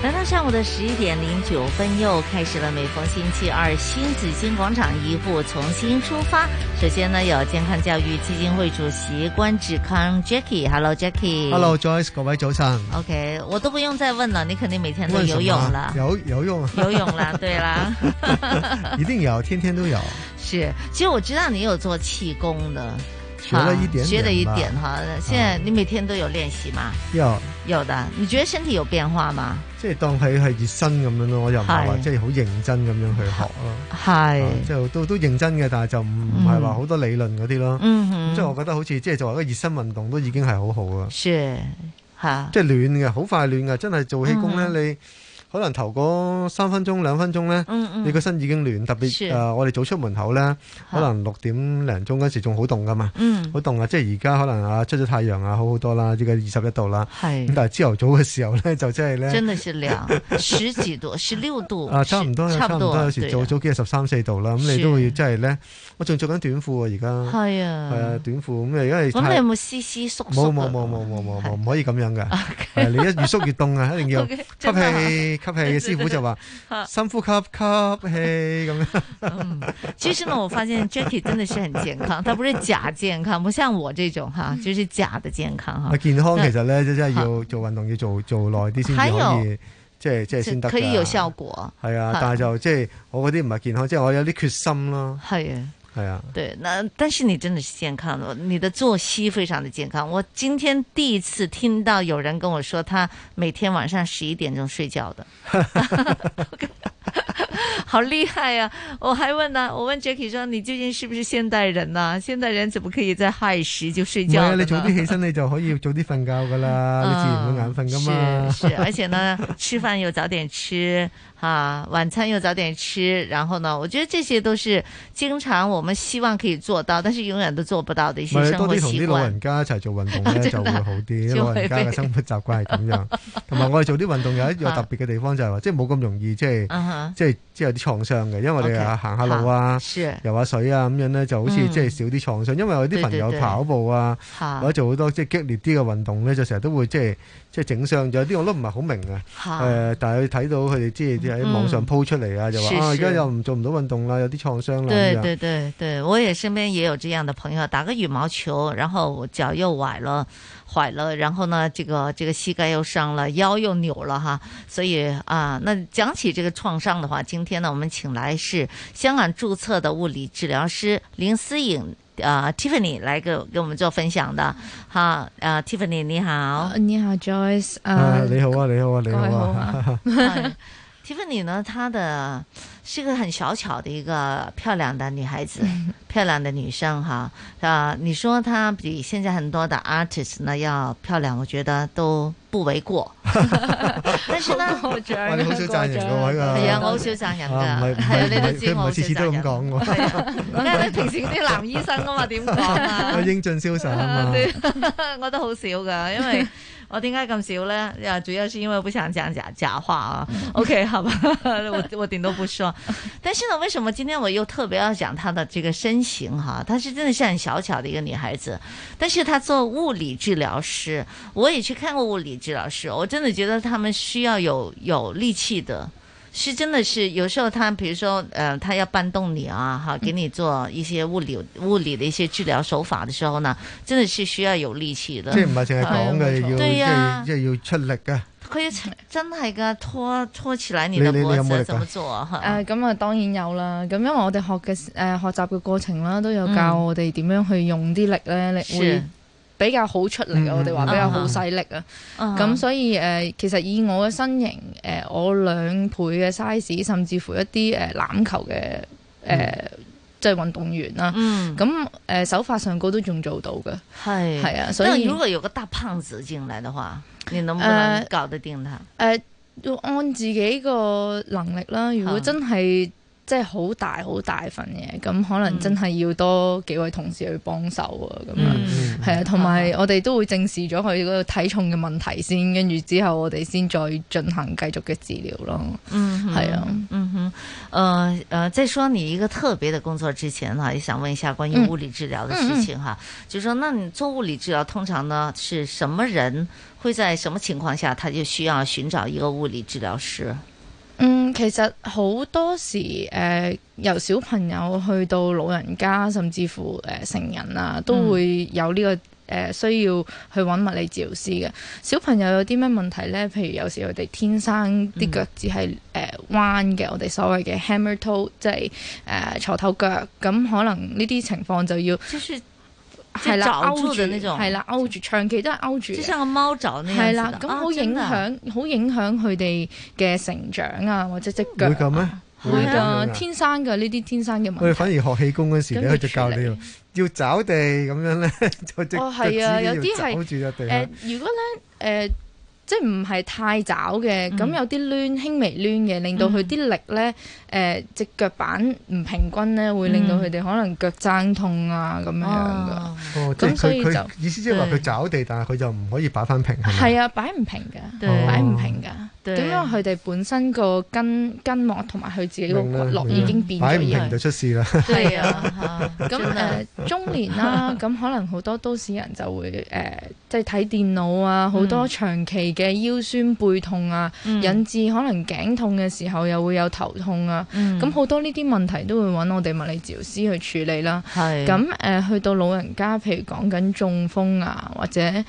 Speaker 11: 来到上午的十一点零九分，又开始了每逢星期二新紫金广场一步重新出发。首先呢，有健康教育基金会主席关志康 Jackie，Hello Jackie。
Speaker 15: Hello Joyce，各位早晨。
Speaker 11: OK，我都不用再问了，你肯定每天都游
Speaker 15: 为什
Speaker 11: 泳
Speaker 15: 么
Speaker 11: 了，
Speaker 15: 有有用啊，
Speaker 11: 游泳了，对啦。
Speaker 15: 一定有，天天都有。
Speaker 11: 是，其实我知道你有做气功的，
Speaker 15: 学了
Speaker 11: 哈
Speaker 15: 一点点
Speaker 11: 学了一
Speaker 15: 吧啊
Speaker 11: 点哈。现在你每天都有练习吗？
Speaker 15: 有，
Speaker 11: 有的，你觉得身体有变化吗？
Speaker 15: 即係當佢係熱身咁樣咯，我又唔係話
Speaker 11: 係
Speaker 15: 即係好認真咁樣去學咯。
Speaker 11: 係
Speaker 15: 啊即係都都認真嘅，但係就唔
Speaker 11: 嗯
Speaker 15: 係話好多理論嗰啲咯。
Speaker 11: 嗯哼
Speaker 15: 咁即係我覺得好似即係作為一個熱身運動都已經係好好啊。
Speaker 11: 是嚇，
Speaker 15: 即係暖嘅，好快暖嘅，真係做氣功咧，
Speaker 11: 嗯
Speaker 15: 你可能頭嗰三分鐘兩分鐘咧，
Speaker 11: 嗯嗯
Speaker 15: 你個身已經暖，特別
Speaker 11: 是
Speaker 15: 誒、呃我哋早出門口咧，可能六點零鐘嗰時仲好凍噶嘛，好、
Speaker 11: 嗯
Speaker 15: 凍啊！即係而家可能啊出咗太陽啊，好好多啦，依家二十一度啦，
Speaker 11: 係
Speaker 15: 咁但係朝頭早嘅時候咧就真係咧，
Speaker 11: 真的是 涼，十幾度，十六度
Speaker 15: 啊，差唔多，
Speaker 11: 是差
Speaker 15: 差
Speaker 11: 不
Speaker 15: 唔
Speaker 11: 多
Speaker 15: 多，
Speaker 11: 啊，
Speaker 15: 有時
Speaker 11: 對
Speaker 15: 早
Speaker 11: 啊
Speaker 15: 早幾日十三四度啦，咁
Speaker 11: 是
Speaker 15: 你都會真係咧，我仲着緊短褲啊，而家
Speaker 11: 係啊
Speaker 15: 係啊，短褲咁你因為
Speaker 11: 咁
Speaker 15: 太
Speaker 11: 你有冇絲絲縮
Speaker 15: 冇
Speaker 11: 縮？
Speaker 15: 冇冇冇冇冇冇，唔可以咁 樣嘅。係你一越縮越凍啊，一定要
Speaker 11: Okay，
Speaker 15: 吸
Speaker 11: 真係啊
Speaker 15: 氣吸氣。師傅就話深呼吸吸氣咁樣。
Speaker 11: 嗯其實呢，我發現 Jackie 真的是很健康，他不是假健康，不像我這種哈，就是假的健康哈
Speaker 15: 啊，。嗯健康其
Speaker 11: 那
Speaker 15: 實咧，即真係要做運動，要做做耐啲先
Speaker 11: 還
Speaker 15: 至可
Speaker 11: 有
Speaker 15: 以，即係即係先得㗎。
Speaker 11: 可以有效果。
Speaker 15: 係啊
Speaker 11: 哈，
Speaker 15: 但係就即係我嗰啲唔係健康，即係我有啲決心咯。
Speaker 11: 係啊。
Speaker 15: 係啊。
Speaker 11: 对，那但是你真的是健康的，你的作息非常的健康。我今天第一次听到有人跟我说，他每天晚上十一点钟睡觉的，好厉害呀、我还问呢、我问 Jackie 说，你究竟是不是现代人呐、现代人怎么可以在亥时就睡
Speaker 15: 唔係
Speaker 11: 觉
Speaker 15: 啊，
Speaker 11: 的
Speaker 15: 你
Speaker 11: 呢？嗯
Speaker 15: 早啲起身你就可以早啲瞓覺㗎啦， 你自然會眼瞓㗎嘛。
Speaker 11: 是是，而且呢，吃饭又早点吃啊，晚餐又早点吃，然后呢，我觉得这些都是经常我们希望可以做到，但是永远都做不到的一
Speaker 15: 唔
Speaker 11: 些
Speaker 15: 係
Speaker 11: 生
Speaker 15: 多
Speaker 11: 活
Speaker 15: 啲同
Speaker 11: 习
Speaker 15: 啲老
Speaker 11: 惯
Speaker 15: 人。家一齊做運
Speaker 11: 真
Speaker 15: 動
Speaker 11: 係
Speaker 15: 咧，就會好啲。
Speaker 11: 就
Speaker 15: 老
Speaker 11: 會
Speaker 15: 人家
Speaker 11: 俾啊
Speaker 15: 嘅生活習慣係咁樣， 同埋我哋做啲運動有一個特別嘅地方就係話，即係冇咁容易即
Speaker 11: 嗯哼
Speaker 15: 係即係即係有啲創傷嘅，因為我哋
Speaker 11: OK，
Speaker 15: 啊行下路啊
Speaker 11: 是、
Speaker 15: 游下水啊咁樣咧，就好似
Speaker 11: 嗯
Speaker 15: 即係少啲創傷。因為我啲朋友
Speaker 11: 對對對
Speaker 15: 跑步啊，
Speaker 11: 嚇
Speaker 15: 或者做好多即係激烈啲嘅運動咧，就成日都會即係即係整傷咗。啲我都唔係好明
Speaker 11: 嚇
Speaker 15: 啊。誒，但係睇到佢哋即係喺網上
Speaker 11: 嗯
Speaker 15: po 出嚟啊，就話
Speaker 11: 是
Speaker 15: 啊，而
Speaker 11: 是
Speaker 15: 家又唔做唔到運動啦，有啲創傷啦
Speaker 11: 对
Speaker 15: 咁樣
Speaker 11: 对对对，我也身边也有这样的朋友，打个羽毛球，然后我脚又崴了，崴了，然后呢，这个这个膝盖又伤了，腰又扭了哈。所以啊，那讲起这个创伤的话，今天呢，我们请来是香港注册的物理治疗师林思颖。啊、t i f f a n y 来给给我们做分享的，好，啊、t i f f a n y 你好，
Speaker 27: 啊你好，Joyce，
Speaker 15: 啊
Speaker 27: 呃，，
Speaker 15: 你好啊，你好啊，你好
Speaker 27: 各位好
Speaker 15: 啊
Speaker 27: 啊。
Speaker 11: 哎 Tiffany 呢，她的是个很小巧的一个漂亮的女孩子，漂亮的女生哈。啊，你说她比现在很多的 artist 呢要漂亮，我觉得都不为过。但是呢， 我
Speaker 15: 覺哇！你好少讚人嘅位㗎，
Speaker 11: 係啊，我好少讚人㗎，
Speaker 15: 啊唔係唔
Speaker 11: 係啊，
Speaker 15: 係
Speaker 11: 你都
Speaker 15: 唔係
Speaker 11: 知
Speaker 15: 佢
Speaker 11: 我
Speaker 15: 唔
Speaker 11: 好少
Speaker 15: 係次次
Speaker 11: 讚
Speaker 15: 都咁
Speaker 11: 人。
Speaker 15: 講 喎，
Speaker 11: 咩？你平時啲男醫生啊嘛，點講 啊？
Speaker 15: 我英俊瀟灑啊 嘛。
Speaker 11: 对我都好少噶，因为我点解咁少咧？啊，主要是因为我不想讲假假话啊。OK，好吧， 我我顶多不说。但是呢，为什么今天我又特别要讲她的这个身形哈？她是真的是很小巧的一个女孩子，但是她做物理治疗师，我也去看过物理治疗师，我真的觉得他们需要有有力气的。是真的是，有时候他比如说，呃，他要搬动你啊，哈，给你做一些物理物理的一些治疗手法的时候呢，真的是需要有力气的。嗯
Speaker 15: 即係唔係淨係講
Speaker 27: 啊
Speaker 15: 嘅，要
Speaker 11: 對啊
Speaker 15: 即
Speaker 11: 呀
Speaker 15: 係即係要出力嘅。
Speaker 11: 佢要真係噶拖拖起來你
Speaker 15: 你
Speaker 11: 的
Speaker 15: 你你
Speaker 11: 脖
Speaker 15: 有冇
Speaker 11: 子，
Speaker 15: 力㗎
Speaker 11: 怎麼做啊？哈
Speaker 27: 誒咁啊，當然有啦。咁因為我哋學嘅誒、呃、學習嘅過程啦，都有教
Speaker 11: 嗯
Speaker 27: 我哋點樣去用啲力咧，你
Speaker 11: 是
Speaker 27: 會比較好出力啊。
Speaker 11: 嗯
Speaker 27: 我哋話比較好
Speaker 11: 嗯
Speaker 27: 使力啊。
Speaker 11: 嗯
Speaker 27: 咁、所以誒、呃其實以我嘅身形，誒、我兩倍嘅 size，甚至乎一啲誒欖球嘅誒。呃即係運動員啦，
Speaker 11: 嗯
Speaker 27: 咁誒、呃手法上高都仲做到嘅，
Speaker 11: 係
Speaker 27: 係啊，所以
Speaker 11: 那如果有個大胖子進來的話，你能不能
Speaker 27: 呃
Speaker 11: 搞得定他？
Speaker 27: 誒、要按自己個能力啦。如果真係即係好大好大份嘅，咁可
Speaker 11: 嗯
Speaker 27: 能真係要多幾位同事去幫手啊，咁
Speaker 11: 嗯
Speaker 27: 樣係啊，同埋我哋都會正視咗佢嗰個體重嘅問題先，跟住之後我哋先再進行繼續嘅治療咯。
Speaker 11: 嗯，
Speaker 27: 係啊，
Speaker 11: 嗯哼，呃呃，再说你一个特别的工作之前哈，也想问一下关于物理治疗的事情哈，就说那你做物理治疗通常呢是什么人会在什么情况下他就需要寻找一个物理治疗师？
Speaker 27: 嗯，其實好多時誒、呃由小朋友去到老人家，甚至乎誒、呃成人啊，
Speaker 11: 嗯
Speaker 27: 都會有呢、個。誒、需要去揾物理治療師嘅小朋友有啲咩問題呢？譬如有時佢哋天生
Speaker 11: 嗯
Speaker 27: 啲腳趾係誒彎嘅，我哋所謂嘅 hammer toe，即呃係誒鋤頭腳。咁可能呢啲情況就要
Speaker 11: 即係
Speaker 27: 係啦，
Speaker 11: 爪
Speaker 27: 勾
Speaker 11: 住
Speaker 27: 住
Speaker 11: 嘅呢種
Speaker 27: 係啦，勾住長期都係勾住嘅。
Speaker 11: 就像個貓爪呢樣子
Speaker 27: 係啦，
Speaker 11: 的
Speaker 27: 咁
Speaker 11: 啊
Speaker 27: 好
Speaker 11: 真
Speaker 27: 影
Speaker 11: 的啊
Speaker 27: 響，好影響佢哋嘅成長啊，或者隻腳
Speaker 15: 會咁咩？
Speaker 27: 會
Speaker 15: 咁樣
Speaker 27: 噶
Speaker 15: 啊，
Speaker 27: 天生嘅呢啲天生嘅
Speaker 15: 我
Speaker 27: 問
Speaker 15: 哋
Speaker 27: 題。
Speaker 15: 反而學氣功嗰時
Speaker 27: 咁
Speaker 15: 咧，
Speaker 27: 要
Speaker 15: 佢就教你要要找地咁樣咧， 就隻
Speaker 27: 哦，係啊，有
Speaker 15: 隻指
Speaker 27: 啲
Speaker 15: 要
Speaker 27: 係
Speaker 15: 找住個地
Speaker 27: 誒、
Speaker 15: 啦。
Speaker 27: 呃如果咧誒、即係唔係太爪嘅，咁、有啲攣，輕微攣嘅，令到佢啲力咧誒隻腳板唔平均咧，會令到佢哋可能腳踭痛啊咁樣樣噶。
Speaker 15: 哦，即係
Speaker 27: 咁所以
Speaker 15: 佢佢
Speaker 27: 就
Speaker 15: 意思即係話佢找地，但係佢就唔可以擺翻平哦衡。
Speaker 27: 係啊，擺唔平㗎，
Speaker 15: 對
Speaker 27: 擺唔平㗎。
Speaker 11: 對
Speaker 27: 咁因啊為佢哋本身個筋筋膜同埋佢自己個骨
Speaker 15: 明啦
Speaker 27: 骼
Speaker 15: 明啦
Speaker 27: 已經變
Speaker 15: 擺
Speaker 27: 咗
Speaker 15: 唔平
Speaker 27: 形。
Speaker 15: 就出事 啦。
Speaker 27: 係啊，咁誒中年 啦，咁可能好多都市人就會誒，即係睇電腦啊，好多長期嘅腰酸背痛啊，
Speaker 11: 嗯
Speaker 27: 引致可能頸痛嘅時候又會有頭痛啊，
Speaker 11: 嗯
Speaker 27: 咁好多呢啲問題都會揾我哋物理治療師去處理啦。
Speaker 11: 係
Speaker 27: 咁誒、去到老人家，譬如講緊中風啊，或者誒、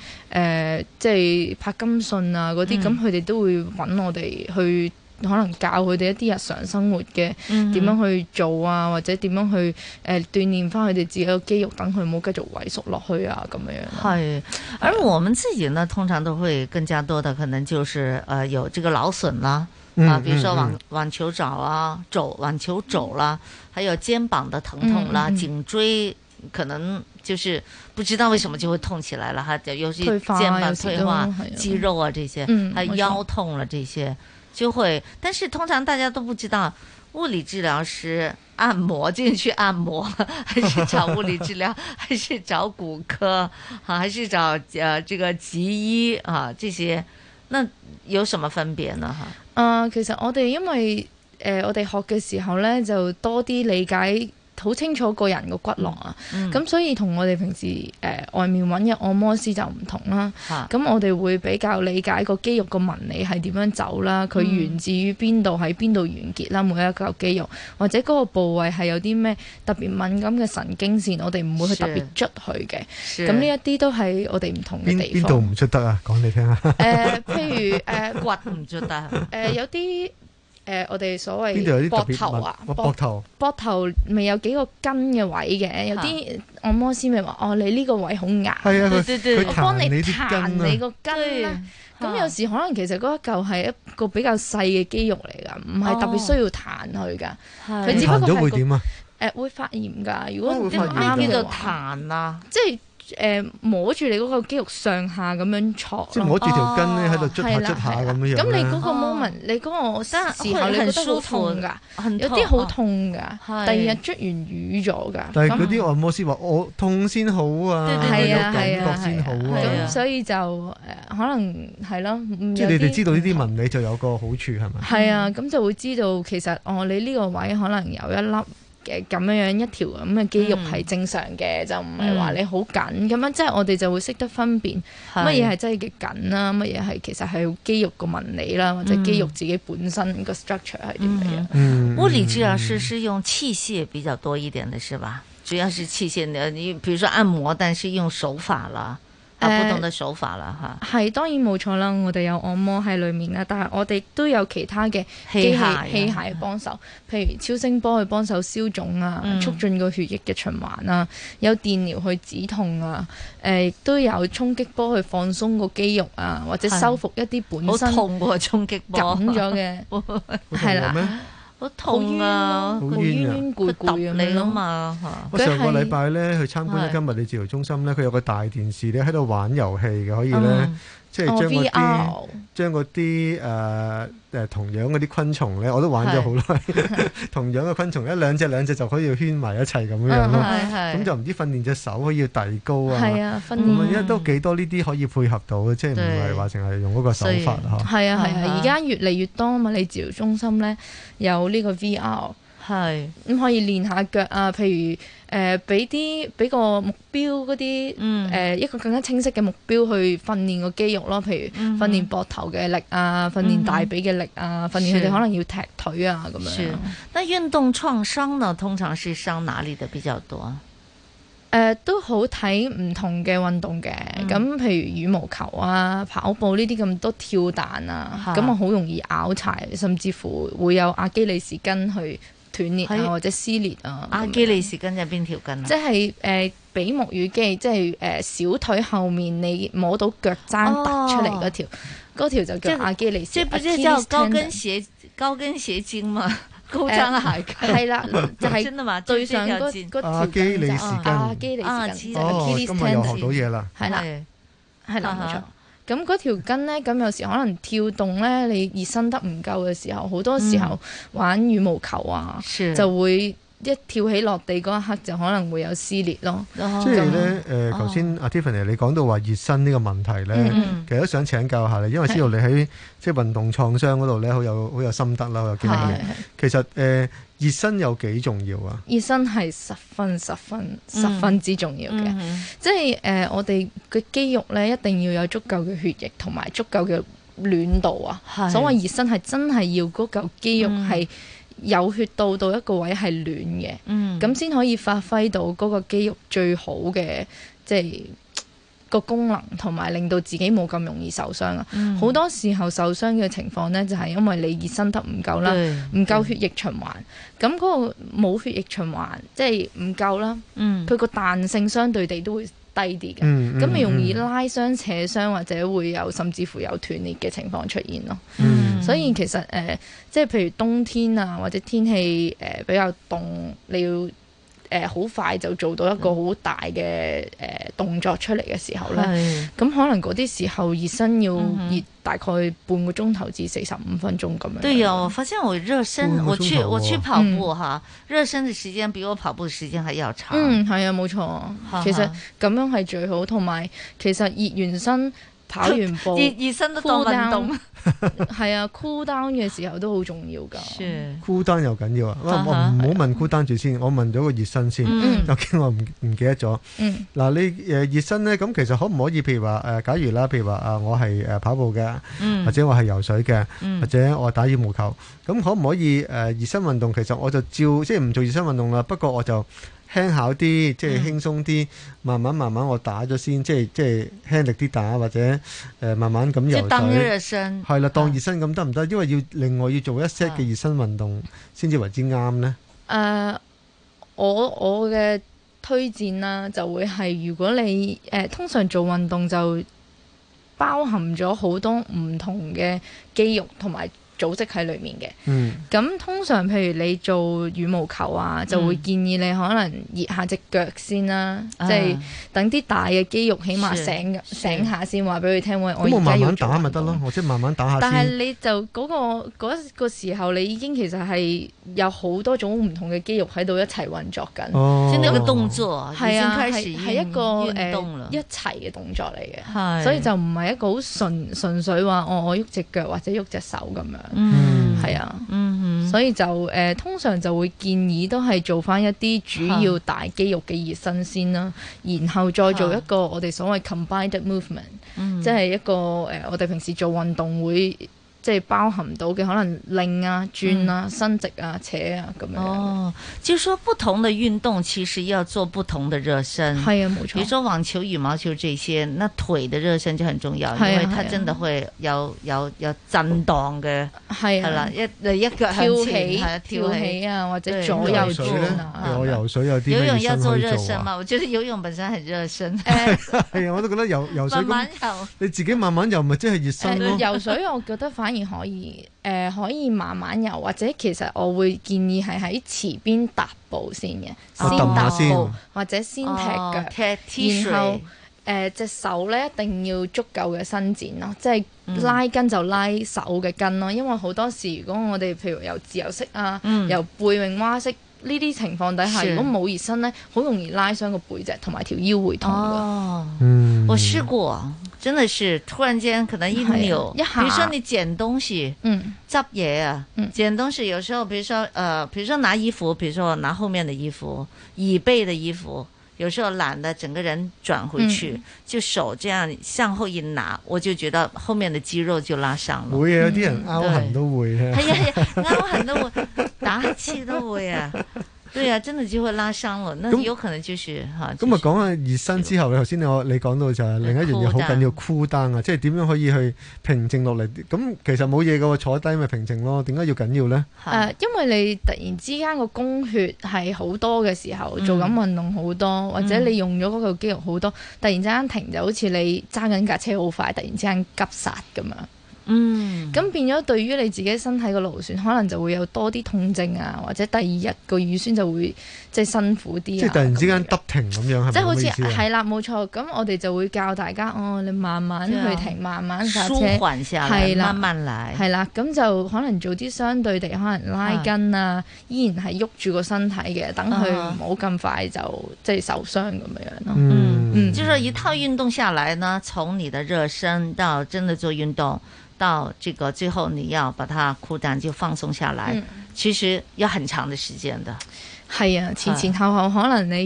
Speaker 27: 即係柏金遜啊嗰啲，
Speaker 11: 嗯
Speaker 27: 咁佢哋都會揾我哋去。可能教佢哋一啲日常生活嘅
Speaker 11: 嗯
Speaker 27: 點樣去做啊，或者點樣去誒、呃、鍛鍊翻佢哋自己嘅肌肉，等佢唔好繼續萎縮落去啊咁樣樣。
Speaker 11: 嗨，而我们自己呢，通常都会更加多的可能就是呃有这个劳损啦，啊
Speaker 22: 嗯，
Speaker 11: 比如说
Speaker 22: 嗯
Speaker 11: 网
Speaker 22: 嗯
Speaker 11: 网球肘啊、肘网球肘啦，还有肩膀的疼痛啦、
Speaker 22: 嗯嗯
Speaker 11: 颈椎可能就是不知道为什么就会痛起来了哈，尤其
Speaker 22: 退化啊
Speaker 11: 肩膀
Speaker 22: 有时
Speaker 11: 退
Speaker 22: 都
Speaker 11: 化
Speaker 22: 还、有
Speaker 11: 肌肉啊这些，
Speaker 22: 嗯
Speaker 11: 还有
Speaker 22: 没错
Speaker 11: 腰痛了这些，就会，但是通常大家都不知道物理治疗师。按摩进去按摩，还是找物理治疗，还是找骨科啊，还是找呃这个脊医啊这些，那有什么分别呢？哈，
Speaker 27: 啊、其實我哋因為誒、呃我哋學嘅時候咧，就多啲理解。好清楚個人個骨骼啊，
Speaker 11: 嗯
Speaker 27: 咁、所以同我哋平時誒、呃外面揾嘅按摩師就唔同啦。
Speaker 11: 嚇
Speaker 27: 咁、我哋會比較理解個肌肉個紋理係點樣走啦，佢
Speaker 11: 嗯
Speaker 27: 源自於邊度喺邊度完結啦，每一嚿肌肉或者嗰個部位係有啲咩特別敏感嘅神經線，我哋唔會去特別捽佢嘅。
Speaker 11: 是
Speaker 27: 咁呢一啲都係我哋唔同嘅
Speaker 15: 邊
Speaker 27: 地
Speaker 15: 邊
Speaker 27: 方
Speaker 15: 度。唔出得啊？講你聽下。
Speaker 27: 誒、 譬如誒、
Speaker 11: 骨唔出得，誒、
Speaker 27: 有啲誒、我哋所
Speaker 15: 邊度有
Speaker 27: 謂
Speaker 15: 啲特
Speaker 27: 膊
Speaker 15: 別
Speaker 27: 頭啊，
Speaker 15: 物哦膊頭
Speaker 27: 膊頭咪有幾個筋嘅位嘅，有啲按摩師咪話：哦，你呢個位好硬，
Speaker 15: 係啊佢對對對
Speaker 27: 我幫
Speaker 15: 佢彈
Speaker 27: 你
Speaker 15: 你啲
Speaker 27: 彈
Speaker 15: 筋啊
Speaker 27: 你個筋啦。咁有時可能其實嗰一嚿係一個比較細嘅肌肉嚟㗎，唔係特別需要彈佢㗎。
Speaker 11: 係
Speaker 27: 佢只不過
Speaker 15: 彈咗
Speaker 27: 係
Speaker 15: 會
Speaker 27: 個
Speaker 15: 點啊？啊
Speaker 27: 誒會發炎㗎。如果
Speaker 11: 哦會
Speaker 27: 唔
Speaker 11: 發炎㗎
Speaker 27: 啱
Speaker 11: 咩
Speaker 27: 嘅
Speaker 11: 叫
Speaker 27: 話
Speaker 11: 彈啊，
Speaker 27: 即係。誒摸住你嗰個肌肉上下咁樣戳咯，
Speaker 15: 即係摸住條筋咧喺度捽下
Speaker 27: 哦係啦
Speaker 15: 捽下
Speaker 27: 係啦
Speaker 15: 咁樣樣
Speaker 27: 咁你
Speaker 15: 咧
Speaker 27: 嗰個
Speaker 11: 啊
Speaker 27: moment，你嗰個時候
Speaker 11: 會很
Speaker 27: 你覺得
Speaker 11: 舒服
Speaker 27: 好痛㗎
Speaker 11: 很，
Speaker 27: 有
Speaker 11: 痛
Speaker 27: 啲好
Speaker 11: 啊
Speaker 27: 痛㗎。
Speaker 11: 係啊
Speaker 27: 第二日捽完瘀咗㗎。
Speaker 15: 但係嗰
Speaker 27: 咁
Speaker 15: 啲按摩師話：我痛先好啊，
Speaker 27: 係
Speaker 15: 有
Speaker 27: 啊
Speaker 15: 感
Speaker 27: 係啊
Speaker 15: 覺先好啊。
Speaker 27: 咁所以就誒可能係咯，嗯
Speaker 15: 即係你
Speaker 27: 有
Speaker 15: 哋
Speaker 27: 啲
Speaker 15: 知道呢啲紋理就有個好處係咪？
Speaker 27: 係啊，咁就會知道其實哦，你呢個位可能有一粒嘅咁樣樣一條咁嘅肌肉
Speaker 11: 嗯
Speaker 27: 係正常嘅，就唔係話你好緊咁樣，即係我哋就會識得分辨
Speaker 11: 係
Speaker 27: 乜嘢係真係嘅緊啦，乜嘢係其實係肌肉個紋理啦，或者
Speaker 11: 嗯
Speaker 27: 肌肉自己本身個 structure 係點樣樣。
Speaker 15: 嗯
Speaker 11: 物理治疗师是用器械比较多一点的是吧？主要是器械，呃你比如说按摩，但是用手法了，啊，
Speaker 27: 呃
Speaker 11: 不同的手法了哈。
Speaker 27: 係當然冇錯啦，我哋有按摩喺裏面啦，但係我哋都有其他嘅
Speaker 11: 器
Speaker 27: 機
Speaker 11: 械啊
Speaker 27: 械器械幫手，譬如超聲波去幫手消腫啊，
Speaker 11: 嗯
Speaker 27: 促進個血液嘅循環啊，有電療去止痛啊，誒、亦都有衝擊波去放鬆個肌肉啊，或者
Speaker 11: 係
Speaker 27: 修復一啲本
Speaker 11: 好
Speaker 27: 身
Speaker 11: 痛喎，衝擊波
Speaker 27: 緊咗 嘅，係
Speaker 15: 咩
Speaker 27: 啦，
Speaker 11: 好痛啊，
Speaker 15: 好冤啊
Speaker 27: 攰攰咁
Speaker 11: 你
Speaker 27: 樣
Speaker 11: 啊
Speaker 27: 咯。
Speaker 11: 嘛，
Speaker 15: 我
Speaker 11: 嚇
Speaker 15: 上個禮拜咧去參觀一間物理治療中心咧，佢有個大電視咧喺度玩遊戲嘅，可以咧
Speaker 11: 嗯
Speaker 15: 即係將嗰
Speaker 27: 哦
Speaker 15: 啲將嗰啲呃誒誒同樣嗰啲昆蟲咧，我都玩咗好耐。 同樣嘅昆蟲一兩隻兩隻就可以圈埋一齊咁樣樣咯。
Speaker 27: 嗯係係
Speaker 15: 咁就唔知訓練隻手可以要遞高啊。
Speaker 27: 係啊訓練
Speaker 15: 咁因為都幾多呢啲可以配合到嘅，即係唔係話淨係用嗰個手法啊嚇。
Speaker 27: 係啊係
Speaker 15: 啊
Speaker 27: 啊，而家越嚟越多物理治療中心咧有呢個 VR，
Speaker 11: 係
Speaker 27: 咁可以練下腳啊，譬如誒俾啲俾個目標嗰
Speaker 11: 嗯
Speaker 27: 啲誒一個更加清晰嘅目標去訓練個肌肉咯，譬
Speaker 11: 嗯
Speaker 27: 如訓練膊頭嘅力啊，訓練大髀嘅力啊，訓練佢
Speaker 11: 是
Speaker 27: 哋可能要踢腿啊咁樣
Speaker 11: 是。，那运动创伤呢，通常是伤哪里的比较多啊？
Speaker 27: 誒、呃都好睇唔同嘅運動嘅，
Speaker 11: 嗯
Speaker 27: 咁、譬如羽毛球啊、跑步呢啲咁多跳彈啊，
Speaker 11: 嚇
Speaker 27: 咁我好容易拗柴，甚至乎會有阿基里斯筋去斷裂
Speaker 11: 係
Speaker 27: 啊，或者撕裂啊。
Speaker 11: 阿基里斯筋係邊條筋啊？
Speaker 27: 即係誒、呃比目魚肌，即係誒、小腿後面你摸到腳踭
Speaker 11: 哦
Speaker 27: 突出嚟嗰條，嗰、條就叫阿基里斯。
Speaker 11: 這不是叫高跟鞋高跟鞋筋 嗎？高踭鞋筋
Speaker 27: 係啦，就 係
Speaker 11: 真的嘛？
Speaker 27: 對上嗰
Speaker 11: 這
Speaker 27: 嗰
Speaker 11: 條
Speaker 27: 條
Speaker 15: 阿基里斯筋
Speaker 11: 啊
Speaker 27: 阿啊基里斯筋，就係
Speaker 15: 嗯哦，
Speaker 27: Achilles
Speaker 15: 今日
Speaker 27: tendon
Speaker 15: 又學到嘢啦。
Speaker 27: 係啦，係
Speaker 11: 啊哈
Speaker 27: 啦，冇錯。咁嗰條筋咧，咁有時可能跳動咧，你熱身得唔夠嘅時候，好多時候玩羽毛球啊，
Speaker 11: 是
Speaker 27: 就會一跳起落地嗰一刻就可能會有撕裂咯。
Speaker 15: 即係
Speaker 27: 哦咁
Speaker 15: 咧，誒呃頭先阿 Tiffany 你講到話熱身呢個問題咧
Speaker 27: 嗯嗯，
Speaker 15: 其實都想請教下你，因為知道你喺即係運動創傷嗰度咧，好有好有心得啦，好有經驗
Speaker 27: 係係。
Speaker 15: 其實誒熱身有幾重要啊？
Speaker 27: 熱身係十分、十分、
Speaker 15: 嗯
Speaker 27: 十分之重要嘅，
Speaker 11: 嗯
Speaker 27: 即係誒、呃我哋嘅肌肉咧一定要有足夠嘅血液同埋足夠嘅暖度啊
Speaker 11: 係。
Speaker 27: 所謂熱身係真係要嗰嚿肌肉
Speaker 11: 嗯
Speaker 27: 係有血到到一個位係暖嘅，
Speaker 11: 嗯
Speaker 27: 咁先、可以發揮到嗰個肌肉最好嘅即係。個功能同埋令到自己冇咁容易受傷啊！
Speaker 11: 嗯
Speaker 27: 好、多時候受傷嘅情況呢，就係、因為你熱身得唔夠啦
Speaker 11: 對，
Speaker 27: 唔夠血液循環，咁嗰個冇血液循環，即係唔夠啦。
Speaker 11: 嗯
Speaker 27: 佢個彈性相對地都會低啲嘅，咁、
Speaker 11: 嗯嗯
Speaker 27: 你容易拉傷、扯傷或者會有甚至乎有斷裂嘅情況出現咯。
Speaker 11: 嗯
Speaker 27: 所以其實誒、呃即係譬如冬天啊，或者天氣誒、呃比較凍，你要誒好、快就做到一個好大嘅誒、呃、動作出嚟嘅時候咧，
Speaker 11: 係
Speaker 27: 咁可能嗰啲時候熱身要
Speaker 11: 嗯哼
Speaker 27: 熱大概半個鐘頭至四十五分鐘咁樣。
Speaker 11: 对呀，我發現我熱身，
Speaker 27: 半個
Speaker 11: 我
Speaker 27: 鐘頭
Speaker 11: 去
Speaker 27: 喎
Speaker 15: 嗯
Speaker 11: 我去跑步哈，熱身的時間比我跑步的時間還要長。
Speaker 27: 嗯，係啊，冇
Speaker 11: 哈
Speaker 27: 錯。其實咁樣係最好，同埋其實熱完身、跑完步、
Speaker 11: 熱熱身都當
Speaker 27: cool
Speaker 11: 運動
Speaker 27: down，係 啊，cool down 嘅時候都好重要㗎。
Speaker 15: 孤單又緊要啊！我
Speaker 27: 嗯啊
Speaker 15: 我唔好問孤單住先，我問咗個熱身先，
Speaker 27: 嗯
Speaker 15: 究竟我唔唔記得咗。
Speaker 27: 嗯
Speaker 15: 嗱，你誒熱身咧，咁其實可唔可以譬如話誒，假如啦，譬如話啊，我係誒跑步嘅，
Speaker 12: 嗯
Speaker 15: 或者我係游水嘅，
Speaker 12: 嗯
Speaker 15: 或者我打羽毛球，咁可唔可以誒熱身運動？其實我就照即係唔做熱身運動啦，不過我就輕巧啲，即係輕鬆啲，慢慢慢慢我打咗先，即係即係輕力啲打，或者誒慢慢咁
Speaker 11: 即
Speaker 15: 游
Speaker 11: 係當
Speaker 15: 水
Speaker 11: 熱。身。
Speaker 15: 係啦，當熱身咁得唔得？因為要另外要做一 set 嘅熱身運動先至為之啱呢。
Speaker 27: 誒、呃我我嘅推薦啦，就會係如果你誒、呃通常做運動就包含咗好多唔同嘅肌肉同埋組織喺裡面嘅。
Speaker 15: 嗯
Speaker 27: 咁通常譬如你做羽毛球啊，就會建議你可能熱下隻腳先啦，
Speaker 11: 啊
Speaker 27: 即係等啲大嘅肌肉起碼
Speaker 15: 是
Speaker 27: 醒醒下先，話俾佢聽，喂，我
Speaker 15: 咁我
Speaker 27: 而家
Speaker 15: 慢
Speaker 27: 要
Speaker 15: 慢打咪得咯，我即係慢慢打下
Speaker 27: 但係
Speaker 15: 先。
Speaker 27: 你就嗰、個嗰、個時候，你已經其實係有好多種唔同嘅肌肉喺度一齊運作緊。
Speaker 11: 哦即係那個動作已
Speaker 27: 係
Speaker 11: 經
Speaker 27: 啊，
Speaker 11: 開
Speaker 27: 係
Speaker 11: 始
Speaker 27: 係一個
Speaker 11: 運運動啦
Speaker 27: 誒一齊嘅動作嚟
Speaker 11: 係
Speaker 27: 嘅，所以就唔係一個好純純粹話哦，我喐只腳或者喐隻手咁樣。
Speaker 11: 嗯，
Speaker 27: 係啊。
Speaker 11: 嗯哼
Speaker 27: 所以就誒、呃通常就會建議都係做翻一啲主要
Speaker 11: 嚇
Speaker 27: 大肌肉嘅熱身先啦，然後再做一個我哋所謂 combined movement，、
Speaker 11: 嗯
Speaker 27: 即係一個誒、呃我哋平時做運動會即係包含到嘅可能擰啊、轉啊、伸直啊、扯啊咁樣。
Speaker 11: 嗯哦，就說不同的運動其實要做不同的熱身，
Speaker 27: 係啊冇錯
Speaker 11: 比如說網球、羽毛球這些，那腿的熱身就很重要，因
Speaker 27: 係啊
Speaker 11: 為
Speaker 27: 係
Speaker 11: 它
Speaker 27: 啊
Speaker 11: 真的會有有有震盪嘅，
Speaker 27: 係啊
Speaker 11: 係啦，一你一腳向
Speaker 27: 跳
Speaker 11: 前
Speaker 27: 起
Speaker 11: 係啊、
Speaker 27: 跳起啊或者
Speaker 11: 對
Speaker 27: 左
Speaker 15: 咁游水咧，
Speaker 11: 啊
Speaker 15: 我游水有啲
Speaker 11: 游
Speaker 15: 咩
Speaker 11: 泳
Speaker 15: 熱
Speaker 11: 要
Speaker 15: 身
Speaker 11: 做
Speaker 15: 可以
Speaker 11: 熱
Speaker 15: 做
Speaker 11: 身
Speaker 15: 啊？
Speaker 11: 嘛？我覺得游泳本身很熱身，
Speaker 15: 係啊，我都覺得游游水
Speaker 11: 慢慢哎
Speaker 15: 咁，
Speaker 11: 游。
Speaker 15: 你自己慢慢游咪即係熱身
Speaker 27: 誒
Speaker 15: 咯。
Speaker 27: 哎游水我覺得反而可以，誒、可以慢慢游，或者其實我會建議係喺池邊踏步先嘅，先
Speaker 15: 哦揼下
Speaker 27: 踏
Speaker 15: 先
Speaker 27: 步或者先踢腳，
Speaker 11: 哦踢踢水
Speaker 27: 然後誒、誒隻手咧一定要足夠嘅伸展咯，即係
Speaker 11: 嗯
Speaker 27: 拉筋就拉手嘅筋咯，因為好多時如果我哋譬如由自由式啊，
Speaker 11: 嗯
Speaker 27: 由背泳蛙式。呢啲情況底下，
Speaker 11: 是
Speaker 27: 如果冇熱身咧，好容易拉傷個背脊同埋條腰會痛㗎。
Speaker 11: 嗯我試過，真的是突然間可能一扭，
Speaker 27: 係啊一下
Speaker 11: 比如說你撿東西，
Speaker 27: 嗯，
Speaker 11: 執嘢啊，撿東西有時候，比如說呃，比如說拿衣服，比如說我拿後面的衣服，椅背的衣服。有时候懒得整个人转回去，
Speaker 27: 嗯
Speaker 11: 就手这样向后一拿，我就觉得后面的肌肉就拉伤了。
Speaker 15: 會啊，有啲人拗痕
Speaker 11: 對
Speaker 15: 都會嘅。
Speaker 11: 嗯哎呀呀，啱很多我打气都会啊，对啊，真的就会拉伤了，那
Speaker 15: 咁
Speaker 11: 有可能就是哈，
Speaker 15: 咁啊，講下熱身之後，頭先你我你講到就係另一樣嘢好
Speaker 11: Cool down
Speaker 15: 緊要 cool down 啊，即係點樣可以去平靜落嚟？咁其實冇嘢嘅喎，坐低咪平靜咯。點解要緊要咧？
Speaker 27: 誒、呃因為你突然之間個供血係好多嘅時候，
Speaker 11: 嗯
Speaker 27: 做緊運動好多，或者
Speaker 11: 嗯
Speaker 27: 你用咗嗰個肌肉好多，突然之間停就好似你揸緊架車好快，突然之間急剎咁樣。
Speaker 11: 嗯，
Speaker 27: 咁變咗對於你自己身體嘅勞損，可能就會有多啲痛症啊，或者第二日個乳酸就會即係辛苦
Speaker 15: 即
Speaker 11: 哎
Speaker 27: 啲啊。
Speaker 15: 係突然之間揼停咁樣，係咪
Speaker 27: 即係好似
Speaker 15: 咁嘅意思啊
Speaker 27: 係啦，冇錯。咁我哋就會教大家，哦，你慢慢
Speaker 11: 即係
Speaker 27: 去停，慢慢剎
Speaker 11: 舒
Speaker 27: 車，
Speaker 11: 緩下來
Speaker 27: 係啦，
Speaker 11: 慢慢嚟
Speaker 27: 係啦，咁就可能做啲相對地，可能拉筋啊，依然係喐住個身體嘅，等佢
Speaker 11: 啊
Speaker 27: 唔好咁快就即係受傷咁樣樣咯。
Speaker 11: 嗯
Speaker 27: 嗯
Speaker 11: 就是一套運動下來呢，從你的熱身到真的做運動，到這個最後你要把它 cool down 就放鬆下來，
Speaker 27: 嗯
Speaker 11: 其實要很長的時間的。
Speaker 27: 係啊，嗯前前後後可能你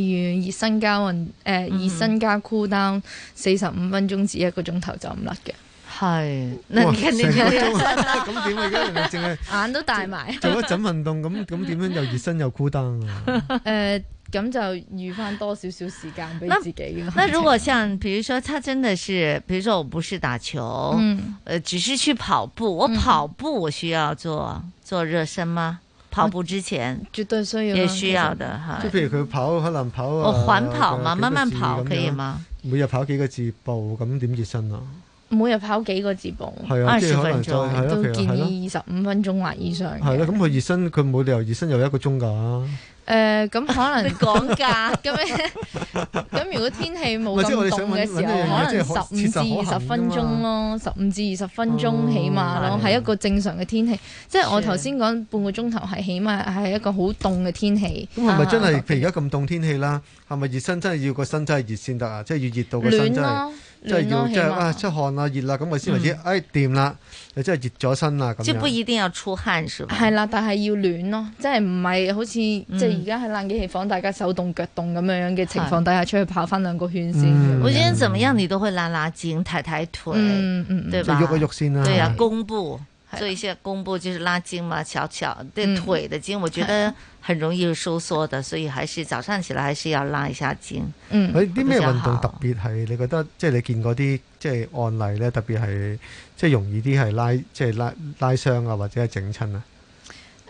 Speaker 27: 要熱身加運，誒、熱身加 cool down 四十五分鐘至一個鐘頭就唔甩嘅。
Speaker 11: 係，
Speaker 27: 那
Speaker 15: 哇
Speaker 27: 你肯定
Speaker 15: 成個
Speaker 27: 要
Speaker 15: 鐘
Speaker 27: 熱身
Speaker 15: 啦。 咁點啊？咁人哋淨係
Speaker 27: 眼都大埋。
Speaker 15: 做一 陣運動，咁咁點樣又熱身又 cool down 啊？
Speaker 27: 誒，咁就預翻多少少時間俾自己咯。
Speaker 11: 那如果像比如說，他真的是，比如說我不是打球，
Speaker 27: 嗯，
Speaker 11: 呃，只是去跑步，我跑步我需要做做熱身嗎？跑步之前
Speaker 27: 絕對需要啦
Speaker 11: 也需要的哈
Speaker 15: 即。係譬如佢跑，可能跑啊
Speaker 11: 我緩跑嘛
Speaker 15: 幾個
Speaker 11: 慢
Speaker 15: 字
Speaker 11: 慢跑
Speaker 15: 咁樣
Speaker 11: 可以嗎？
Speaker 15: 每日跑幾個字步，咁點熱身啊？
Speaker 27: 每日跑幾個字步，
Speaker 15: 係啊即係可能就係咯
Speaker 27: 都
Speaker 15: 譬如
Speaker 27: 建
Speaker 15: 係咯
Speaker 27: 議二十五分鐘或以上嘅。
Speaker 15: 係咯，咁佢熱身，佢冇理由熱身有一個鐘㗎。呃
Speaker 27: 誒咁可能
Speaker 11: 講價
Speaker 27: 咁樣， 咁如果天氣
Speaker 15: 唔
Speaker 27: 冇
Speaker 15: 係
Speaker 27: 咁
Speaker 15: 即係我哋
Speaker 27: 凍
Speaker 15: 想
Speaker 27: 嘅時
Speaker 15: 搵搵一樣
Speaker 27: 候，可
Speaker 15: 嘢即
Speaker 27: 能
Speaker 15: 係可
Speaker 27: 十五至
Speaker 15: 切實可
Speaker 27: 二
Speaker 15: 行
Speaker 27: 十
Speaker 15: 㗎哦
Speaker 27: 分鐘咯，十五至二十分鐘起碼
Speaker 15: 啊
Speaker 27: 咯，喺一個正常嘅天氣。即係我頭先講半個鐘頭係起碼係一個好凍嘅天氣。
Speaker 15: 咁係咪
Speaker 27: 啊
Speaker 15: 真係？譬如而家咁凍天氣啦，係咪熱身真係要個身真係熱先得啊？即係要熱到個身真
Speaker 27: 暖
Speaker 15: 係
Speaker 27: 咯，
Speaker 15: 真
Speaker 27: 暖
Speaker 15: 係要
Speaker 27: 咯
Speaker 15: 即
Speaker 27: 起
Speaker 15: 係
Speaker 27: 碼
Speaker 15: 啊出汗啦、熱啦，咁我先為之
Speaker 27: 嗯
Speaker 15: 哎掂啦，你真係熱咗身啦咁
Speaker 11: 就不
Speaker 15: 樣。
Speaker 11: 一定要出汗是吧？
Speaker 27: 係啦，但係要暖咯，即係唔係好似即
Speaker 11: 嗯
Speaker 27: 係而家喺冷氣器房大家手凍腳凍咁樣樣嘅情況底下出去跑翻兩個圈先。
Speaker 15: 嗯
Speaker 11: 我覺得怎麼樣你都會拉拉筋、抬抬腿，
Speaker 27: 嗯嗯
Speaker 11: 對啊
Speaker 15: 就
Speaker 11: 吧？
Speaker 15: 喐一喐先啦。
Speaker 11: 对呀、弓步做一些弓步就是拉筋嘛，小小对腿的筋，我觉得很容易收缩的，所以还是早上起来还是要拉一下筋。
Speaker 15: 佢啲咩
Speaker 11: 比較
Speaker 15: 運動
Speaker 11: 好
Speaker 15: 特別係你覺得即係你見嗰啲即係案例咧，特別係即係容易啲係拉即係拉拉傷啊，或者係整親啊？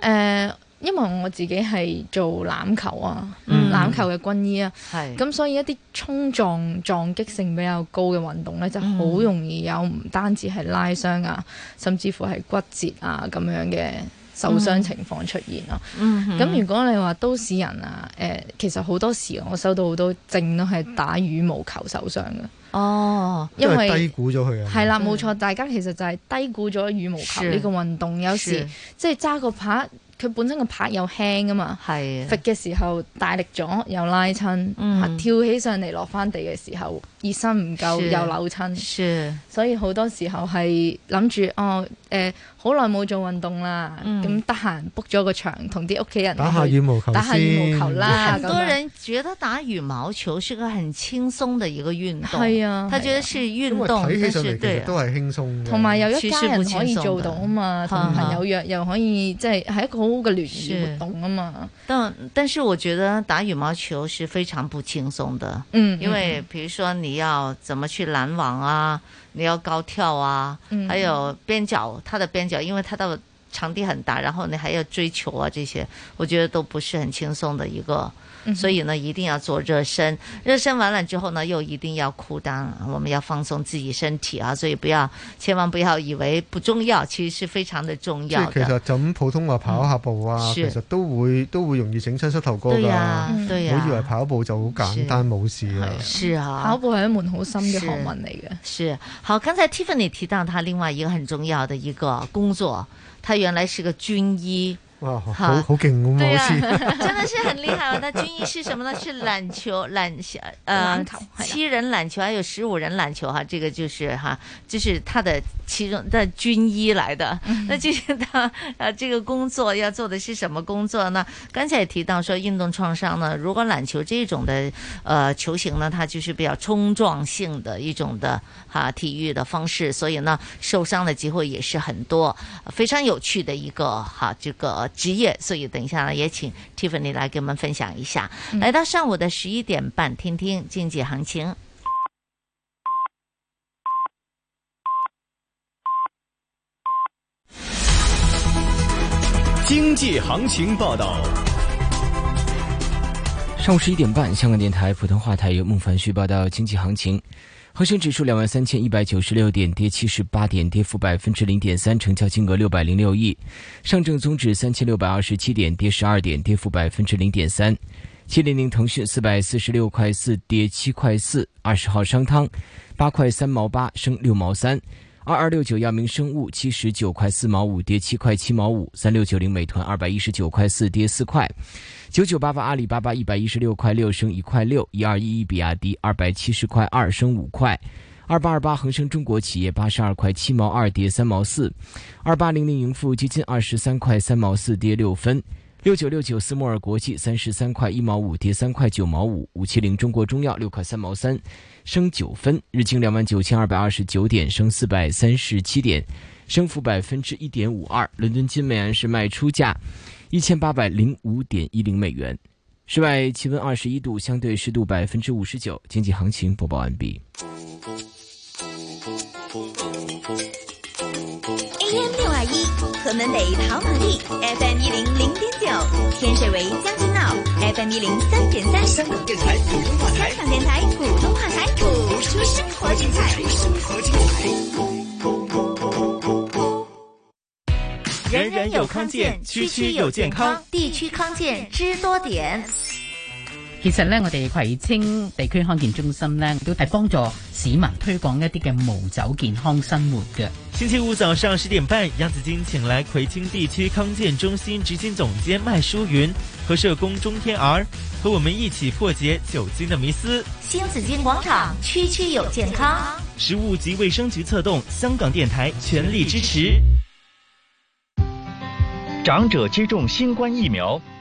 Speaker 27: 誒、呃因為我自己係做欖球啊，
Speaker 15: 嗯
Speaker 27: 欖球嘅軍醫啊，
Speaker 11: 係
Speaker 27: 咁所以一啲衝撞撞擊性比較高嘅運動咧，就好
Speaker 11: 嗯
Speaker 27: 容易有唔單止係拉傷啊，甚至乎係骨折啊咁樣嘅受傷情況出現咯、
Speaker 11: 嗯哼
Speaker 27: 咁、如果你話都市人啊，誒、其實好多時我收到好多證都係打羽毛球受傷嘅。
Speaker 11: 哦
Speaker 27: 因為
Speaker 15: 低估咗佢啊。
Speaker 27: 係
Speaker 11: 嗯
Speaker 27: 啦，冇錯，大家其實就係低估咗羽毛球
Speaker 15: 是
Speaker 27: 呢個運動。有時
Speaker 15: 是
Speaker 27: 即係揸個拍，佢本身個拍又輕啊嘛，
Speaker 11: 係嗯
Speaker 27: 揈嘅時候大力咗又拉親，跳起上嚟落翻地嘅時候熱身唔夠
Speaker 11: 是
Speaker 27: 又扭親
Speaker 11: 是，
Speaker 27: 所以好多時候係諗住哦誒，好耐冇做運動啦，
Speaker 11: 嗯
Speaker 27: 咁得閒 book 咗個場同啲屋企人
Speaker 15: 打下
Speaker 27: 去
Speaker 15: 羽毛球
Speaker 27: 打下羽毛球
Speaker 15: 先
Speaker 27: 啦，
Speaker 11: 很
Speaker 27: 咁
Speaker 11: 多
Speaker 27: 樣
Speaker 11: 人觉得打羽毛球是个很轻松的一个运动，
Speaker 27: 係啊
Speaker 11: 他觉得是
Speaker 15: 因
Speaker 11: 運
Speaker 15: 為
Speaker 11: 動，
Speaker 15: 睇起
Speaker 11: 但
Speaker 15: 上
Speaker 11: 是
Speaker 15: 嚟其
Speaker 11: 對
Speaker 15: 實
Speaker 11: 啊
Speaker 15: 都係輕鬆嘅。
Speaker 27: 同埋有一
Speaker 11: 其
Speaker 27: 家
Speaker 11: 實不
Speaker 27: 人
Speaker 11: 輕
Speaker 27: 可以
Speaker 11: 鬆
Speaker 27: 做
Speaker 11: 的
Speaker 27: 到啊嘛，同
Speaker 11: 哈哈
Speaker 27: 朋友約又可以，即係係一個好好嘅聯誼活動啊嘛。
Speaker 11: 但但是我觉得打羽毛球是非常不轻松的，
Speaker 27: 嗯
Speaker 11: 因为
Speaker 27: 嗯
Speaker 11: 比如说你要怎么去拦网啊，你要高跳啊，
Speaker 27: 嗯
Speaker 11: 还有边角，它的边角，因为它的场地很大，然后你还要追求啊这些，我觉得都不是很轻松的一个。
Speaker 21: 嗯哼
Speaker 11: 所以呢，一定要做热身，热身完了之后呢，又一定要 cool down，我们要放松自己身体啊，所以不要，千万不要以为不重要，其实是非常的重
Speaker 15: 即
Speaker 11: 要
Speaker 15: 係其
Speaker 11: 的。
Speaker 15: 實就咁普通話跑下步啊，
Speaker 11: 嗯
Speaker 15: 其
Speaker 11: 是
Speaker 15: 實都會都會容易整親膝頭哥㗎。
Speaker 11: 對呀嗯對呀
Speaker 15: 唔好以為跑步就好簡單冇事啊。
Speaker 11: 是啊，
Speaker 27: 跑步係一門好深嘅學問嚟嘅。
Speaker 11: 是好，刚才 Tiffany 提到他另外一个很重要的一个工作，他原来是个军医。
Speaker 15: 哇，好
Speaker 11: 好
Speaker 15: 好勁咁
Speaker 11: 对
Speaker 15: 喎
Speaker 11: 呀、
Speaker 15: 好似。
Speaker 11: 真的是很厉害哦。那军医是什么呢？是榄球榄球呃
Speaker 27: 篮球
Speaker 11: 七人榄球，还有十五人榄球哈。这个就是哈，这是他的其中的军医来的。那就是他呃这个工作要做的是什么工作呢？刚才也提到说运动创伤呢，如果榄球这种的呃球形呢，它就是比较冲撞性的一种的哈体育的方式，所以呢受伤的机会也是很多，呃非常有趣的一个哈这个职业。所以等一下呢，也请 Tiffany 来给我们分享一下。
Speaker 21: 嗯
Speaker 11: 来到上午的十一点半，听听经济行情。
Speaker 10: 经济行情报道。
Speaker 13: 上午十一点半，香港电台普通话台由孟凡旭报道经济行情。恒生指数两万三千一百九十六点，跌七十八点，跌幅百分之零点三，成交金额六百零六亿。上证综指三千六百二十七点，跌十二点，跌幅百分之零点三。七零零腾讯四百四十六块四，跌七块四。二十号商汤八块三毛八，升六毛三。二二六九药明生物七十九块四毛五，跌七块七毛五；三六九零美团二百一十九块四，跌四块；九九八八阿里巴巴一百一十六块六，升一块六；一二一一比亚迪二百七十块二，升五块。二八二八恒生中国企业八十二块七毛二跌三毛四，二八零零盈富基金二十三块三毛四跌六分，六九六九斯摩尔国际三十三块一毛五跌三块九毛五，五七零中国中药六块三毛三升九分，日经两万九千二百二十九点升四百三十七点，升幅百分之一点五二。伦敦金美元是卖出价一千八百零五点一零美元，室外气温二十一度，相对湿度百分之五十九。经济行情播报完毕。
Speaker 8: AM 六二一，河门北跑马地，FM 一零零点九，天水围将军澳，FM 一零三点三。香港电台普通话台，香港电台普通话台，播出生活精彩，生活精彩。
Speaker 21: 人人有康健，区区有健康，地区康健知多点。
Speaker 22: 其實咧，我哋葵青地區康健中心咧，都係幫助市民推廣一啲嘅無酒健康生活嘅。
Speaker 12: 星期五早上十点半，杨子金请来葵青地区康健中心执行总监麦淑云和社工钟天儿，和我们一起破解酒精的迷思。
Speaker 21: 新紫金广场区区有健康。
Speaker 12: 食物及卫生局策动，香港电台全力支持。
Speaker 7: 长者接种新冠疫苗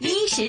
Speaker 8: 衣食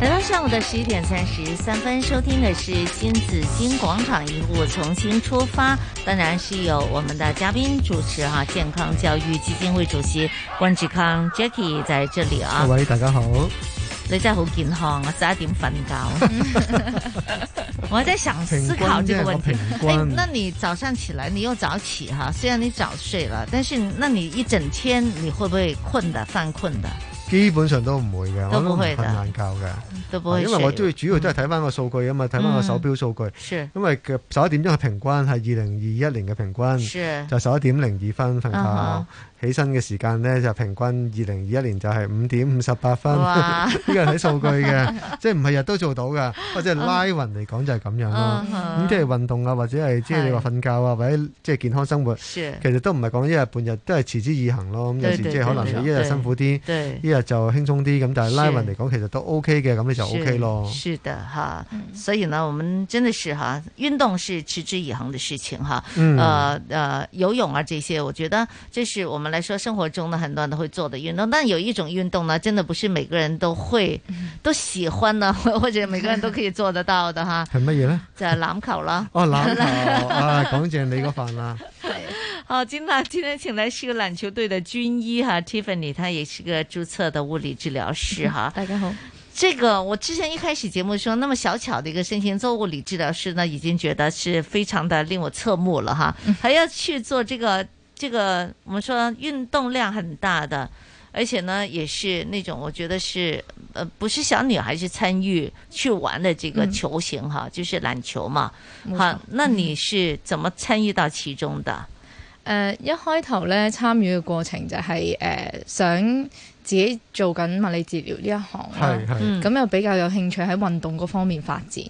Speaker 11: 来到上午的十一点三十三分，收听的是金紫金广场一路重新出发，当然是有我们的嘉宾主持哈、健康教育基金会主席关志康 Jackie 在这里啊。
Speaker 15: 各位大家好，
Speaker 11: 你真系好健康啊！十一点瞓觉，我还在想思考这个问题
Speaker 15: 平均。啫
Speaker 11: 哎
Speaker 15: 我平，均
Speaker 11: 那你早上起来，你又早起哈、虽然你早睡了，但是那你一整天你会不会困的、犯困的？
Speaker 15: 基本上都唔會嘅，我
Speaker 11: 都
Speaker 15: 都
Speaker 11: 不
Speaker 15: 唔
Speaker 11: 會
Speaker 15: 瞓
Speaker 11: 的
Speaker 15: 懶覺嘅。
Speaker 11: 都不會
Speaker 15: 因為我
Speaker 11: 水
Speaker 15: 都要主要都係睇翻個數據啊嘛，睇翻個手錶數據
Speaker 11: 是。
Speaker 15: 因為嘅十一點鐘嘅平均係二零二一年嘅平
Speaker 11: 是
Speaker 15: 均，就十一點零二分瞓
Speaker 11: 啊
Speaker 15: 覺
Speaker 11: 哈。
Speaker 15: 起身嘅時間咧就平均二零二一年就係五點五十八分，
Speaker 11: 哇
Speaker 15: 呢個係睇數據嘅， 即係唔係日都做到㗎。或者係拉勻嚟講就係咁樣咯。
Speaker 11: 嗯
Speaker 15: 咁即係運動啊，或者係即係你話瞓覺啊，或者即係健康生活，其
Speaker 11: 是
Speaker 15: 實都唔係講一日半日，都係持之以恒咯。咁有
Speaker 11: 對
Speaker 15: 時
Speaker 11: 對
Speaker 15: 即係可能
Speaker 11: 對
Speaker 15: 你一日
Speaker 11: 對
Speaker 15: 辛苦啲
Speaker 11: 對，
Speaker 15: 一日就輕鬆啲，咁但係拉勻嚟講其實都 OK 嘅，咁你就 OK 咯。
Speaker 11: 是是的哈，所以呢，我们真的是哈，运动是持之以恒的事情哈。
Speaker 24: 嗯
Speaker 11: 呃呃，游泳啊这些，我觉得这是我们来说生活中呢很多人都会做的运动。但有一种运动呢，真的不是每个人都会、都喜欢呢， 或或者每个人都可以做得到的哈。
Speaker 15: 係乜 嘢咧？
Speaker 11: 就係欖球啦。
Speaker 15: 哦，籃 球啊，講正你嗰份啦。
Speaker 11: 好，今天今天请来是个篮球队的军医哈，Tiffany，她也是个注册的物理治疗师哈。
Speaker 27: 嗯大家好。
Speaker 11: 这个我之前一开始节目说，那么小巧的一个身形做物理治疗师呢，已经觉得是非常的令我侧目了哈，
Speaker 27: 嗯
Speaker 11: 还要去做这个这个我们说运动量很大的，而且呢也是那种我觉得是呃不是小女孩去参与去玩的这个
Speaker 27: 嗯
Speaker 11: 球形哈，就是篮球嘛，
Speaker 27: 没错
Speaker 11: 好，那 你是怎么参与到其中的？
Speaker 27: 誒、呃一開頭咧參與嘅過程就係、誒、想自己做緊物理治療呢一行啦
Speaker 24: 係係，嗯
Speaker 27: 咁又比較有興趣喺運動嗰方面發展，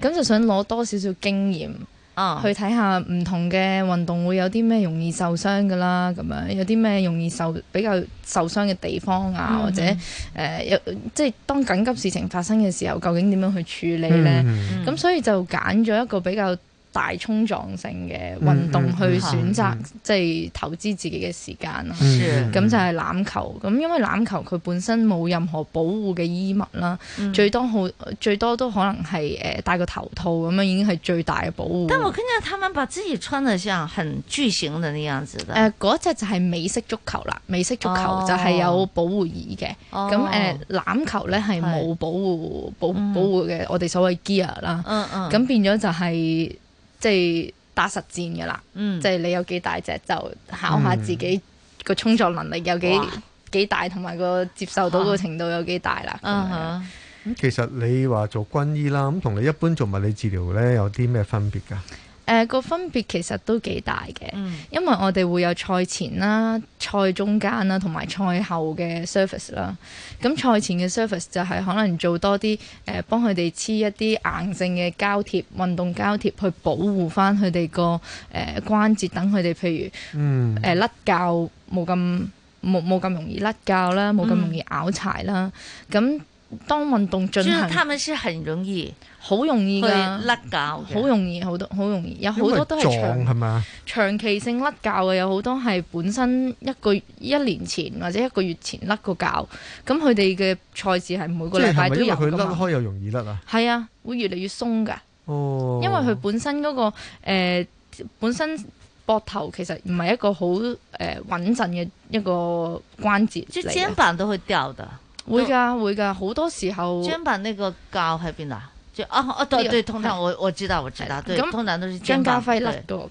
Speaker 27: 咁就想攞多少少經驗。
Speaker 11: 啊
Speaker 27: 去睇下唔同嘅運動會有啲咩容易受傷噶啦，咁樣有啲咩容易受比較受傷嘅地方啊，
Speaker 24: 嗯
Speaker 27: 或者誒、有即係當緊急事情發生嘅時候，究竟點樣去處理呢？
Speaker 24: 嗯
Speaker 27: 咁、所以就揀咗一個比較大衝撞性嘅運動
Speaker 24: 嗯嗯
Speaker 27: 去
Speaker 24: 嗯
Speaker 27: 選擇，
Speaker 24: 嗯
Speaker 27: 即係投資自己嘅時間啦。啊
Speaker 24: 是
Speaker 27: 咁就係欖球。咁因為欖球佢本身冇任何保護嘅衣物啦，
Speaker 11: 嗯
Speaker 27: 最多好最多都可能係誒、呃戴個頭套咁樣已經係最大嘅保護。
Speaker 11: 但我看见他们把自己穿的像很巨型的那样子的，
Speaker 27: 誒呃嗰只就係美式足球啦，美式足
Speaker 11: 啊哦
Speaker 27: 球就係有保護衣嘅。
Speaker 11: 哦
Speaker 27: 咁誒欖球咧係冇保護保保護嘅，我哋所謂 gear 啦。
Speaker 11: 嗯嗯
Speaker 27: 咁變咗就係即係打實戰嘅啦。
Speaker 11: 嗯
Speaker 27: 即係你有幾大隻就考下自己個衝撞能力有幾
Speaker 11: 哇啊
Speaker 27: 幾大，同埋個接受到個程度有幾大啦。
Speaker 11: 嗯哼。
Speaker 15: 咁其實你話做軍醫啦，咁同你一般做物理治療咧有啲咩分別㗎？
Speaker 27: 誒呃個、分別其實都幾大嘅，
Speaker 11: 嗯
Speaker 27: 因為我哋會有賽前啦、賽中間啦，同埋賽後嘅 service 啦。咁賽前嘅 service 就係可能做多啲誒、呃、幫佢哋黐一啲硬性嘅膠貼、運動膠貼去保護翻佢哋個誒關節，等佢哋譬如。
Speaker 15: 嗯
Speaker 27: 誒甩臼冇咁冇冇咁容易甩臼啦，冇咁容易拗柴啦。咁、當運動進
Speaker 11: 就是
Speaker 27: 行，
Speaker 11: 他们是很容易
Speaker 27: 好容易
Speaker 11: 去
Speaker 27: 㗎，
Speaker 11: 甩臼嘅，
Speaker 27: 好容易，好多好容易，有好
Speaker 15: 因為
Speaker 27: 多都係
Speaker 15: 撞係
Speaker 27: 長
Speaker 15: 咪啊？
Speaker 27: 長期性甩臼嘅，有好多係本身一個一年前或者一個月前甩過臼，咁佢哋嘅賽事係每
Speaker 15: 即
Speaker 27: 個
Speaker 15: 係
Speaker 27: 禮
Speaker 15: 係
Speaker 27: 拜
Speaker 15: 咪
Speaker 27: 都
Speaker 15: 因為
Speaker 27: 有
Speaker 15: 佢
Speaker 27: 㗎
Speaker 15: 甩
Speaker 27: 嘛。
Speaker 15: 開又容易甩啊？
Speaker 27: 係啊，會越嚟越鬆㗎。
Speaker 15: 哦，
Speaker 27: 因為佢本身嗰、個、呃、本身膊頭其實唔係一個好誒、呃、穩陣嘅一個關節
Speaker 11: 就
Speaker 27: 嚟嘅
Speaker 11: 肩膀都會掉的。
Speaker 27: 會㗎會㗎，好多時候
Speaker 11: 肩膀那個臼喺邊啊？就哦哦，
Speaker 27: 呢
Speaker 11: 對
Speaker 27: 個
Speaker 11: 對，通常我我知道我知道，對，
Speaker 27: 咁
Speaker 11: 通常都是
Speaker 27: 張
Speaker 11: 肩
Speaker 27: 家
Speaker 11: 膀。
Speaker 27: 輝甩
Speaker 11: 對
Speaker 27: 咗個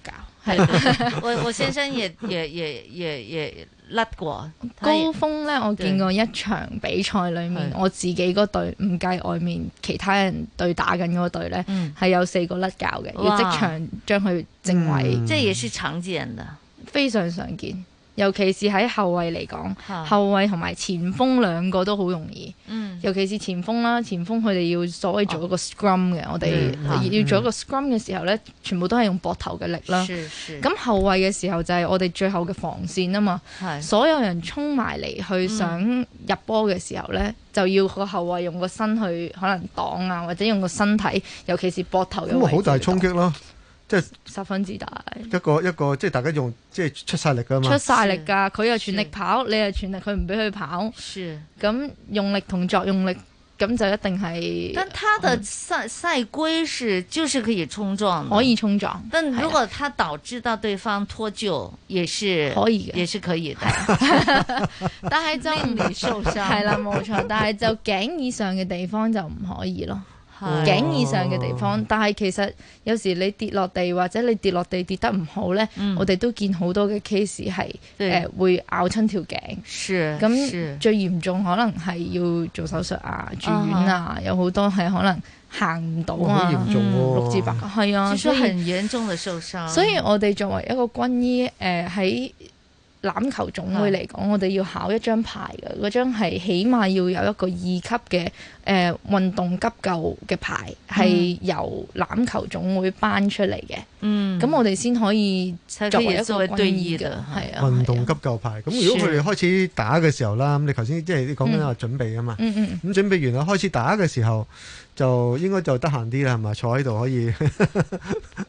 Speaker 27: 臼。
Speaker 11: 我我先生也也也也也甩過，他也
Speaker 27: 高峰咧，我見過一場比賽裏面，我自己嗰隊唔計外面其他人對打緊嗰隊咧，係、有四個甩臼嘅，要
Speaker 11: 嗯哇嗯
Speaker 27: 即場將佢正位，
Speaker 11: 這也是常見的。
Speaker 27: 非常常見。尤其是喺後衞嚟
Speaker 11: 嚇
Speaker 27: 講，後衞同埋前鋒兩個都好容易。
Speaker 11: 嗯
Speaker 27: 尤其是前鋒啦，前鋒佢哋要所謂做一個 scrum 嘅，我哋
Speaker 11: 嗯嚇
Speaker 27: 要做一個 scrum 嘅時候咧，全部都係用膊頭嘅力啦。
Speaker 11: 是是
Speaker 27: 咁後衞嘅時候就係我哋最後嘅防線啊嘛
Speaker 11: 係，
Speaker 27: 所有人衝埋嚟
Speaker 11: 嗯
Speaker 27: 去想入波嘅時候咧，就要個後衞用個身去可能擋啊，或者用個身體，尤其是膊頭嘅
Speaker 15: 咁咪
Speaker 27: 位置
Speaker 15: 好大衝擊咯，即係
Speaker 27: 十分之大。
Speaker 15: 一個一個即係大家用即係出晒力㗎嘛。
Speaker 27: 出晒力㗎，佢又全力跑，你又全力，佢唔俾佢跑。咁用力同作用力，咁就一定係。
Speaker 11: 但他的賽賽規是就是可以衝撞的，
Speaker 27: 可以衝撞。
Speaker 11: 但如果他導致到對方脱臼，也是
Speaker 27: 可以嘅
Speaker 11: 也是可以 的。
Speaker 27: 但係就
Speaker 11: 令你受傷
Speaker 27: 係啦，冇錯。但係就頸以上嘅地方就唔可以咯。頸以上嘅地
Speaker 11: 哦
Speaker 27: 方。但係其實有時你跌落地或者你跌落地跌得唔好咧，我哋都見好多嘅 case 係
Speaker 11: 嗯對
Speaker 27: 誒會咬親條頸。
Speaker 11: 是是
Speaker 27: 咁最嚴重可能係要做手術啊、住院啊，有好多係可能行唔到
Speaker 11: 哇好
Speaker 27: 啊，
Speaker 11: 嚴重喎
Speaker 27: 六至八係
Speaker 11: 嗯
Speaker 27: 啊，
Speaker 11: 就是
Speaker 27: 所以
Speaker 11: 很嚴重的受傷。
Speaker 27: 所以我哋作為一個軍醫，誒、呃喺欖球總會嚟講，我哋要考一張牌嘅，嗰張係起碼要有一個二級嘅誒、呃、運動急救嘅牌，係由欖球總會頒出嚟嘅。
Speaker 11: 嗯
Speaker 27: 咁我哋先可以
Speaker 11: 才
Speaker 27: 作
Speaker 11: 可以
Speaker 27: 為一
Speaker 11: 作
Speaker 27: 個
Speaker 11: 為
Speaker 27: 軍
Speaker 11: 隊
Speaker 27: 醫
Speaker 11: 醫
Speaker 27: 嘅，
Speaker 11: 的
Speaker 27: 係啊。
Speaker 15: 運動急救牌。咁如果佢哋開始打嘅時候啦，咁你頭先即係你講緊話準備啊嘛。
Speaker 27: 嗯嗯。
Speaker 15: 咁準備完啦，開始打嘅時候就應該就得閒啲啦，係咪？坐喺度可以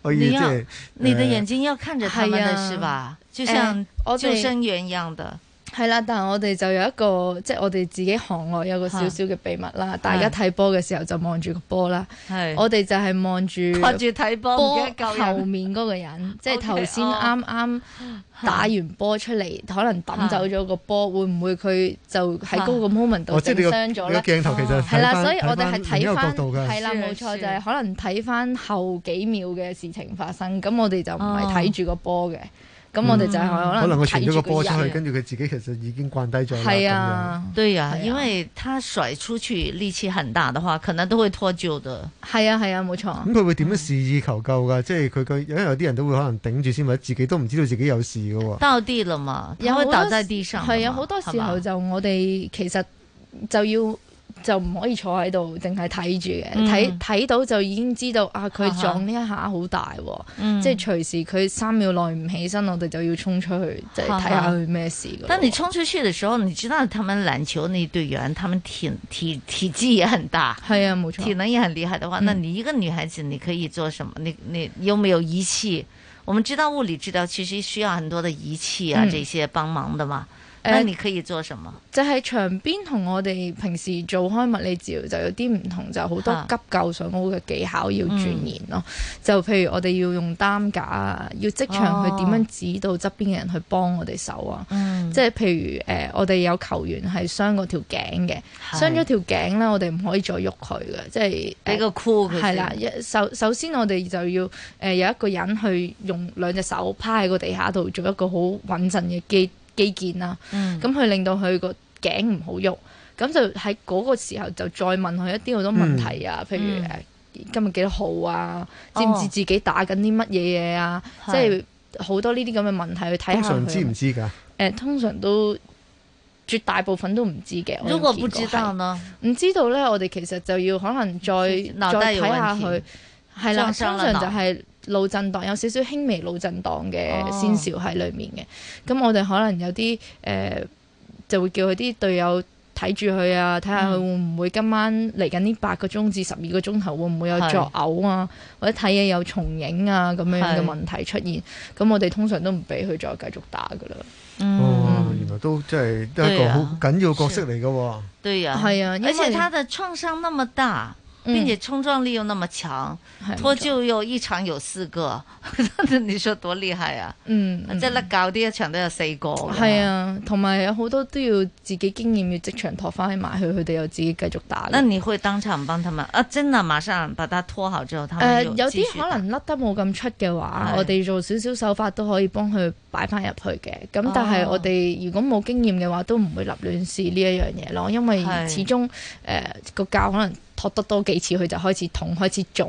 Speaker 15: 可以
Speaker 11: 你
Speaker 27: 啊
Speaker 15: 即
Speaker 11: 要
Speaker 15: 係。
Speaker 11: 你的
Speaker 15: 呃
Speaker 11: 眼睛要看着他們
Speaker 27: 係
Speaker 11: 的
Speaker 27: 啊
Speaker 11: 是吧？就
Speaker 27: 誒
Speaker 11: 像
Speaker 27: 我
Speaker 11: 救
Speaker 27: 哋
Speaker 11: 生員一樣的。
Speaker 27: 係啦，但係我哋就有一個，即係我哋自己行內有個少少嘅秘密啦。大家睇波嘅時候就望住個波啦，
Speaker 11: 係
Speaker 27: 我哋就係望住
Speaker 11: 掛哎住睇波唔記得救人
Speaker 27: 後面嗰個人，即係
Speaker 11: OK，
Speaker 27: 頭先
Speaker 11: 哦
Speaker 27: 啱啱打完波出嚟，可能
Speaker 11: 嗯
Speaker 27: 抌走咗個波，會唔會佢就喺嗰個 moment 度
Speaker 15: 哦即
Speaker 27: 整
Speaker 15: 係你個
Speaker 27: 傷咗
Speaker 15: 你個
Speaker 27: 咧？
Speaker 15: 鏡頭其實
Speaker 27: 係啦，
Speaker 15: 睇返
Speaker 27: 所以我哋係
Speaker 15: 睇返另一個
Speaker 27: 睇翻
Speaker 15: 角度㗎
Speaker 27: 係啦，冇錯就係可能睇翻後幾秒嘅事情發生，咁我哋就唔係
Speaker 11: 哦
Speaker 27: 睇住個波嘅，咁我哋就
Speaker 15: 嗯
Speaker 27: 係可能
Speaker 15: 可能佢傳咗個波出
Speaker 27: 睇住
Speaker 15: 去，
Speaker 27: 人
Speaker 15: 跟住佢自己其實已經慣低咗啦。
Speaker 11: 係
Speaker 27: 啊，
Speaker 11: 對呀、因為他甩出去力氣很大的話，可能都會脱臼的。
Speaker 27: 係啊係啊，冇錯。
Speaker 15: 咁佢會點樣示意求救㗎？即係佢佢因為有啲人都會可能頂住先，或者自己都唔知道自己有事㗎喎。
Speaker 11: 到地了嘛，他會
Speaker 27: 好多
Speaker 11: 倒在地上的嘛。
Speaker 27: 係啊，好多時
Speaker 11: 係
Speaker 27: 候
Speaker 11: 嘛
Speaker 27: 就我哋其實就要。就唔可以坐喺度，淨係睇住嘅，
Speaker 11: 嗯
Speaker 27: 睇睇、到就已經知道啊！
Speaker 11: 啊
Speaker 27: 佢
Speaker 11: 哈
Speaker 27: 撞呢一下好大喎，
Speaker 11: 嗯
Speaker 27: 即係隨時佢三秒內唔起身，我哋就要衝出去，即係睇下佢咩事㗎咯。
Speaker 11: 当你冲出去的时候，你知道他们篮球那队员，他们体体体积也很大，
Speaker 27: 系啊，冇错，嗯
Speaker 11: 体能也很厉害的话，那你一个女孩子，你可以做什么？你你有没有仪器？我们知道物理治疗其实需要很多的仪器啊，
Speaker 27: 嗯
Speaker 11: 这些帮忙的嘛。
Speaker 27: 呃
Speaker 11: 那你可以做什么？
Speaker 27: 就係場邊同我哋平時做開物理治療就有啲唔同，就好多急救上高嘅技巧要鑽研
Speaker 11: 嗯
Speaker 27: 咯。就譬如我哋要用擔架啊，要即場去點樣指導側邊嘅人去幫我哋手啊。
Speaker 11: 嗯
Speaker 27: 即係譬如誒、呃我哋有球員係傷過條頸嘅，
Speaker 11: 係
Speaker 27: 傷咗條頸咧，我哋唔可以再喐佢嘅，即係呃
Speaker 11: 俾個箍佢
Speaker 27: 係啦，
Speaker 11: 先
Speaker 27: 一首首先我哋就要誒、呃有一個人去用兩隻手趴喺個地下度做一個好穩陣嘅基基建啦。
Speaker 11: 嗯
Speaker 27: 咁佢令到佢個頸唔好喐，咁就喺嗰個時候就再問佢一啲好多問題啊，譬如誒、今日幾多號啊，
Speaker 11: 嗯哦
Speaker 27: 知唔知自己打緊啲乜嘢嘢啊，
Speaker 11: 係
Speaker 27: 即係好多呢啲咁嘅問題去睇
Speaker 15: 通
Speaker 27: 下佢有冇。
Speaker 15: 常知唔知㗎？
Speaker 27: 誒通常都絕大部分都唔知嘅。我有
Speaker 11: 如果
Speaker 27: 見
Speaker 11: 不
Speaker 27: 過
Speaker 11: 知
Speaker 27: 係
Speaker 11: 道呢？
Speaker 27: 唔知道咧，我哋其實就要可能再
Speaker 11: 腦
Speaker 27: 再
Speaker 11: 袋
Speaker 27: 睇
Speaker 11: 有
Speaker 27: 下
Speaker 11: 問題
Speaker 27: 佢係啦，
Speaker 11: 撞
Speaker 27: 通
Speaker 11: 傷
Speaker 27: 常
Speaker 11: 啦
Speaker 27: 就係腦震盪，有少少輕微腦震盪嘅
Speaker 11: 哦
Speaker 27: 先兆喺裡面嘅。咁我哋可能有啲誒、呃就會叫佢啲隊友。睇住佢啊，睇下佢
Speaker 11: 嗯
Speaker 27: 會唔會今晚嚟緊呢八個鐘至十二個鐘頭會唔會有
Speaker 11: 係
Speaker 27: 作嘔啊，或者睇嘢有重影啊咁樣嘅
Speaker 11: 係
Speaker 27: 問題出現，咁我哋通常都唔俾佢再繼續打噶啦。
Speaker 11: 嗯
Speaker 15: 哦，原來都即係都係一
Speaker 27: 嗯對
Speaker 15: 個
Speaker 27: 啊
Speaker 15: 好緊要嘅角色嚟㗎喎。
Speaker 11: 对呀、
Speaker 27: 係啊因為
Speaker 11: 而且他的创伤那么大，
Speaker 27: 嗯
Speaker 11: 并且冲撞力又那么强，
Speaker 27: 係
Speaker 11: 脱
Speaker 27: 冇錯
Speaker 11: 臼又一场有四个， 你说多厉害啊！
Speaker 27: 嗯嗯
Speaker 11: 即系甩臼啲一场都有四个㗎。
Speaker 27: 係啊，同埋有好多都要自己經驗要即場托翻埋去，佢哋又自己繼續打。
Speaker 11: 那你会当场帮他们啊？真的，马上把它拖好之后，他
Speaker 27: 誒、
Speaker 11: 们又
Speaker 27: 呃有
Speaker 11: 繼
Speaker 27: 啲
Speaker 11: 續
Speaker 27: 可能甩得冇咁出嘅話，
Speaker 11: 係
Speaker 27: 我哋做少少手法都可以幫佢擺翻入去嘅。咁
Speaker 11: 哦
Speaker 27: 但係我哋如果冇經驗嘅話，都唔會立亂試呢一樣嘢咯，因為
Speaker 11: 係
Speaker 27: 始終誒個教可能托得多幾次，佢就開始痛，開始腫。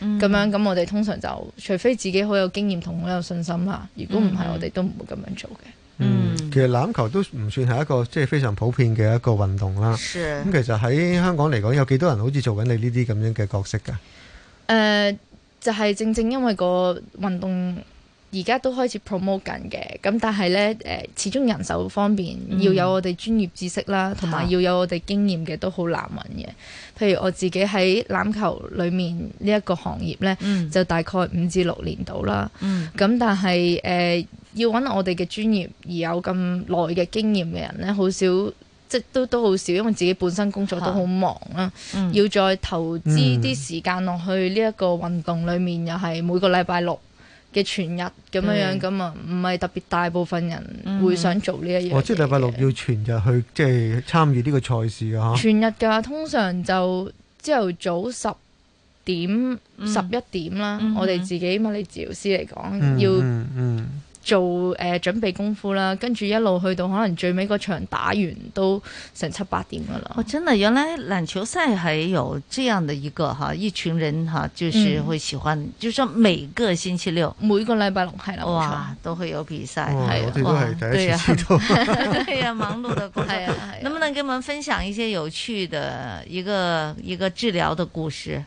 Speaker 11: 嗯
Speaker 27: 咁樣咁，我哋通常就除非自己好有經驗同好有信心啦。如果唔
Speaker 11: 嗯
Speaker 27: 係，我哋都唔會咁樣做嘅。
Speaker 15: 嗯，其實欖球都唔算係一個即係非常普遍嘅一個運動啦。
Speaker 27: 是
Speaker 15: 咁其實喺香港嚟講，有幾多人好似做緊你呢啲咁樣嘅角色㗎？
Speaker 27: 誒、呃就係、正正因為個運動而家都開始 promote 緊嘅，咁但係咧誒，始終人手方面、
Speaker 11: 嗯
Speaker 27: 要有我哋專業知識啦，同
Speaker 11: 嚇
Speaker 27: 埋要有我哋經驗嘅都好難揾嘅。譬如我自己喺欖球裡面呢一個行業咧，
Speaker 11: 嗯
Speaker 27: 就大概五至六年到啦。
Speaker 11: 嗯
Speaker 27: 咁但係誒、呃要揾我哋嘅專業而有咁耐嘅經驗嘅人咧，好少。即都都好少，因為自己本身工作都好忙啦，
Speaker 11: 嗯
Speaker 27: 要再投資啲
Speaker 11: 嗯
Speaker 27: 時間落去呢一個運動裡面，又係每個禮拜六嘅全日咁樣樣，
Speaker 11: 嗯
Speaker 27: 咁啊唔係特別大部分人會想做呢一樣
Speaker 15: 嗯我即係禮拜六要全日去啊即係參與呢個賽事㗎嚇。
Speaker 27: 全日㗎，通常就朝頭早十點
Speaker 15: 嗯
Speaker 27: 十一點啦，我哋自己物理治療師嚟講要。
Speaker 15: 嗯嗯
Speaker 27: 做誒、呃、準備功夫啦，跟住一路去到可能最尾嗰場打完都成七八點噶啦。
Speaker 11: 哦，真的，原来篮球赛还有这样的一个哈，一群人哈，就是会喜欢，就是说每个星期六，
Speaker 27: 嗯每個禮拜六係啦，冇錯
Speaker 11: 哇，都会有比赛，
Speaker 15: 哇
Speaker 11: 係啊
Speaker 15: 我哋都係
Speaker 11: 哇
Speaker 15: 第一次知道
Speaker 11: 对呀 对呀，忙碌的工 作，
Speaker 27: 啊
Speaker 11: 能不能给我们分享一些有趣的一个一个治疗的故事？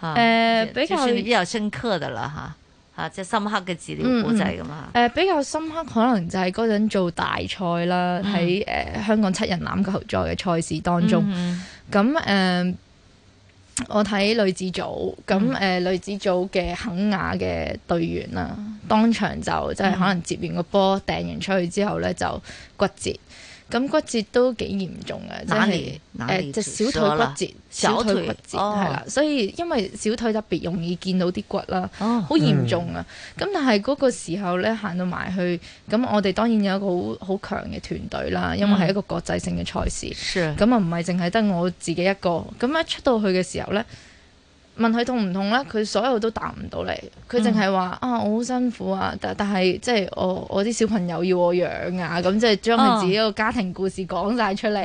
Speaker 11: 啊
Speaker 27: 呃比
Speaker 11: 就
Speaker 27: 較
Speaker 11: 是你比较深刻的了哈，啊，即係深刻嘅治
Speaker 27: 嗯
Speaker 11: 療故仔咁啊。
Speaker 27: 誒、比較深刻可能就係嗰陣做大賽啦，
Speaker 11: 嗯
Speaker 27: 喺誒、香港七人欖球賽嘅賽事當中，
Speaker 11: 嗯
Speaker 27: 咁誒、我睇女子組，咁誒、
Speaker 11: 嗯
Speaker 27: 女子組嘅肯雅嘅隊員啦，當場就
Speaker 11: 嗯
Speaker 27: 即係可能接完個波掟完出去之後咧就骨折。咁骨折都幾嚴重嘅，
Speaker 11: 哪
Speaker 27: 即
Speaker 11: 裡
Speaker 27: 係
Speaker 11: 哪
Speaker 27: 誒
Speaker 11: 裡
Speaker 27: 隻小
Speaker 11: 折
Speaker 27: 腿骨
Speaker 11: 啦
Speaker 27: 折，
Speaker 11: 小
Speaker 27: 腿
Speaker 11: 腿
Speaker 27: 骨折
Speaker 11: 哦
Speaker 27: 係啦，所以因為小腿特別容易見到啲骨啦，好、
Speaker 11: 哦
Speaker 27: 嚴重啊！咁、但係嗰個時候咧，行到埋去，咁我哋當然有一個好好強嘅團隊啦，因為係一個國際性嘅賽事，
Speaker 11: 嗯是
Speaker 27: 咁啊唔係淨係得我自己一個。咁一出到去嘅時候咧，問佢痛唔痛咧，佢所有都答唔到你，佢淨
Speaker 11: 嗯
Speaker 27: 係話啊我好辛苦啊，但但係即係我我啲小朋友要我養啊，咁即係將佢自己個家庭故事講晒出 嚟。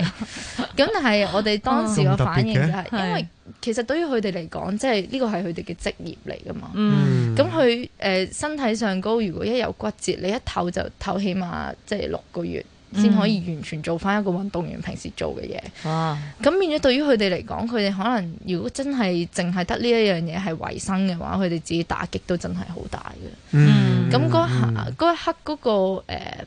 Speaker 27: 咁但係我哋當時個反應就
Speaker 11: 啊咁
Speaker 27: 係、
Speaker 11: 特別嘅
Speaker 27: 因為
Speaker 11: 係
Speaker 27: 其實對於佢哋嚟講，即係呢個係佢哋嘅職業嚟噶嘛。
Speaker 11: 嗯
Speaker 27: 咁佢誒身體上高，如果一有骨折，你一唞就唞起碼即係六個月，先可以完全做翻一個運動員平時做嘅嘢。
Speaker 11: 哇！
Speaker 27: 咁變咗對於佢哋嚟講，佢哋可能如果真係淨係得呢一樣嘢係維生嘅話，佢哋自己打擊都真係好大嘅。
Speaker 15: 嗯
Speaker 27: 咁嗰下嗰一刻嗰、個、呃、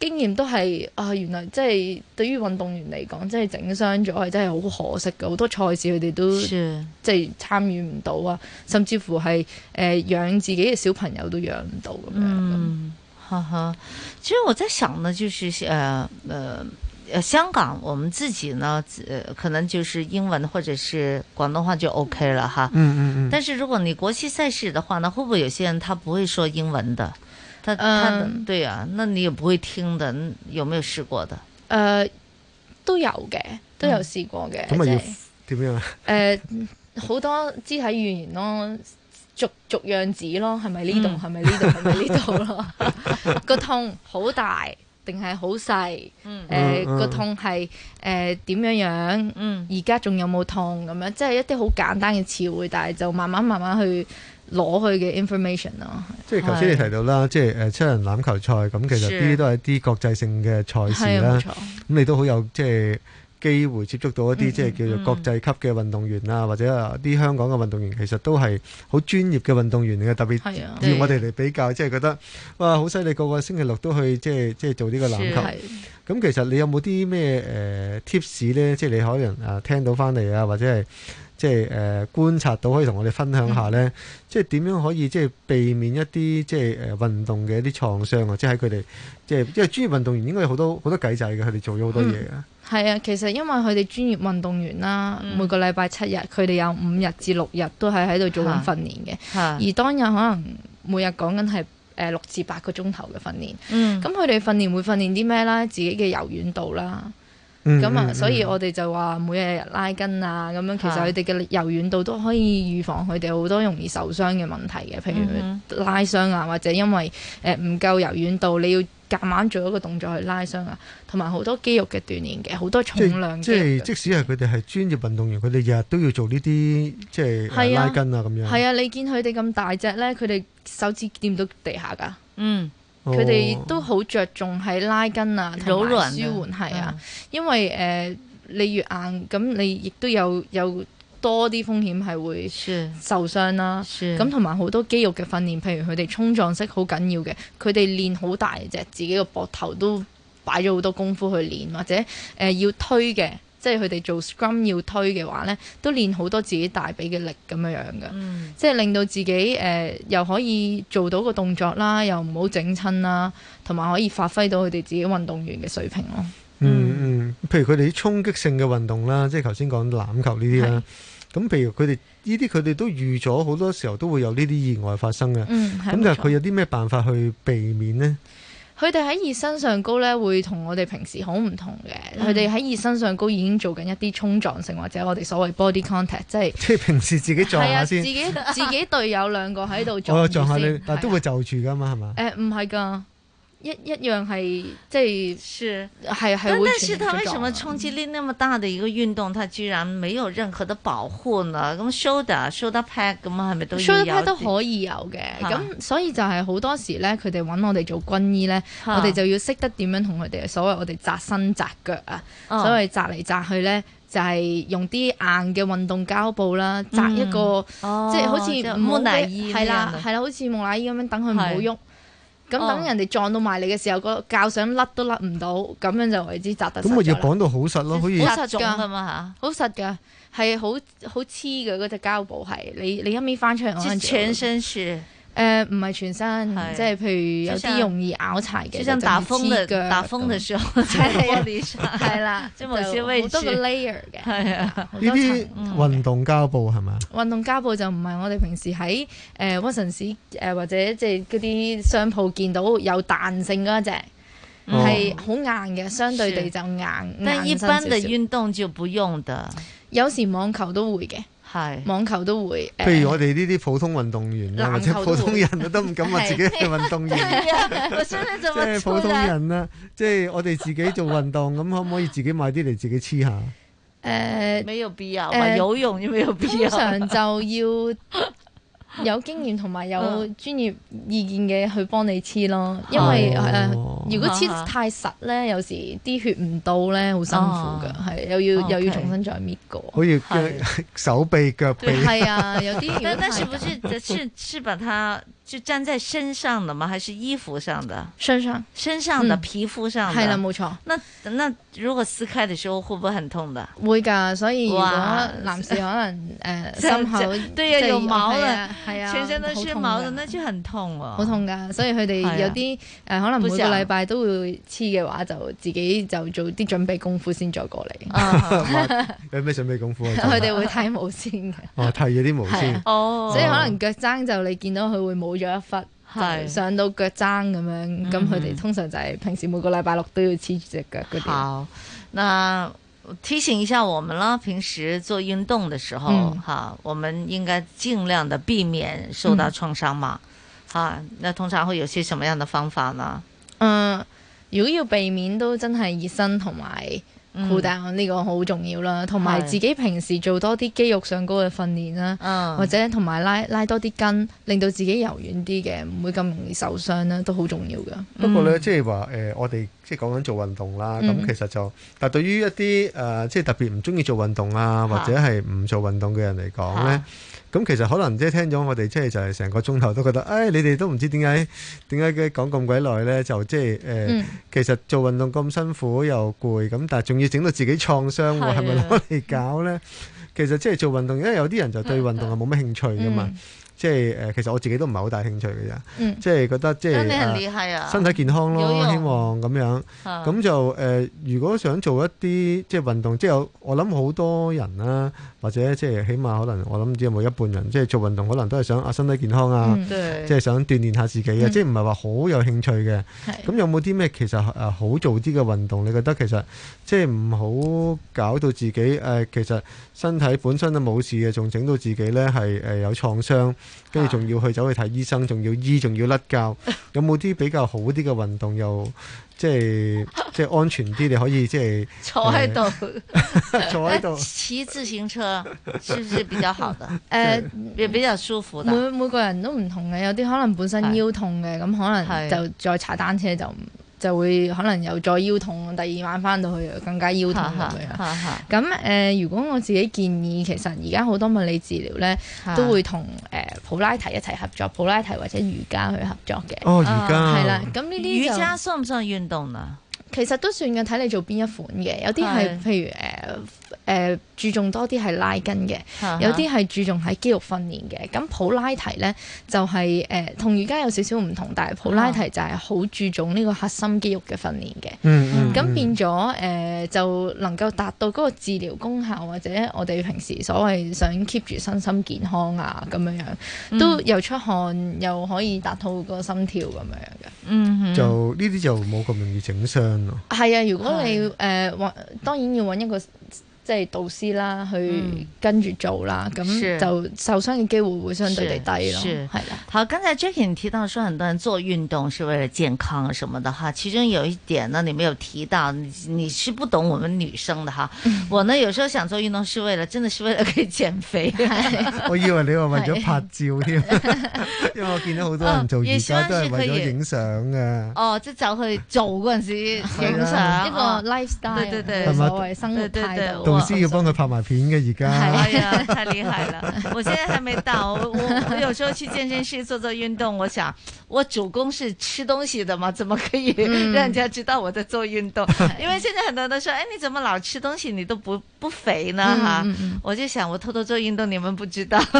Speaker 27: 經驗都係啊，原來即係對於運動員嚟講，即係整傷咗係真係好可惜嘅。好多賽事佢哋都
Speaker 11: 是
Speaker 27: 即係參與唔到啊，甚至乎係誒、呃、養自己嘅小朋友都養唔到咁樣。
Speaker 11: 嗯，哈哈。其实我在想呢，就是呃呃呃，香港我们自己呢，呃，可能就是英文或者是广东话就 OK 了哈。
Speaker 1: 嗯嗯嗯
Speaker 11: 但是如果你国际赛事的话呢，会不会有些人他不会说英文的？他他的、
Speaker 27: 嗯
Speaker 11: 对啊，那你也不会听的，嗯有没有试过的？
Speaker 27: 誒、呃都有嘅，都有試過嘅。
Speaker 15: 咁咪
Speaker 27: 即
Speaker 15: 要
Speaker 27: 係
Speaker 15: 點樣啊？
Speaker 27: 誒呃好多肢體語言咯，逐逐樣子咯，係咪呢度？係咪呢度？係咪呢度咯？個痛好大定係好細？誒
Speaker 1: 嗯
Speaker 27: 個
Speaker 1: 嗯
Speaker 27: 痛係誒點樣樣？而家仲有冇痛咁樣？即係一啲好簡單嘅詞彙，但係就慢慢慢慢去攞佢嘅 information 咯。
Speaker 15: 即係頭先你提到啦，即係誒七人欖球賽咁，其實
Speaker 27: 是
Speaker 15: 呢啲都係一啲國際性嘅賽事
Speaker 27: 係
Speaker 15: 啦。
Speaker 27: 啊冇錯
Speaker 15: 咁你都好有即係機會接觸到一啲
Speaker 27: 嗯
Speaker 15: 即係叫
Speaker 27: 嗯
Speaker 15: 做國際級嘅運動員啊，或者啊啲香港嘅運動員，其實都係好專業嘅運動員嚟嘅。特別
Speaker 27: 係啊
Speaker 15: 要我哋嚟比較，即係覺得哇好犀利，個個星期六都去即係即係做呢個欖球
Speaker 27: 係。
Speaker 15: 咁其實你有冇啲咩誒 tips 咧？即係你可能啊聽到翻嚟啊，或者係即係誒、呃、觀察到，可以同我哋分享下咧，
Speaker 27: 嗯
Speaker 15: 即係點樣可以即係避免一啲即係誒運動嘅一啲創傷啊！即係喺佢哋即係因為專業運動員應該有好多好多計仔嘅，佢哋做咗好多嘢嘅。
Speaker 27: 係啊，其實因為佢哋專業運動員啦，
Speaker 11: 嗯
Speaker 27: 每個禮拜七日，佢哋有五日至六日都係喺度做緊訓練嘅。
Speaker 11: 嚇
Speaker 27: 而當日可能每日講緊係誒六至八個鐘頭嘅訓練。
Speaker 11: 嗯
Speaker 27: 咁佢哋訓練會訓練啲咩啦？自己嘅柔軟度啦。
Speaker 11: 嗯
Speaker 27: 咁啊，
Speaker 11: 嗯
Speaker 27: 所以
Speaker 11: 嗯
Speaker 27: 我哋就話每日日拉筋啊，咁樣其實
Speaker 11: 嚇
Speaker 27: 佢哋嘅柔軟度都可以預防佢哋好多容易受傷嘅問題嘅，譬
Speaker 11: 嗯
Speaker 27: 如拉傷啊，或者因為誒唔夠柔軟度，你要夾硬做一個動作去拉傷啊，同埋好多肌肉嘅鍛鍊嘅，好多
Speaker 15: 即
Speaker 27: 重量
Speaker 15: 係即
Speaker 27: 肌肉
Speaker 15: 係
Speaker 27: 嘅。
Speaker 15: 即使係佢哋係專業運動員，佢哋日日都要做呢啲即係誒
Speaker 27: 係啊
Speaker 15: 拉筋啊咁樣。
Speaker 27: 係啊，你見佢哋咁大隻咧，佢哋手指掂到地下㗎。
Speaker 11: 嗯。
Speaker 27: 佢哋都好着重喺拉筋啊，
Speaker 11: 柔
Speaker 27: 同
Speaker 11: 軟
Speaker 27: 埋
Speaker 11: 啊
Speaker 27: 舒緩係啊，因為誒、呃你越硬，咁你亦都有有多啲風險係會受傷啦。咁同埋好多肌肉嘅訓練，譬如佢哋衝撞式好緊要嘅，佢哋練好大隻，自己個膊頭都擺咗好多功夫去練，或者誒、呃要推嘅。即係佢哋做 scrum 要推嘅話咧，都練好多自己大髀嘅力咁樣樣嘅。即係令到自己誒、呃又可以做到個動作啦，又唔好整親啦，同埋可以發揮到佢哋自己運動員嘅水平咯。
Speaker 15: 嗯嗯，譬如佢哋啲衝擊性嘅運動啦，即係頭先講欖球呢啲啦。咁譬如佢哋呢啲，佢哋都預咗好多時候都會有呢啲意外發生嘅。咁、
Speaker 27: 嗯係冇
Speaker 15: 但係
Speaker 27: 錯
Speaker 15: 佢有啲咩辦法去避免呢？
Speaker 27: 佢哋喺熱身上高咧，會同我哋平時好唔同嘅。佢哋喺熱身上高已經做緊一啲衝撞性或者我哋所謂 body contact，即係
Speaker 15: 即係平時自己撞
Speaker 27: 係啊，
Speaker 15: 下
Speaker 27: 自
Speaker 15: 先，
Speaker 27: 己自己隊友兩個喺度
Speaker 15: 我
Speaker 27: 撞
Speaker 15: 又
Speaker 27: 住
Speaker 15: 撞下你
Speaker 27: 先，啊
Speaker 15: 但都會就住噶嘛，係嘛？
Speaker 27: 誒唔係㗎，一一樣係即係
Speaker 11: 是
Speaker 27: 係係
Speaker 11: 但
Speaker 27: 會
Speaker 11: 但是
Speaker 27: 全
Speaker 11: 他
Speaker 27: 部
Speaker 11: 为什
Speaker 27: 撞啊
Speaker 11: 么冲击力那么大的一個運動，他居然沒有任何的保護呢？咁 shoulder shoulder pad 咁係咪都要
Speaker 27: shoulder
Speaker 11: 有
Speaker 27: pad 都
Speaker 11: 啲
Speaker 27: 可以有啊嘅，
Speaker 11: 嚇
Speaker 27: 咁所以就係好多時咧，佢哋揾我哋做軍醫咧，
Speaker 11: 嚇
Speaker 27: 我哋就要識得點樣同佢哋所謂我哋扎身扎腳啊，
Speaker 11: 哦
Speaker 27: 所謂扎嚟扎去咧。就係用啲硬嘅運動膠布啦，扎一個、
Speaker 11: 嗯
Speaker 27: 即係
Speaker 11: 哦
Speaker 27: 好似
Speaker 11: 即係
Speaker 27: 唔好
Speaker 11: 木乃伊呢
Speaker 27: 係啦
Speaker 11: 樣嘅啊
Speaker 27: 係啦，好似木乃伊咁樣等佢唔好
Speaker 11: 係
Speaker 27: 喐。咁
Speaker 11: 哦
Speaker 27: 等人哋撞到埋你嘅時候，個教想甩都甩唔到，咁樣就為之扎得實
Speaker 15: 咁我要
Speaker 27: 咗啦
Speaker 15: 綁到好實咯，好似
Speaker 27: 好實
Speaker 11: 種㗎
Speaker 27: 㗎
Speaker 11: 嘛
Speaker 27: 好實㗎，係好好黐嘅嗰只膠布係，你你一咪翻出嚟，我
Speaker 11: 即係
Speaker 27: 可能做到
Speaker 11: 全身是
Speaker 27: 誒唔係全身，
Speaker 11: 嗯係
Speaker 27: 即係譬如有
Speaker 11: 就像
Speaker 27: 啲容易拗柴嘅，
Speaker 11: 就像打風的打風的時候在玻璃上
Speaker 27: 啊係啦，
Speaker 11: 即係某些位置
Speaker 27: 就好多個 layer 嘅，
Speaker 11: 係啊
Speaker 27: 好
Speaker 15: 呢
Speaker 27: 多層嗯
Speaker 15: 啲運動膠布係嘛？
Speaker 27: 運動家布就唔係我哋平時喺誒屈臣氏誒或者即係嗰啲商鋪見到有彈性嗰一隻，
Speaker 11: 哦
Speaker 27: 係好硬嘅，相對地
Speaker 11: 是
Speaker 27: 就硬。
Speaker 11: 但一
Speaker 27: 硬身
Speaker 11: 般的
Speaker 27: 少少
Speaker 11: 運動就不用的，
Speaker 27: 有時網球都會嘅，
Speaker 11: 係
Speaker 27: 網球都會。誒
Speaker 15: 譬如我哋呢啲普通運動員啊，或
Speaker 27: 籃
Speaker 15: 者
Speaker 27: 球都
Speaker 15: 普通
Speaker 27: 會
Speaker 15: 人啊，都唔敢話自己係運動員。
Speaker 11: 我真係
Speaker 15: 即
Speaker 11: 怎
Speaker 15: 係
Speaker 11: 麼
Speaker 27: 啊
Speaker 15: 普
Speaker 11: 出
Speaker 15: 通
Speaker 11: 的？
Speaker 15: 人啦，即係我哋自己做運動，咁可唔可以自己買啲嚟自己黐下？
Speaker 27: 誒，
Speaker 11: 沒有必要吧，
Speaker 27: 誒
Speaker 11: 游泳就沒有必要。
Speaker 27: 通常就要有經驗同埋有
Speaker 11: 嗯
Speaker 27: 專業意見嘅去幫你黐咯，因為誒、
Speaker 11: 哦
Speaker 27: 呃如果
Speaker 11: 啊哈
Speaker 27: 黐太實咧，有時啲血唔到咧，好辛苦㗎，係、又要
Speaker 11: 哦 OK
Speaker 27: 又要重新再搣過。
Speaker 15: 好似腳手臂、腳臂，
Speaker 27: 係啊，有啲如果
Speaker 11: 但但
Speaker 27: 太
Speaker 11: 是不是是是把它就粘在身上的吗？还是衣服上的？
Speaker 27: 身上
Speaker 11: 身上的、
Speaker 27: 嗯
Speaker 11: 皮肤上的。
Speaker 27: 係啦，冇錯。
Speaker 11: 那那如果撕开的时候会不会很痛的？
Speaker 27: 會㗎，所以如果
Speaker 11: 哇
Speaker 27: 男士可能 誒
Speaker 11: 真
Speaker 27: 心口
Speaker 11: 真哦对呀、哎
Speaker 27: 即係
Speaker 11: 有毛
Speaker 27: 係
Speaker 11: 了
Speaker 27: 啊，係啊，
Speaker 11: 全身都
Speaker 27: 好
Speaker 11: 是
Speaker 27: 痛
Speaker 11: 毛
Speaker 27: 㗎
Speaker 11: 的，那就很痛哦。
Speaker 27: 好痛㗎，所以佢哋
Speaker 11: 係啊啊
Speaker 27: 有啲誒、呃可能每個禮拜都會黐嘅話，就自己就做啲準備功夫先再過嚟。
Speaker 11: 啊
Speaker 15: 有咩準備功夫啊？
Speaker 27: 佢哋會睇毛先嘅，
Speaker 15: 哦，剃咗啲毛
Speaker 27: 係
Speaker 15: 先
Speaker 27: 啊。
Speaker 11: 哦
Speaker 27: 所以可能腳踭就你見到佢會冇咗一忽，就上到腳踭咁樣。
Speaker 11: 嗯
Speaker 27: 咁佢哋通常就係平時每個禮拜六都要黐住只腳嗰啲。
Speaker 11: 好，那提醒一下我们啦，平时做运动的时候，
Speaker 27: 嗯
Speaker 11: 哈，我们应该尽量的避免受到创伤嘛。哈，那通常会有些什么样的方法呢？
Speaker 27: 嗯，如果要避免都真係熱身同埋
Speaker 11: 嗯
Speaker 27: cool down 呢個好重要啦，同埋
Speaker 11: 係
Speaker 27: 自己平時做多啲肌肉上高嘅訓練啦，
Speaker 11: 嗯
Speaker 27: 或者同埋拉拉多啲筋，令到自己柔軟啲嘅，唔會咁容易受傷啦，都好重要噶。
Speaker 15: 不
Speaker 11: 嗯
Speaker 15: 過咧，即係話誒，我哋即係講緊做運動啦。咁
Speaker 27: 嗯
Speaker 15: 其實就，但對於一啲誒，即係特別唔中意做運動啊，或者係唔做運動嘅人嚟講咧，咁其實可能即係聽咗我哋即係就係成個鐘頭都覺得，誒你哋都唔知點解點解嘅講咁鬼耐咧，就即係誒
Speaker 24: 嗯，
Speaker 15: 其實做運動咁辛苦又攰，咁但係仲要整到自己創傷
Speaker 24: 係
Speaker 15: 喎，
Speaker 24: 啊
Speaker 15: 係咪攞嚟搞咧？其實即係做運動，因為有啲人就對運動係冇乜興趣噶嘛
Speaker 11: 嗯。
Speaker 15: 即係誒，其實我自己都唔係好大興趣嘅咋，
Speaker 11: 嗯
Speaker 15: 即係覺得即
Speaker 11: 那
Speaker 15: 係
Speaker 11: 你很
Speaker 15: 誒
Speaker 11: 厲害啊
Speaker 15: 身體健康
Speaker 11: 游
Speaker 15: 咯，
Speaker 11: 泳
Speaker 15: 希望咁樣。
Speaker 11: 啊
Speaker 15: 咁就誒、呃如果想做一啲即係運動，即係有我諗好多人啦、或者即係起碼可能我諗唔知有冇一半人，即係做運動可能都係想啊身體健康啊，
Speaker 27: 嗯對
Speaker 15: 即係想鍛鍊下自己嘅，
Speaker 27: 嗯
Speaker 15: 即係唔係話好有興趣嘅。
Speaker 27: 係
Speaker 15: 咁有冇啲咩其實誒、呃好做啲嘅運動？你覺得其實即係唔好搞到自己誒、呃其實身體本身都冇事嘅，仲整到自己咧係誒有 創
Speaker 11: 啊
Speaker 15: 傷，跟住仲要去走去睇醫生，仲要醫，仲要甩骹。有冇啲比較好啲嘅運動又即係即係安全啲？你可以即係
Speaker 11: 坐喺度，
Speaker 15: 坐喺度
Speaker 11: 骑自行车是不是比较好 的？
Speaker 27: 呃
Speaker 11: 也比较舒服的。
Speaker 27: 每每個人都唔同嘅，有啲可能本身腰痛嘅，咁可
Speaker 11: 係
Speaker 27: 能就再踩單車就唔就會可能又再腰痛，第二晚翻到去又更加腰痛咁樣。
Speaker 11: 哈哈
Speaker 27: 咁誒、呃如果我自己建議，其實而家好多物理治療咧
Speaker 11: 嚇，
Speaker 27: 都會同誒、呃普拉提一齊合作，普拉提或者瑜伽去合作嘅。啊
Speaker 11: 哦瑜伽
Speaker 27: 係啦，咁呢啲
Speaker 11: 瑜
Speaker 27: 就
Speaker 11: 伽算唔算運動呢？
Speaker 27: 其實都算嘅，睇你做邊一款嘅。有啲
Speaker 11: 係
Speaker 27: 係譬如誒、呃誒注重多啲係拉筋嘅哈，有啲係注重喺肌肉訓練嘅。咁普拉提咧就係誒同瑜伽有少少唔同，但係普拉提就係好注重呢個核心肌肉嘅訓練嘅。
Speaker 24: 嗯嗯
Speaker 27: 咁
Speaker 24: 嗯
Speaker 27: 變咗誒、呃就能夠達到嗰個治療功效，或者我哋平時所謂想 keep 住身心健康啊咁樣樣，都
Speaker 11: 嗯
Speaker 27: 又出汗又可以達到個心跳咁樣樣嘅。
Speaker 11: 嗯
Speaker 27: 就
Speaker 15: 呃就呢啲就冇咁容易整傷咯。
Speaker 27: 係啊，如果你誒揾、當然要揾一個即係導師啦，去跟住做啦，咁、
Speaker 11: 嗯是
Speaker 27: 就受傷嘅機會會相對地低咯。
Speaker 11: 是
Speaker 27: 係啦。
Speaker 11: 好，刚才 Jackie 你提到说，很多人做运动是为了健康啊什么的哈，其中有一点呢，你没有提到，你你是不懂我们女生的哈。我呢，有时候想做运动是为了，真的是为了可以减 肥。
Speaker 15: 我以為你話為
Speaker 11: 係
Speaker 15: 咗拍照添， 因為我見到好多人做瑜伽都係為咗影相啊。
Speaker 11: 哦，即係就去做嗰陣時影相，
Speaker 27: 啊
Speaker 11: 哦
Speaker 27: 一個 lifestyle，
Speaker 11: 對對對，
Speaker 15: 係咪
Speaker 27: 所謂生活態度啊
Speaker 15: 導師要幫佢拍埋片嘅而家，
Speaker 11: 哎呀，太厉害了！我现在还没到，我我我有时候去健身室做做运动，我想我主攻是吃东西的嘛，怎么可以
Speaker 27: 嗯
Speaker 11: 让人家知道我在做运动？因为现在很多人都说，哎，你怎么老吃东西，你都不不肥呢？
Speaker 27: 嗯
Speaker 11: 哈
Speaker 27: 嗯嗯，
Speaker 11: 我就想我偷偷做运动，你们不知道，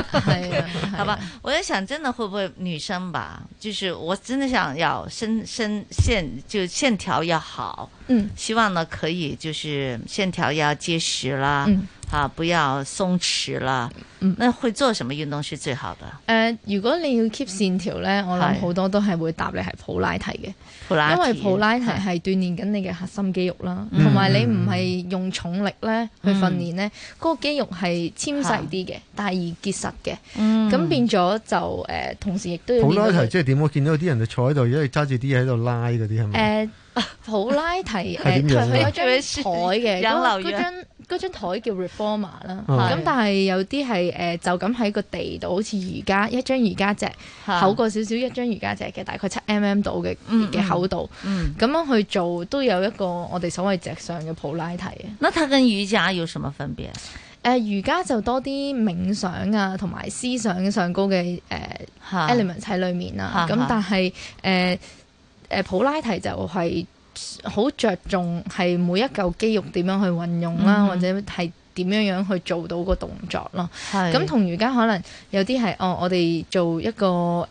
Speaker 11: 好吧？我在想，真的会不会女生吧？就是我真的想要身身线就线条要好，
Speaker 27: 嗯，
Speaker 11: 希望呢可以就是线条要结实啦，
Speaker 27: 嗯
Speaker 11: 啊，不要松弛啦。嗯，那会做什么运动是最好的？
Speaker 27: 誒、呃如果你要 keep 線條咧，我諗好多都係會答你係普拉提嘅，
Speaker 11: 普拉
Speaker 27: 因為
Speaker 11: 提
Speaker 27: 普拉提係鍛鍊緊你嘅核心肌肉啦，
Speaker 11: 嗯
Speaker 27: 同埋、你唔係用重力咧去
Speaker 11: 嗯
Speaker 27: 訓練咧，嗰、個肌肉係纖細啲嘅，但係易結實嘅，咁、
Speaker 11: 嗯
Speaker 27: 變咗就誒、同時亦都要
Speaker 15: 普
Speaker 27: 練
Speaker 15: 拉
Speaker 27: 到
Speaker 15: 提
Speaker 27: 佢
Speaker 15: 即係點？我見到有啲人就坐喺度，因為揸住啲嘢喺度拉嗰啲係咪？
Speaker 27: 誒呃 普拉提誒，
Speaker 15: 係
Speaker 27: 佢
Speaker 15: 點
Speaker 27: 佢
Speaker 15: 樣啊
Speaker 27: 有張台嘅，
Speaker 11: 養
Speaker 27: 嗰
Speaker 11: 留
Speaker 27: 嗰
Speaker 11: 樣
Speaker 27: 張嗰張台叫 reformer 啦。
Speaker 11: 嗯
Speaker 15: 哦
Speaker 27: 咁
Speaker 11: 係
Speaker 27: 但係有啲係誒就咁喺個地度，好似瑜伽一張瑜伽席，
Speaker 11: 嚇
Speaker 27: 厚過少少一張瑜伽席嘅，大概七 mm 度嘅
Speaker 11: 嗯
Speaker 27: 嘅厚度。
Speaker 11: 嗯，
Speaker 27: 咁樣去做都有一個我哋所謂脊上嘅普拉提啊嘅。
Speaker 11: 那它跟瑜伽有什么分别？
Speaker 27: 誒、呃瑜伽就多啲冥想啊，同埋思想上高嘅誒、呃
Speaker 11: 嚇
Speaker 27: elements 喺裡面啦。
Speaker 11: 嚇
Speaker 27: 咁
Speaker 11: 嚇
Speaker 27: 但係誒誒普拉提就係好着重係每一嚿肌肉點樣去運用啦，嗯或者係點樣樣去做到個動作咯。
Speaker 11: 係
Speaker 27: 咁同瑜伽可能有啲係哦，我哋做一個誒、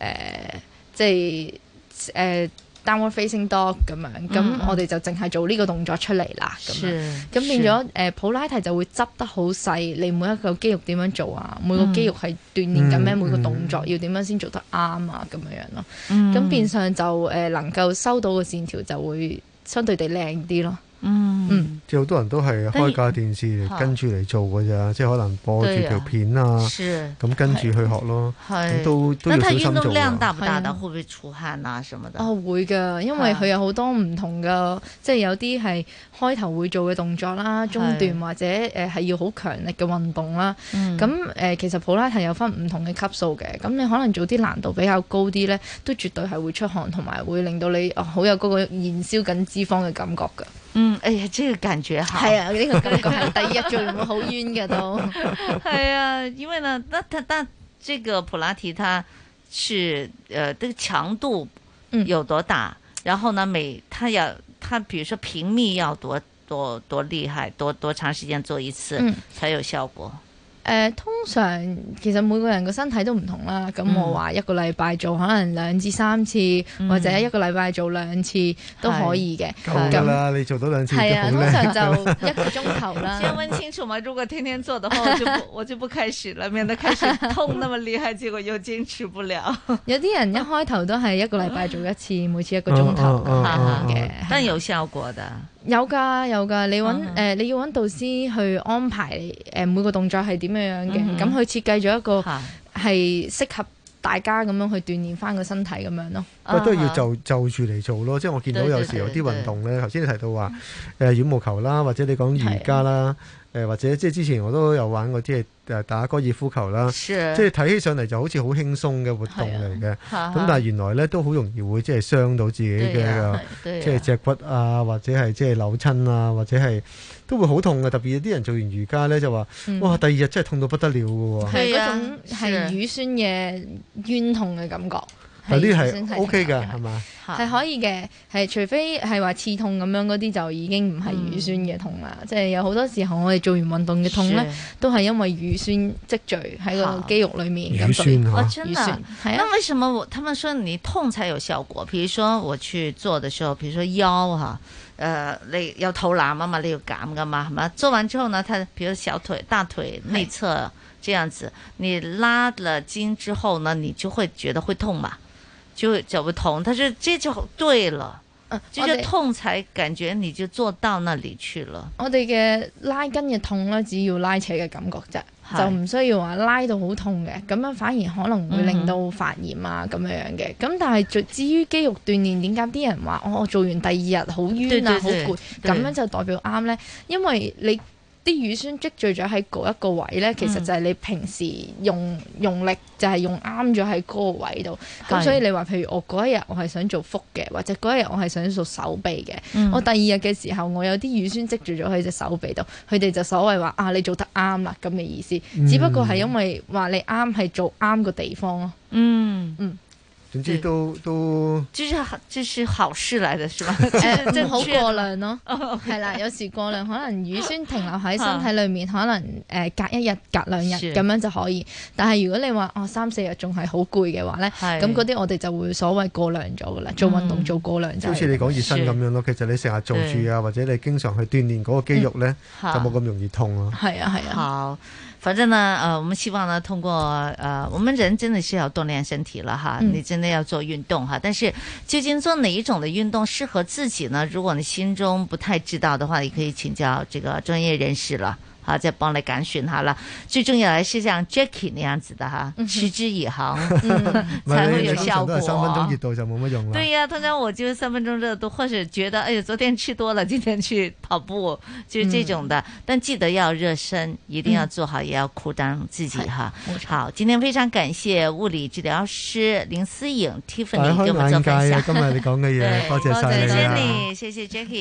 Speaker 27: 即係誒。downward 呃 facing dog 咁樣，咁
Speaker 11: 嗯嗯
Speaker 27: 我哋就淨係做呢個動作出嚟啦，咁樣
Speaker 11: 是
Speaker 27: 咁變咗誒、呃普拉提就會執得好細，你每一個肌肉點樣做啊？每個肌肉係鍛鍊緊咩？
Speaker 11: 嗯
Speaker 27: 每個動作要點樣先做得啱啊？咁樣樣咯。
Speaker 11: 嗯
Speaker 27: 咁、變相就誒、呃能夠收到個線條就會相對地靚啲咯。
Speaker 11: 嗯，
Speaker 15: 即係好多人都係開架電視嚟跟住嚟做㗎咋，即係可能播住條片啊，
Speaker 11: 是
Speaker 15: 咁跟住去學咯，
Speaker 11: 係
Speaker 15: 咁都都要
Speaker 11: 那
Speaker 15: 小
Speaker 11: 它
Speaker 15: 心
Speaker 11: 运
Speaker 15: 做
Speaker 11: 动量
Speaker 15: 啊。
Speaker 11: 大不大的？
Speaker 27: 係啊
Speaker 11: 会不会出汗啊什么的？
Speaker 27: 哦，會㗎，因為
Speaker 11: 係
Speaker 27: 佢有好多唔同嘅，即係有啲係開頭會做嘅動作啦，中段或者誒係、要好強力嘅運動啦。
Speaker 11: 嗯
Speaker 27: 咁誒、呃其實普拉提有分唔同嘅級數嘅，咁你可能做啲難度比較高啲咧，都絕對係會出汗，同埋會令到你哦好有嗰個燃燒緊脂肪嘅感覺㗎。
Speaker 11: 嗯，哎呀，這個感覺好。
Speaker 27: 係啊，呢、個感覺係第二日做完會好冤嘅都。
Speaker 11: 哎呀，因为呢，那它那这个普拉提它是呃这个强度有多大？然后呢，每它要它比如说频密要多多多厉害，多多长时间做一次、
Speaker 27: 嗯
Speaker 11: 才有效果？
Speaker 27: 誒、呃通常其實每個人個身體都唔同啦，咁
Speaker 11: 嗯
Speaker 27: 我話一個禮拜做可能兩至三次，
Speaker 11: 嗯
Speaker 27: 或者一個禮拜做兩次都可以嘅。
Speaker 15: 夠㗎啦，你做到兩次已經
Speaker 27: 係啊，
Speaker 15: 好
Speaker 27: 通
Speaker 15: 叻
Speaker 27: 常
Speaker 15: 㗎啦。
Speaker 27: 就一個鐘頭啦。
Speaker 11: 先问清楚嘛，如果天天做的话，我就不我就不开始了，免得开始痛那么厉害，结果又坚持不了。
Speaker 27: 有啲人一開頭都係一個禮拜做一次，每次一個鐘
Speaker 15: 哦
Speaker 27: 頭
Speaker 11: 嗯嗯嗯
Speaker 27: 咁
Speaker 11: 嗯
Speaker 27: 樣嘅。
Speaker 11: 但有效果的，
Speaker 27: 有㗎有㗎，你揾誒、
Speaker 11: 嗯
Speaker 27: 呃你要揾導師去安排誒、呃每個動作係點樣樣
Speaker 11: 嗯
Speaker 27: 嘅，咁佢、設計咗一個
Speaker 11: 嚇
Speaker 27: 係適合大家咁樣去鍛鍊翻個身體咁樣咯。
Speaker 15: 不過都係
Speaker 11: 啊
Speaker 15: 要就就住嚟做咯，即係我見到
Speaker 27: 啊對對
Speaker 15: 有時有啲
Speaker 27: 對對
Speaker 15: 運動咧，頭先你提到話誒羽毛球啦，或者你講瑜伽啦，誒或者即係之前我都有玩過，即係誒打高爾夫球啦，即
Speaker 11: 是
Speaker 15: 係睇起上嚟就好似好輕鬆嘅活動嚟嘅，咁
Speaker 11: 係啊
Speaker 15: 但係原來咧都好容易會即係傷到自己
Speaker 11: 對啊
Speaker 15: 嘅呃
Speaker 11: 對啊，
Speaker 15: 即係脊骨啊，或者係即係扭親啊，或者係都會好痛嘅。特別有啲人做完瑜伽咧就話
Speaker 27: 嗯，
Speaker 15: 哇第二日
Speaker 27: 啊
Speaker 15: 真係痛到不得了嘅喎。
Speaker 27: 係嗰種係乳酸嘅冤痛嘅感覺。
Speaker 15: 但呢啲
Speaker 27: 先
Speaker 15: 係
Speaker 27: 係
Speaker 15: O K 嘅，係嘛？
Speaker 27: 係可以嘅，係除非係話刺痛咁樣嗰啲就已經唔係
Speaker 11: 嗯
Speaker 27: 乳酸嘅痛啦，即係有好多時候我哋做完運動嘅痛咧
Speaker 11: 是，
Speaker 27: 都係因為乳酸積聚喺個肌肉裡面。
Speaker 11: 乳
Speaker 27: 咁所以
Speaker 11: 哦，真的
Speaker 27: 乳酸
Speaker 11: 啊。那为什么我他们说你痛才有效果？比如说我去做的时候，比如说腰哈、呃，你有头腩啊嘛，你有減噶嘛，係嘛？做完之后呢，它比如小腿、大腿内侧这样子，你拉了筋之后呢，你就会觉得会痛嘛，就就会痛。但是这就对了，这
Speaker 27: 我
Speaker 11: 就
Speaker 27: 哋
Speaker 11: 痛才感觉你就做到那里去了。
Speaker 27: 我哋嘅拉筋嘅痛咧，只要拉扯嘅感覺啫，
Speaker 11: 係
Speaker 27: 就唔需要話拉到好痛嘅，咁樣反而可能會令
Speaker 11: 嗯
Speaker 27: 到發炎啊咁樣樣嘅。咁但係至至於肌肉鍛鍊，點解啲人話哦我做完第二日好
Speaker 11: 對
Speaker 27: 冤
Speaker 11: 對
Speaker 27: 啊好
Speaker 11: 對
Speaker 27: 攰，
Speaker 11: 對
Speaker 27: 咁樣就代表啱呢？因為你。啲乳酸積聚咗喺嗰一個位呢，其實
Speaker 11: 嗯
Speaker 27: 就係你平時用用力就係用啱咗喺嗰個位度，咁
Speaker 11: 係
Speaker 27: 所以你話譬如我嗰一日我係想做腹嘅，或者嗰一日我係想做手臂嘅，
Speaker 11: 嗯
Speaker 27: 我第二日嘅時候，我有啲乳酸積住咗喺隻手臂度，佢哋就所謂話啊，你做得啱啦咁嘅意思，
Speaker 15: 嗯
Speaker 27: 只不過係因為話你啱係做啱個地方咯。
Speaker 11: 嗯
Speaker 27: 嗯，
Speaker 15: 總之都都
Speaker 11: 这是好，这是好事来的，是吧？
Speaker 27: 誒
Speaker 11: 正
Speaker 27: 唔好
Speaker 11: 确的
Speaker 27: 過量咯，
Speaker 11: OK
Speaker 27: 係啦，有時過量可能乳酸停留喺身體裏面，可能誒隔一日、隔兩日
Speaker 11: 啊是
Speaker 27: 咁樣就可以。但係如果你話哦三四日仲係好攰嘅話咧，
Speaker 11: 係嗯
Speaker 27: 咁嗰啲我哋就會所謂過量咗噶啦，做運動做過量就係
Speaker 15: 好似你講熱身咁樣咯，其實你成日做住啊，或者你經常去鍛鍊嗰個肌肉咧，就
Speaker 11: 嗯
Speaker 15: 冇咁容易痛咯。
Speaker 27: 係啊，係啊。
Speaker 11: 好，反正呢，呃，我们希望呢，通过呃，我们人真的是要锻炼身体了哈，
Speaker 27: 嗯
Speaker 11: 你真的要做运动哈。但是究竟做哪一种的运动适合自己呢？如果你心中不太知道的话，也可以请教这个专业人士了。好，再帮你拣选下啦。最重要还是像 Jackie 那样子的哈，
Speaker 27: 嗯
Speaker 11: 持之以恒、
Speaker 15: 唔
Speaker 11: 才
Speaker 15: 係
Speaker 11: 会
Speaker 15: 你
Speaker 11: 有
Speaker 15: 你通
Speaker 11: 效
Speaker 15: 常
Speaker 11: 果啊哦
Speaker 15: 都係。三分鐘熱度就冇乜用啦。
Speaker 11: 对呀、通常我就三分钟热度，或者觉得哎呀，昨天吃多了，今天去跑步，就是这种
Speaker 15: 嗯
Speaker 11: 的。但记得要热身，一定要做好，也要裤裆自己哈。
Speaker 15: 嗯
Speaker 11: 好，今天非常感谢物理治疗师林思颖
Speaker 15: 大
Speaker 11: Tiffany
Speaker 15: 開
Speaker 11: 给我们做
Speaker 15: 眼界
Speaker 11: 分
Speaker 15: 啊
Speaker 11: 享。！
Speaker 15: 今日你講嘅嘢，多謝晒
Speaker 11: 谢
Speaker 15: 你
Speaker 11: 谢
Speaker 15: 啊！
Speaker 11: 你，谢谢 Jackie。